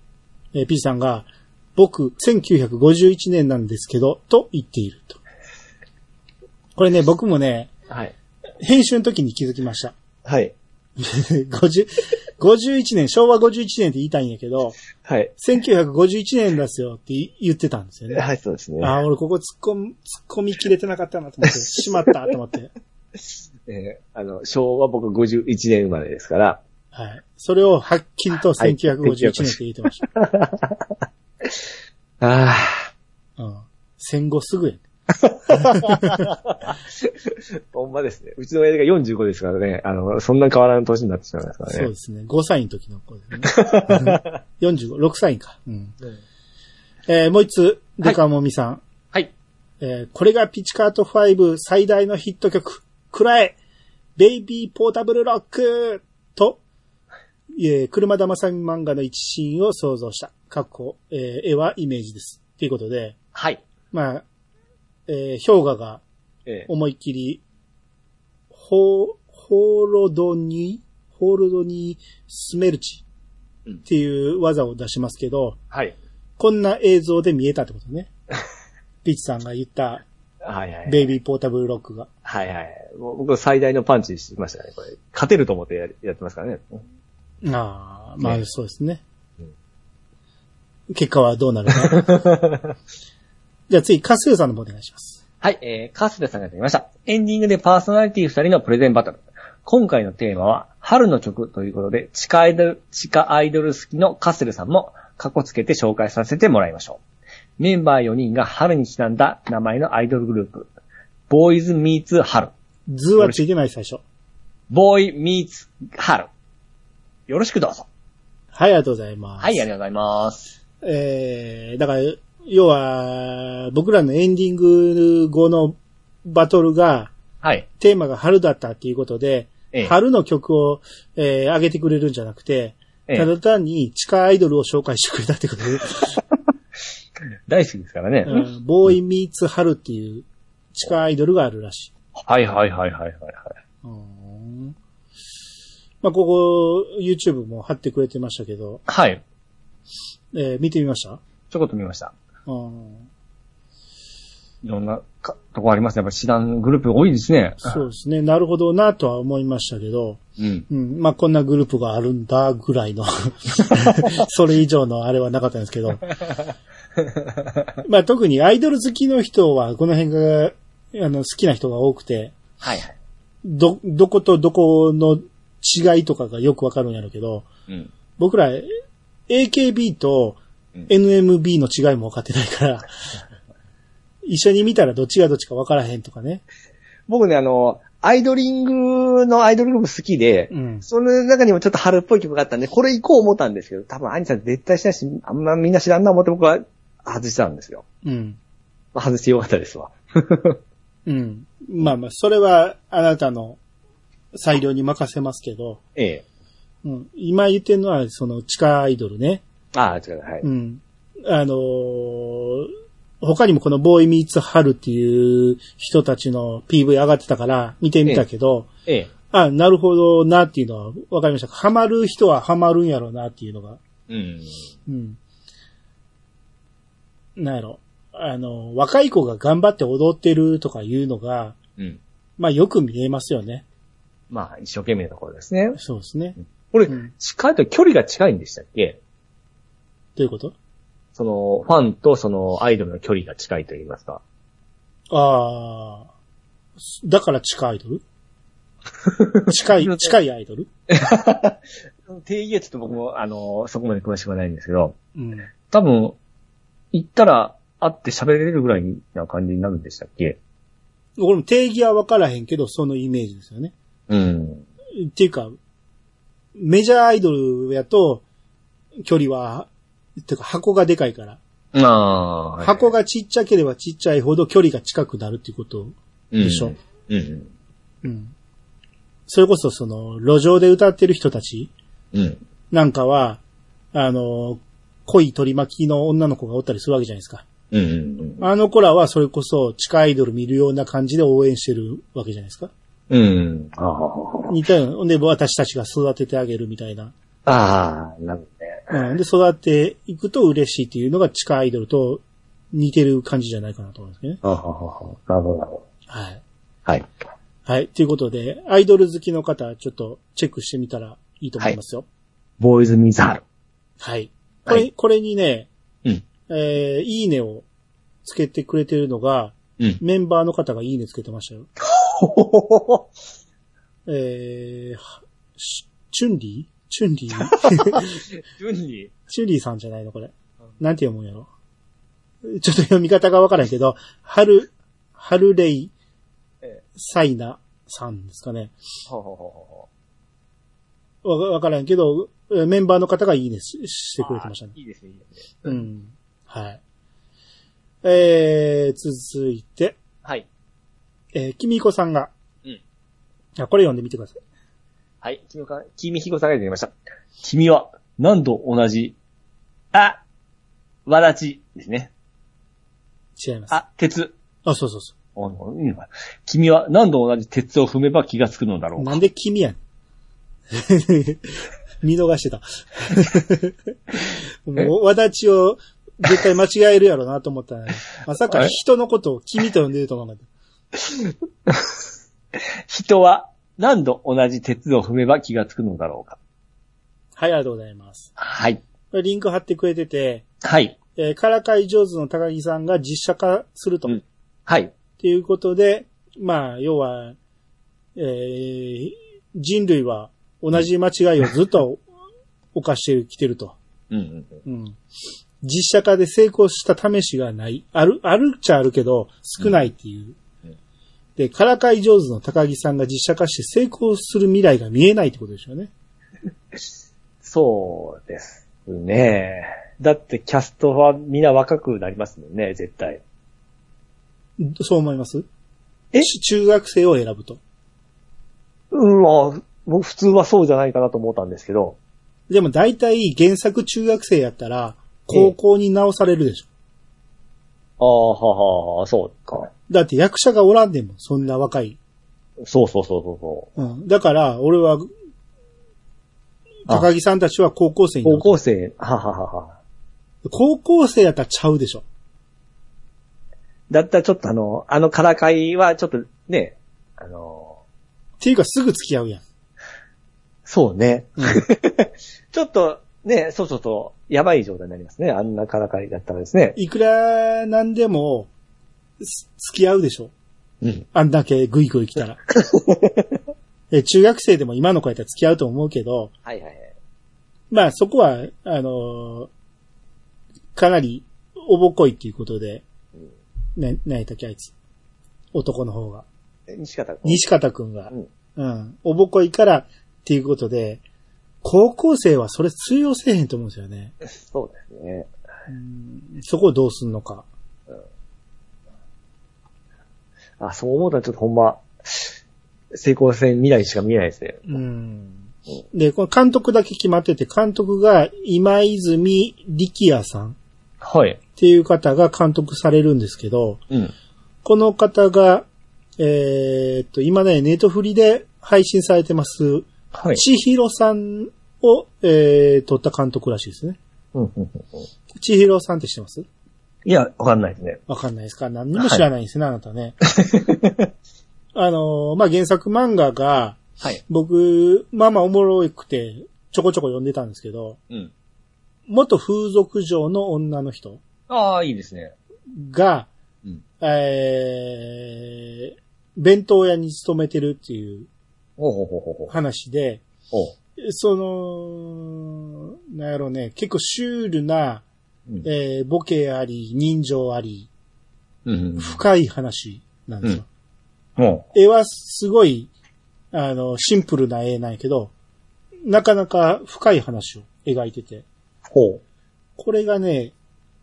Speaker 1: えー、P さんが、僕、1951年なんですけど、と言っていると。これね、僕もね、
Speaker 3: はい。
Speaker 1: 編集の時に気づきました。
Speaker 3: はい。
Speaker 1: 50 51年、昭和51年って言いたいんやけど、
Speaker 3: はい。
Speaker 1: 1951年ですよって言ってたんですよ ね。
Speaker 3: はい、そうですね。
Speaker 1: ああ、俺ここ突っ込み、突っ込み切れてなかったなと思 って、しまったと思って。
Speaker 3: えーあの、昭和僕51年生まれですから、
Speaker 1: はい。それをはっきりと1951年って言ってました。
Speaker 3: あ
Speaker 1: うん。戦後すぐやね。
Speaker 3: あ、ほんまですね。うちの親父が45ですからね、あの、そんな変わらぬ年になってしまいますからね。
Speaker 1: そうですね。5歳の時の子 ですね。45、6歳か。うん。えーもう一つ、デカモミさん。
Speaker 2: はい。
Speaker 1: えーこれがピチカート5最大のヒット曲、くらえ、ベイビーポータブルロックと、えー車田正美漫画の一シーンを想像した。かっこ、えー絵はイメージです。ということで、
Speaker 2: はい。
Speaker 1: まあ、えー氷河が
Speaker 3: ええ
Speaker 1: 思いっきり、ホホーロドに、ホールドにスメルチっていう技を出しますけど、
Speaker 2: はい。
Speaker 1: こんな映像で見えたってことね。ピッチさんが言った
Speaker 3: はいはい。
Speaker 1: ベイビーポータブルロックが。
Speaker 3: はいはい。もう僕最大のパンチしましたね、これ。勝てると思ってややってますからね。
Speaker 1: ああ、まあ
Speaker 3: ね
Speaker 1: そうですね
Speaker 3: うん。
Speaker 1: 結果はどうなるか。 じゃあ次、カスユさんの方お願いします。
Speaker 2: はい、えー、カスベさんがいただきました。エンディングでパーソナリティ二人のプレゼンバトル。今回のテーマは、春の曲ということで、地下アイドル、地下アイドル好きのカスルさんも、かっこつけて紹介させてもらいましょう。メンバー4人が春にちなんだ名前のアイドルグループ、ボーイズミーツ春。
Speaker 1: 図はついてない最初。
Speaker 2: ボーイミーツ春。よろしくどうぞ。
Speaker 1: はい、ありがとうございます。
Speaker 2: はい、ありがとうございます。
Speaker 1: えー、だから、要は、僕らのエンディング後のバトルが、
Speaker 2: はい。
Speaker 1: テーマが春だったっていうことで、
Speaker 2: ええ。
Speaker 1: 春の曲を、えー上げてくれるんじゃなくて、
Speaker 2: ええ
Speaker 1: ただ単に地下アイドルを紹介してくれたってことで、
Speaker 2: 大好きですからね。
Speaker 1: うんボーイミーツ春っていう地下アイドルがあるらしい。
Speaker 2: はいはいはいはいはい。はい
Speaker 1: うんまあ、ここ、YouTube も貼ってくれてましたけど、
Speaker 2: はい。
Speaker 1: えー見てみました
Speaker 2: ちょこっと見ました。
Speaker 1: うん
Speaker 2: いろんなかとこありますね。やっぱ知らんグループ多いですね。
Speaker 1: そうですね。なるほどなとは思いましたけど、
Speaker 2: うん。
Speaker 1: うん、まあ、こんなグループがあるんだぐらいの、 それ以上のあれはなかったんですけど。まあ、特にアイドル好きの人は、この辺が、あの、好きな人が多くて、
Speaker 2: はいはい。
Speaker 1: ど、どことどこの違いとかがよくわかるんやろうけど、
Speaker 2: うん。
Speaker 1: 僕ら、AKB と
Speaker 2: うん
Speaker 1: NMB の違いも分かってないから、一緒に見たらどっちがどっちか分からへんとかね。
Speaker 3: 僕ね、あの、アイドリングのアイドルグループ好きで、
Speaker 1: うん。
Speaker 3: その中にもちょっと春っぽい曲があったんで、これ行こう思ったんですけど、多分アニさん絶対しないし、あんまみんな知らんな思って僕は外したんですよ。
Speaker 1: うん。
Speaker 3: まあ外してよかったですわ。
Speaker 1: うん。まあまあ、それはあなたの裁量に任せますけど、
Speaker 3: ええ。
Speaker 1: うん、今言ってるのは、その地下アイドルね。
Speaker 3: ああ、違う、はい。
Speaker 1: うん。あのー他にもこのボーイミーツハルっていう人たちの PV 上がってたから見てみたけど、
Speaker 3: ええ。
Speaker 1: あ、なるほどなっていうのは分かりました。ハマる人はハマるんやろうなっていうのが。
Speaker 3: うん。
Speaker 1: うん。なんやろ。あの、若い子が頑張って踊ってるとかいうのが、
Speaker 3: うん。
Speaker 1: まあよく見えますよね。
Speaker 3: まあ、一生懸命なところですね。
Speaker 1: そうですね。
Speaker 3: これ、
Speaker 1: うん
Speaker 3: 近いと距離が近いんでしたっけ
Speaker 1: どういうこと
Speaker 3: その、ファンとそのアイドルの距離が近いと言いますか。
Speaker 1: ああ。だから地下アイドル近い、近いアイドル
Speaker 3: 定義はちょっと僕も、あの、そこまで詳しくはないんですけど、
Speaker 1: うん。
Speaker 3: 多分、行ったら会って喋れるぐらいな感じになるんでしたっけ
Speaker 1: 俺も定義は分からへんけど、そのイメージですよね。
Speaker 3: うん。
Speaker 1: っていうか、メジャーアイドルやと、距離は、てか箱がでかいから。
Speaker 3: まあ、はい
Speaker 1: 箱がちっちゃければちっちゃいほど距離が近くなるっていうことでしょ。
Speaker 3: うん。うん。
Speaker 1: うん。それこそその、路上で歌ってる人たち
Speaker 3: うん。
Speaker 1: なんかは、あの、濃い取り巻きの女の子がおったりするわけじゃないですか。
Speaker 3: うんうん。
Speaker 1: あの子らはそれこそ地下アイドル見るような感じで応援してるわけじゃないですか。
Speaker 3: うんうん。ああ
Speaker 1: 似たような。ほんで、私たちが育ててあげるみたいな。
Speaker 3: ああ、なるほどね。
Speaker 1: うん。で、育っていくと嬉しいっていうのが地下アイドルと似てる感じじゃないかなと思うんですけどね。
Speaker 3: ああ、なるほど、なるほど。
Speaker 1: はい。
Speaker 3: はい。
Speaker 1: はい。ということで、アイドル好きの方、ちょっとチェックしてみたらいいと思いますよ。
Speaker 3: ボーイズ・ミザール。
Speaker 1: はい。これ、
Speaker 3: はい
Speaker 1: これにね、
Speaker 3: うん
Speaker 1: えー、いいねをつけてくれてるのが、
Speaker 3: うん
Speaker 1: メンバーの方がいいねつけてましたよ。
Speaker 3: ほほほほ
Speaker 1: えー、はしチュンリーチュンリー
Speaker 2: 順に。
Speaker 1: チュンリーさんじゃないのこれ。なんて読むんやろちょっと読み方がわからんけど、ハル、ハルレイ
Speaker 2: え、
Speaker 1: サイナさんですかね。
Speaker 2: ほうほうほうほ
Speaker 1: わわからんけど、えーメンバーの方がいいねししてくれてましたね
Speaker 2: う。。いいですね、いいですね。
Speaker 1: うん。はい。えー、続いて、
Speaker 2: はい。
Speaker 1: えー、きみこさんが。
Speaker 2: うん
Speaker 1: あ、これ読んでみてください。
Speaker 2: はい。君か、君彦さんが出てきました。君は何度同じ、あ、わだちですね。
Speaker 1: 違います。あ、
Speaker 2: あ、鉄。
Speaker 1: そうそうそ
Speaker 2: あいいのか君は何度同じ鉄を踏めば気がつくのだろ
Speaker 1: う。
Speaker 2: う
Speaker 1: な
Speaker 2: か。
Speaker 1: んで君やねん。 見逃 してた。もう、わだちを絶対間違えるやろなと思った のにまさか人のことを君と呼んでると思わなかっ
Speaker 2: 人は何度同じ鉄を踏めば気がつくのだろうか。
Speaker 1: た。はい、ありがとうございます。
Speaker 2: はい。
Speaker 1: これリンク貼ってくれてて、
Speaker 2: はい。
Speaker 1: えーからかい上手の高木さんが実写化すると。
Speaker 2: うんはい。
Speaker 1: っていうことで、まあ、要は、えー人類は同じ間違いをずっと犯してきてると。
Speaker 2: うんうんうん。
Speaker 1: うん。実写化で成功した試しがない。ある、あるっちゃあるけど、少ないっていう。
Speaker 2: うん
Speaker 1: で、からかい上手の高木さんが実写化して成功する未来が見えないってことでしょうね。
Speaker 3: そうですね。だってキャストはみんな若くなりますもんね、絶対。
Speaker 1: そう思います
Speaker 3: え
Speaker 1: し中学生を選ぶと。
Speaker 3: うん、まあ、僕普通はそうじゃないかなと思ったんですけど。
Speaker 1: でも大体原作中学生やったら、高校に直されるでしょ。
Speaker 3: ああ、はは、そうか。
Speaker 1: だって役者がおらんでもん、そんな若い。
Speaker 3: そうそうそうそうそ
Speaker 1: うん。だから、俺は、
Speaker 3: う。あ
Speaker 1: 高木さんたちは高校生にな
Speaker 3: 高
Speaker 1: る。
Speaker 3: 校生、はははは。
Speaker 1: 高校生やったらちゃうでしょ。
Speaker 3: だったらちょっとあの、あのからかいはちょっとね、あの、
Speaker 1: っていうかすぐ付き合うやん。
Speaker 3: そうね。
Speaker 1: うん
Speaker 3: ちょっとね、そうそうそう、やばい状態になりますね。あんなからかいだったらですね。
Speaker 1: いくらなんでも、す付き合うでしょ。
Speaker 3: うん。
Speaker 1: あんだけグイグイ来たら。 え中学生でも今の子やったら付き合うと思うけど、
Speaker 3: はいはいはい。
Speaker 1: まあそこは、あのーかなりおぼこいっていうことで、ね、何やったっけあいつ。男の方が。
Speaker 3: え西方君。
Speaker 1: 西方くんが。
Speaker 3: うん
Speaker 1: うん。おぼこいからっていうことで、高校生はそれ通用せえへんと思うんですよね。
Speaker 3: そうですね。
Speaker 1: そこをどうすんのか。
Speaker 3: あ、そう思うたらちょっとほんま、成功せん未来しか見えないですね。
Speaker 1: うんで、この監督だけ決まってて、監督が今泉力也さんっ
Speaker 3: はい。
Speaker 1: ていう方が監督されるんですけど、
Speaker 3: うん。
Speaker 1: この方が、えーっと、今ね、ネットフリで配信されてます、
Speaker 3: はい。
Speaker 1: 千尋さんを、えー、撮った監督らしいですね。
Speaker 3: うんうんうんうん
Speaker 1: 千尋さんって知ってます
Speaker 3: いや、わかんないですね。
Speaker 1: わかんないですか何にも知らないんですね、あなたね。あのーまあ、原作漫画が、
Speaker 3: はい。
Speaker 1: 僕、まあまあおもろくて、ちょこちょこ読んでたんですけど、
Speaker 3: うん。
Speaker 1: 元風俗嬢の女の人
Speaker 3: ああ、いいですね。
Speaker 1: が、
Speaker 3: うん
Speaker 1: えー、弁当屋に勤めてるっていう
Speaker 3: ほうほうほうほうほう。
Speaker 1: 話で、
Speaker 3: ほ
Speaker 1: その、なんやろうね、結構シュールな、
Speaker 3: うん
Speaker 1: えーボケあり、人情あり、
Speaker 3: う。うん。
Speaker 1: 深い話なんですよ。
Speaker 3: も
Speaker 1: 絵はすごい、あの、シンプルな絵なんやけど、なかなか深い話を描いてて、
Speaker 3: うん。ほ
Speaker 1: これがね、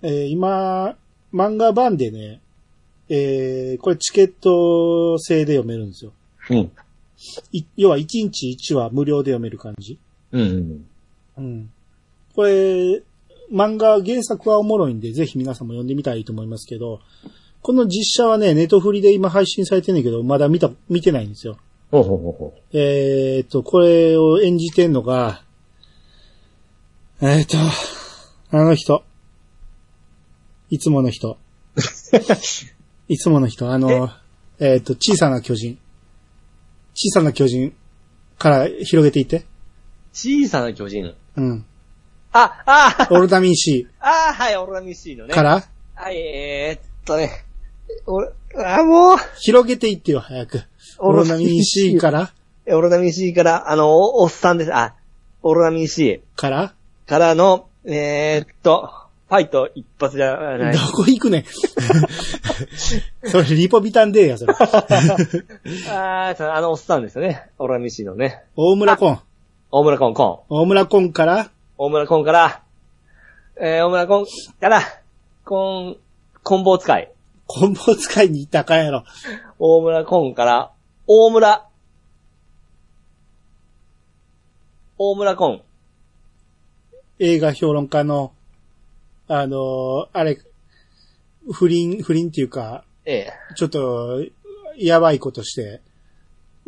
Speaker 1: えー今、漫画版でね、えーこれチケット制で読めるんですよ。
Speaker 3: う。うん。
Speaker 1: い要は1日1話無料で読める感じ。
Speaker 3: うん。
Speaker 1: うん。これ、漫画原作はおもろいんで、ぜひ皆さんも読んでみたらいいと思いますけど、この実写はね、ネトフリで今配信されてんねんけど、まだ見た、見てないんですよ。
Speaker 3: ほうほうほうほ
Speaker 1: えーっと、これを演じてんのが、えーっと、あの人。いつもの 人。いつもの人。あの、えーっと、小さな巨人。小さな巨人から広げていって。
Speaker 2: 小さな巨人。
Speaker 1: うん。
Speaker 2: あ、あ
Speaker 1: オルダミン C
Speaker 2: ああはい、オロナミシーのね。
Speaker 1: か。ら、
Speaker 2: はい、えーっとね。俺、あ、もう、
Speaker 1: 広げていってよ、早く。オルダミン C から、
Speaker 2: オロナミシーから、あの、おおっさんです。あ、オロナミシ
Speaker 1: から、
Speaker 2: ーからの、えーっと、ファイト一発じゃない
Speaker 1: ど。こ行く ねん。それ、リポビタンデーや、 それ。
Speaker 2: あーあのおっさんですよね。オロナミシーのね。
Speaker 1: 大村コン。
Speaker 2: 大村コンコン。
Speaker 1: 大村コンから、
Speaker 2: 大村コンから、えー、大村コンから、コン、コンボ使い。
Speaker 1: コンボ使いに行ったらあかんやろ。
Speaker 2: 大村コンから、大村、大村コン。
Speaker 1: 映画評論家の、あのーあれ、不倫、不倫っていうか、
Speaker 2: ええ。
Speaker 1: ちょっと、やばいことして、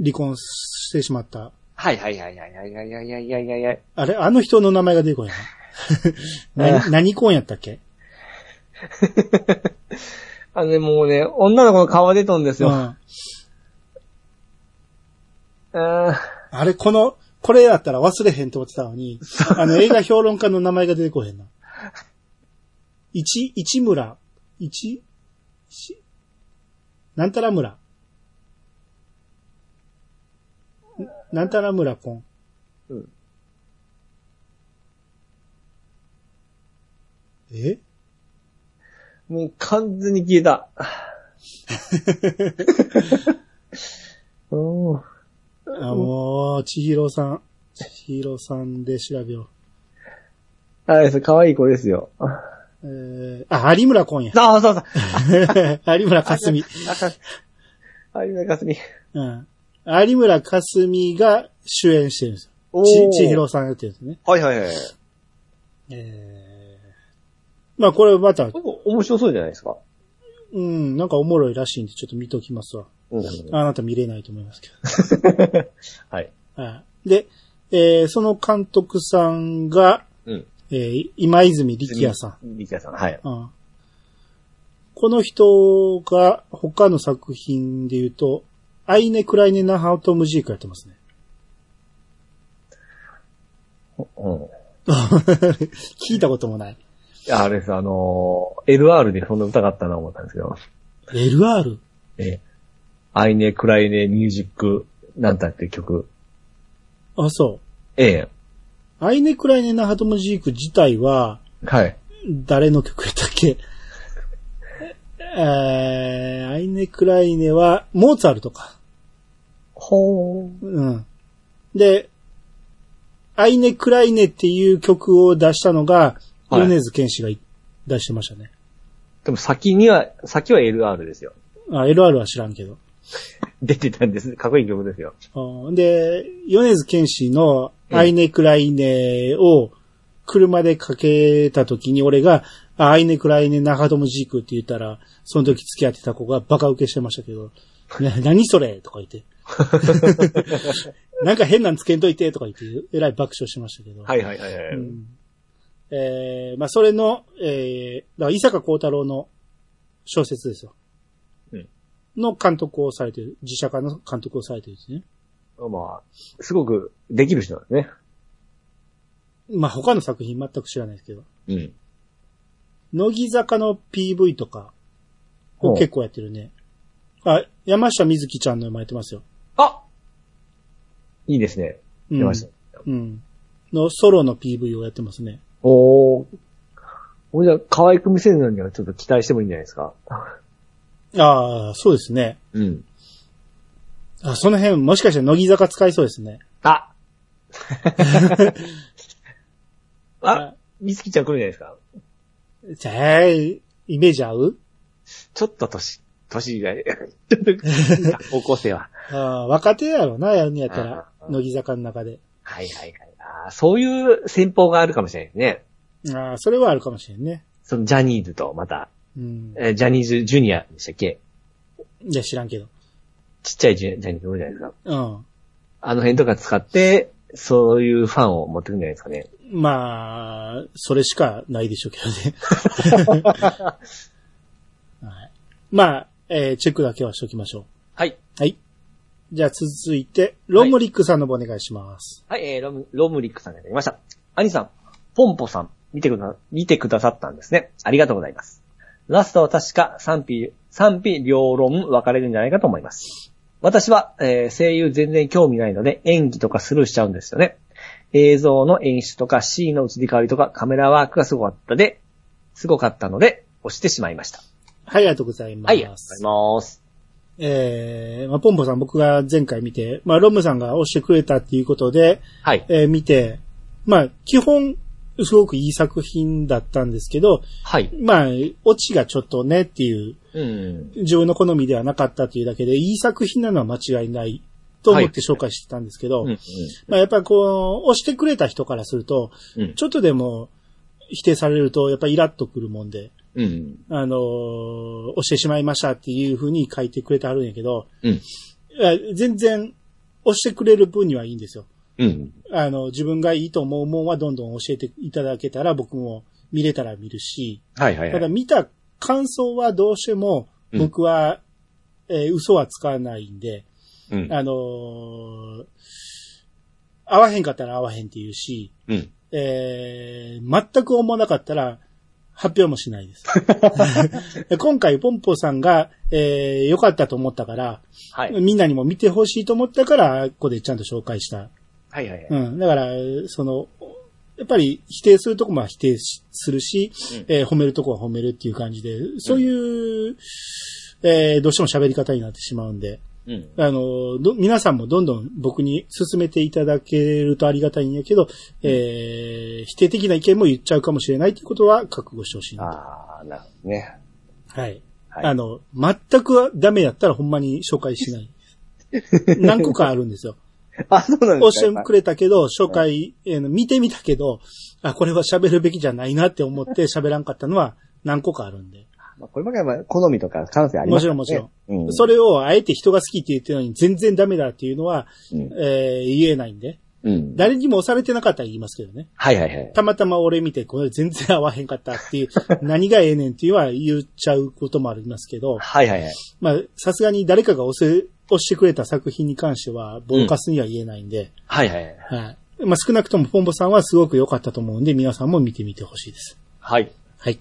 Speaker 1: 離婚してしまった。
Speaker 2: はいはいはいはいはいはいはいはいはいはい。
Speaker 1: あれ、あの人の名前が出てこないな。
Speaker 2: あ
Speaker 1: な何婚やったっけ
Speaker 2: あのね、もうね、女の子の顔が出とんです
Speaker 1: う。
Speaker 2: よ。うんーん。
Speaker 1: あれ、この、これやったら忘れへんと思ってたのに、あの、映画評論家の名前が出てこへんな。一、一村、一、一、なんたら村。んなんたら村コン。
Speaker 2: うん
Speaker 1: ええ
Speaker 3: もう完全に消え た。うん
Speaker 1: あ、もう、ちひろさん。ちひろさんで調べよ
Speaker 3: あれです、可愛い子ですよ。あ
Speaker 1: う。えー、あ、有村コンや。
Speaker 3: あ、そうそう。
Speaker 1: 有村かすみ。
Speaker 3: あ、かす。あ、有村かすみ。
Speaker 1: うん。有村かすみが主演してるんです
Speaker 3: お
Speaker 1: よ。ち、ちひろさんやってるんですね。
Speaker 3: はいはいはい。
Speaker 1: えー、まあこれまた、
Speaker 3: 面白そうじゃないですか。
Speaker 1: うん、なんかおもろいらしいんで、ちょっと見ときますわ。
Speaker 2: うん。
Speaker 1: あなた見れないと思いますけ
Speaker 2: はい。
Speaker 1: ど。はい。で、えー、その監督さんが、
Speaker 2: うん
Speaker 1: えー、今泉力也さん。
Speaker 2: ん。力也さん、はい。
Speaker 1: うんこの人が他の作品で言うと、アイネ・クライネ・ナハオト・ムジークやってますね。
Speaker 2: うん。
Speaker 1: 聞いたこともない。
Speaker 2: いや、あれです、あのー、LR でそんな歌があったな思ったんですけど、
Speaker 1: LR?
Speaker 2: えーアイネ・クライネ・ミュージック、なんたっていう曲。
Speaker 1: あ、そ
Speaker 2: ええ
Speaker 1: う。アイネ・クライネ・ナハオト・ムジーク自体は、
Speaker 2: はい。
Speaker 1: 誰の曲やったっけ えー、アイネ・クライネは、モーツァルトか。
Speaker 2: ほー。
Speaker 1: うん。で、アイネ・クライネっていう曲を出したのが、
Speaker 2: はい
Speaker 1: 米津玄師が出してましたね。
Speaker 2: でも先には、先は LR ですよ。
Speaker 1: あ、LR は知らんけど。
Speaker 2: 出てたんです。かっこいい曲ですよ。
Speaker 1: あで、米津玄師のアイネクライネを車でかけた時に俺が、あアイネクライネ長友ジークって言ったら、その時付き合ってた子がバカ受けしてましたけど、 な何それとか言って。 なんか変なんつけんといてとか言って、えらい爆笑してましたけど。
Speaker 2: はいはいはいは
Speaker 1: う
Speaker 2: い。
Speaker 1: んえーまあそれの、えー、だから伊坂幸太郎の小説ですよ。
Speaker 2: うん
Speaker 1: の監督をされてる、自社化の監督をされてるんですね。
Speaker 2: まあ、すごくできる人なんですね。
Speaker 1: まあ、他の作品全く知らないですけど。
Speaker 2: うん。
Speaker 1: 乃木坂の PV とかを結構やってるね。あ、山下美月ちゃんの生まれてますよ。
Speaker 2: あいいですね。
Speaker 1: うん、
Speaker 2: 出ました。
Speaker 1: うん。のソロの PV をやってますね。
Speaker 2: おー。これじゃ可愛く見せるのにはちょっと期待してもいいんじゃないですか。
Speaker 1: ああ、そうですね。
Speaker 2: うん。
Speaker 1: あ、その辺、もしかして乃木坂使いそうですね。
Speaker 2: あ あ、みつきちゃん来るんじゃないですか。
Speaker 1: じゃあ、イメージ合う
Speaker 2: ちょっと年、年が、 ちょっと、高校生は。
Speaker 1: ああ、若手やろな、やるんやったら
Speaker 2: あ。ー
Speaker 1: 乃木坂の中で。
Speaker 2: はいはいはい。あーそういう戦法があるかもしれないですね。
Speaker 1: ああ、それはあるかもしれんね。
Speaker 2: そのジャニーズと、また、
Speaker 1: うん。
Speaker 2: えージャニーズジュニアでしたっけ
Speaker 1: いや、知らんけど。
Speaker 2: ちっちゃいジュジャニーズ多いじゃないですか。
Speaker 1: うん。
Speaker 2: あの辺とか使って、そういうファンを持ってくるんじゃないですかね。
Speaker 1: まあ、それしかないでしょうけどね。 はい、まあ、えーチェックだけはしときましょ
Speaker 2: はい。
Speaker 1: う。はい。じゃあ続いて、ロムリックさんの方お願いします。
Speaker 2: はい、えーロム、ロムリックさんがいただきました。アニさん、ポンポさん、見てくだ、見てくださったんですね。ありがとうございます。ラストは確か賛否、賛否両論分かれるんじゃないかと思います。私は、えー声優全然興味ないので演技とかスルーしちゃうんですよね。映像の演出とか C の移り変わりとかカメラワークがすごかったで、すごかったので押してしまいました。
Speaker 1: はい、ありがとうございます。
Speaker 2: はい、ありがとうございます。
Speaker 1: えー、まあ、ポンポさん僕が前回見て、まあ、ロムさんが押してくれたっていうことで、
Speaker 2: はい。
Speaker 1: えー見て、まあ、基本、すごくいい作品だったんですけど、
Speaker 2: はい。
Speaker 1: まあ、オチがちょっとねっていう
Speaker 2: うん。
Speaker 1: 自分の好みではなかったというだけで、いい作品なのは間違いないと思って紹介してたんですけど、
Speaker 2: うんうん。
Speaker 1: まあやっぱこう、押してくれた人からすると、
Speaker 2: うん
Speaker 1: ちょっとでも否定されると、やっぱイラッとくるもんで、
Speaker 2: うん。
Speaker 1: あのー押してしまいましたっていう風に書いてくれてはるんやけど、
Speaker 2: うん
Speaker 1: いや全然押してくれる分にはいいんですよ。
Speaker 2: うん。
Speaker 1: あの、自分がいいと思うもんはどんどん教えていただけたら僕も見れたら見るし、
Speaker 2: はいはい
Speaker 1: た
Speaker 2: は
Speaker 1: だ
Speaker 2: い。
Speaker 1: 見た感想はどうしても、
Speaker 2: うん
Speaker 1: 僕は、えー嘘はつかないんで、
Speaker 2: うん。
Speaker 1: あのー合わへんかったら合わへんっていうし、
Speaker 2: うん。
Speaker 1: えー全く思わなかったら、発表もしない です。今回、ポンポさんが、えー良かったと思ったから、
Speaker 2: はい。
Speaker 1: みんなにも見てほしいと思ったから、ここでちゃんと紹介した。
Speaker 2: はいはいはい。
Speaker 1: うん。だから、その、やっぱり否定するとこも否定しするし、
Speaker 2: うん
Speaker 1: えー褒めるとこは褒めるっていう感じで、そういう、えーどうしても喋り方になってしまうんで、
Speaker 2: うん。
Speaker 1: あの、ど、皆さんもどんどん僕に進めていただけるとありがたいんやけど、えー否定的な意見も言っちゃうかもしれないということは覚悟してほしいな
Speaker 2: ああ、なるほどね。
Speaker 1: はい。
Speaker 2: はい
Speaker 1: あの、全くダメやったらほんまに紹介し ない。何個かあるんですよ。
Speaker 3: あ、そうなん
Speaker 1: 教
Speaker 3: です
Speaker 1: え
Speaker 3: か
Speaker 1: てくれたけど、紹介、えーの見てみたけど、あ、これは喋るべきじゃないなって思って喋らんかったのは何個かあるんで。
Speaker 3: まあこればかりは好みとか感性ありますからね
Speaker 1: もちろんも
Speaker 3: ろうん。
Speaker 1: それをあえて人が好きって言ってるのに全然ダメだっていうのは、
Speaker 3: うん。
Speaker 1: えー言えないんで。
Speaker 3: うん。
Speaker 1: 誰にも押されてなかったら言いますけどね。
Speaker 3: はいはいはい。
Speaker 1: たまたま俺見て、これ全然合わへんかったって いう、何がええねんっていうのは言っちゃうこともありますけど、
Speaker 3: はいはいはい。
Speaker 1: まあ、さすがに誰かが押せ、押してくれた作品に関しては、ボロカスには言えないんで、
Speaker 3: はいはいはい。
Speaker 1: はい。まあ、少なくともポンボさんはすごく良かったと思うんで、皆さんも見てみてほしいです。
Speaker 2: はい。
Speaker 1: はい。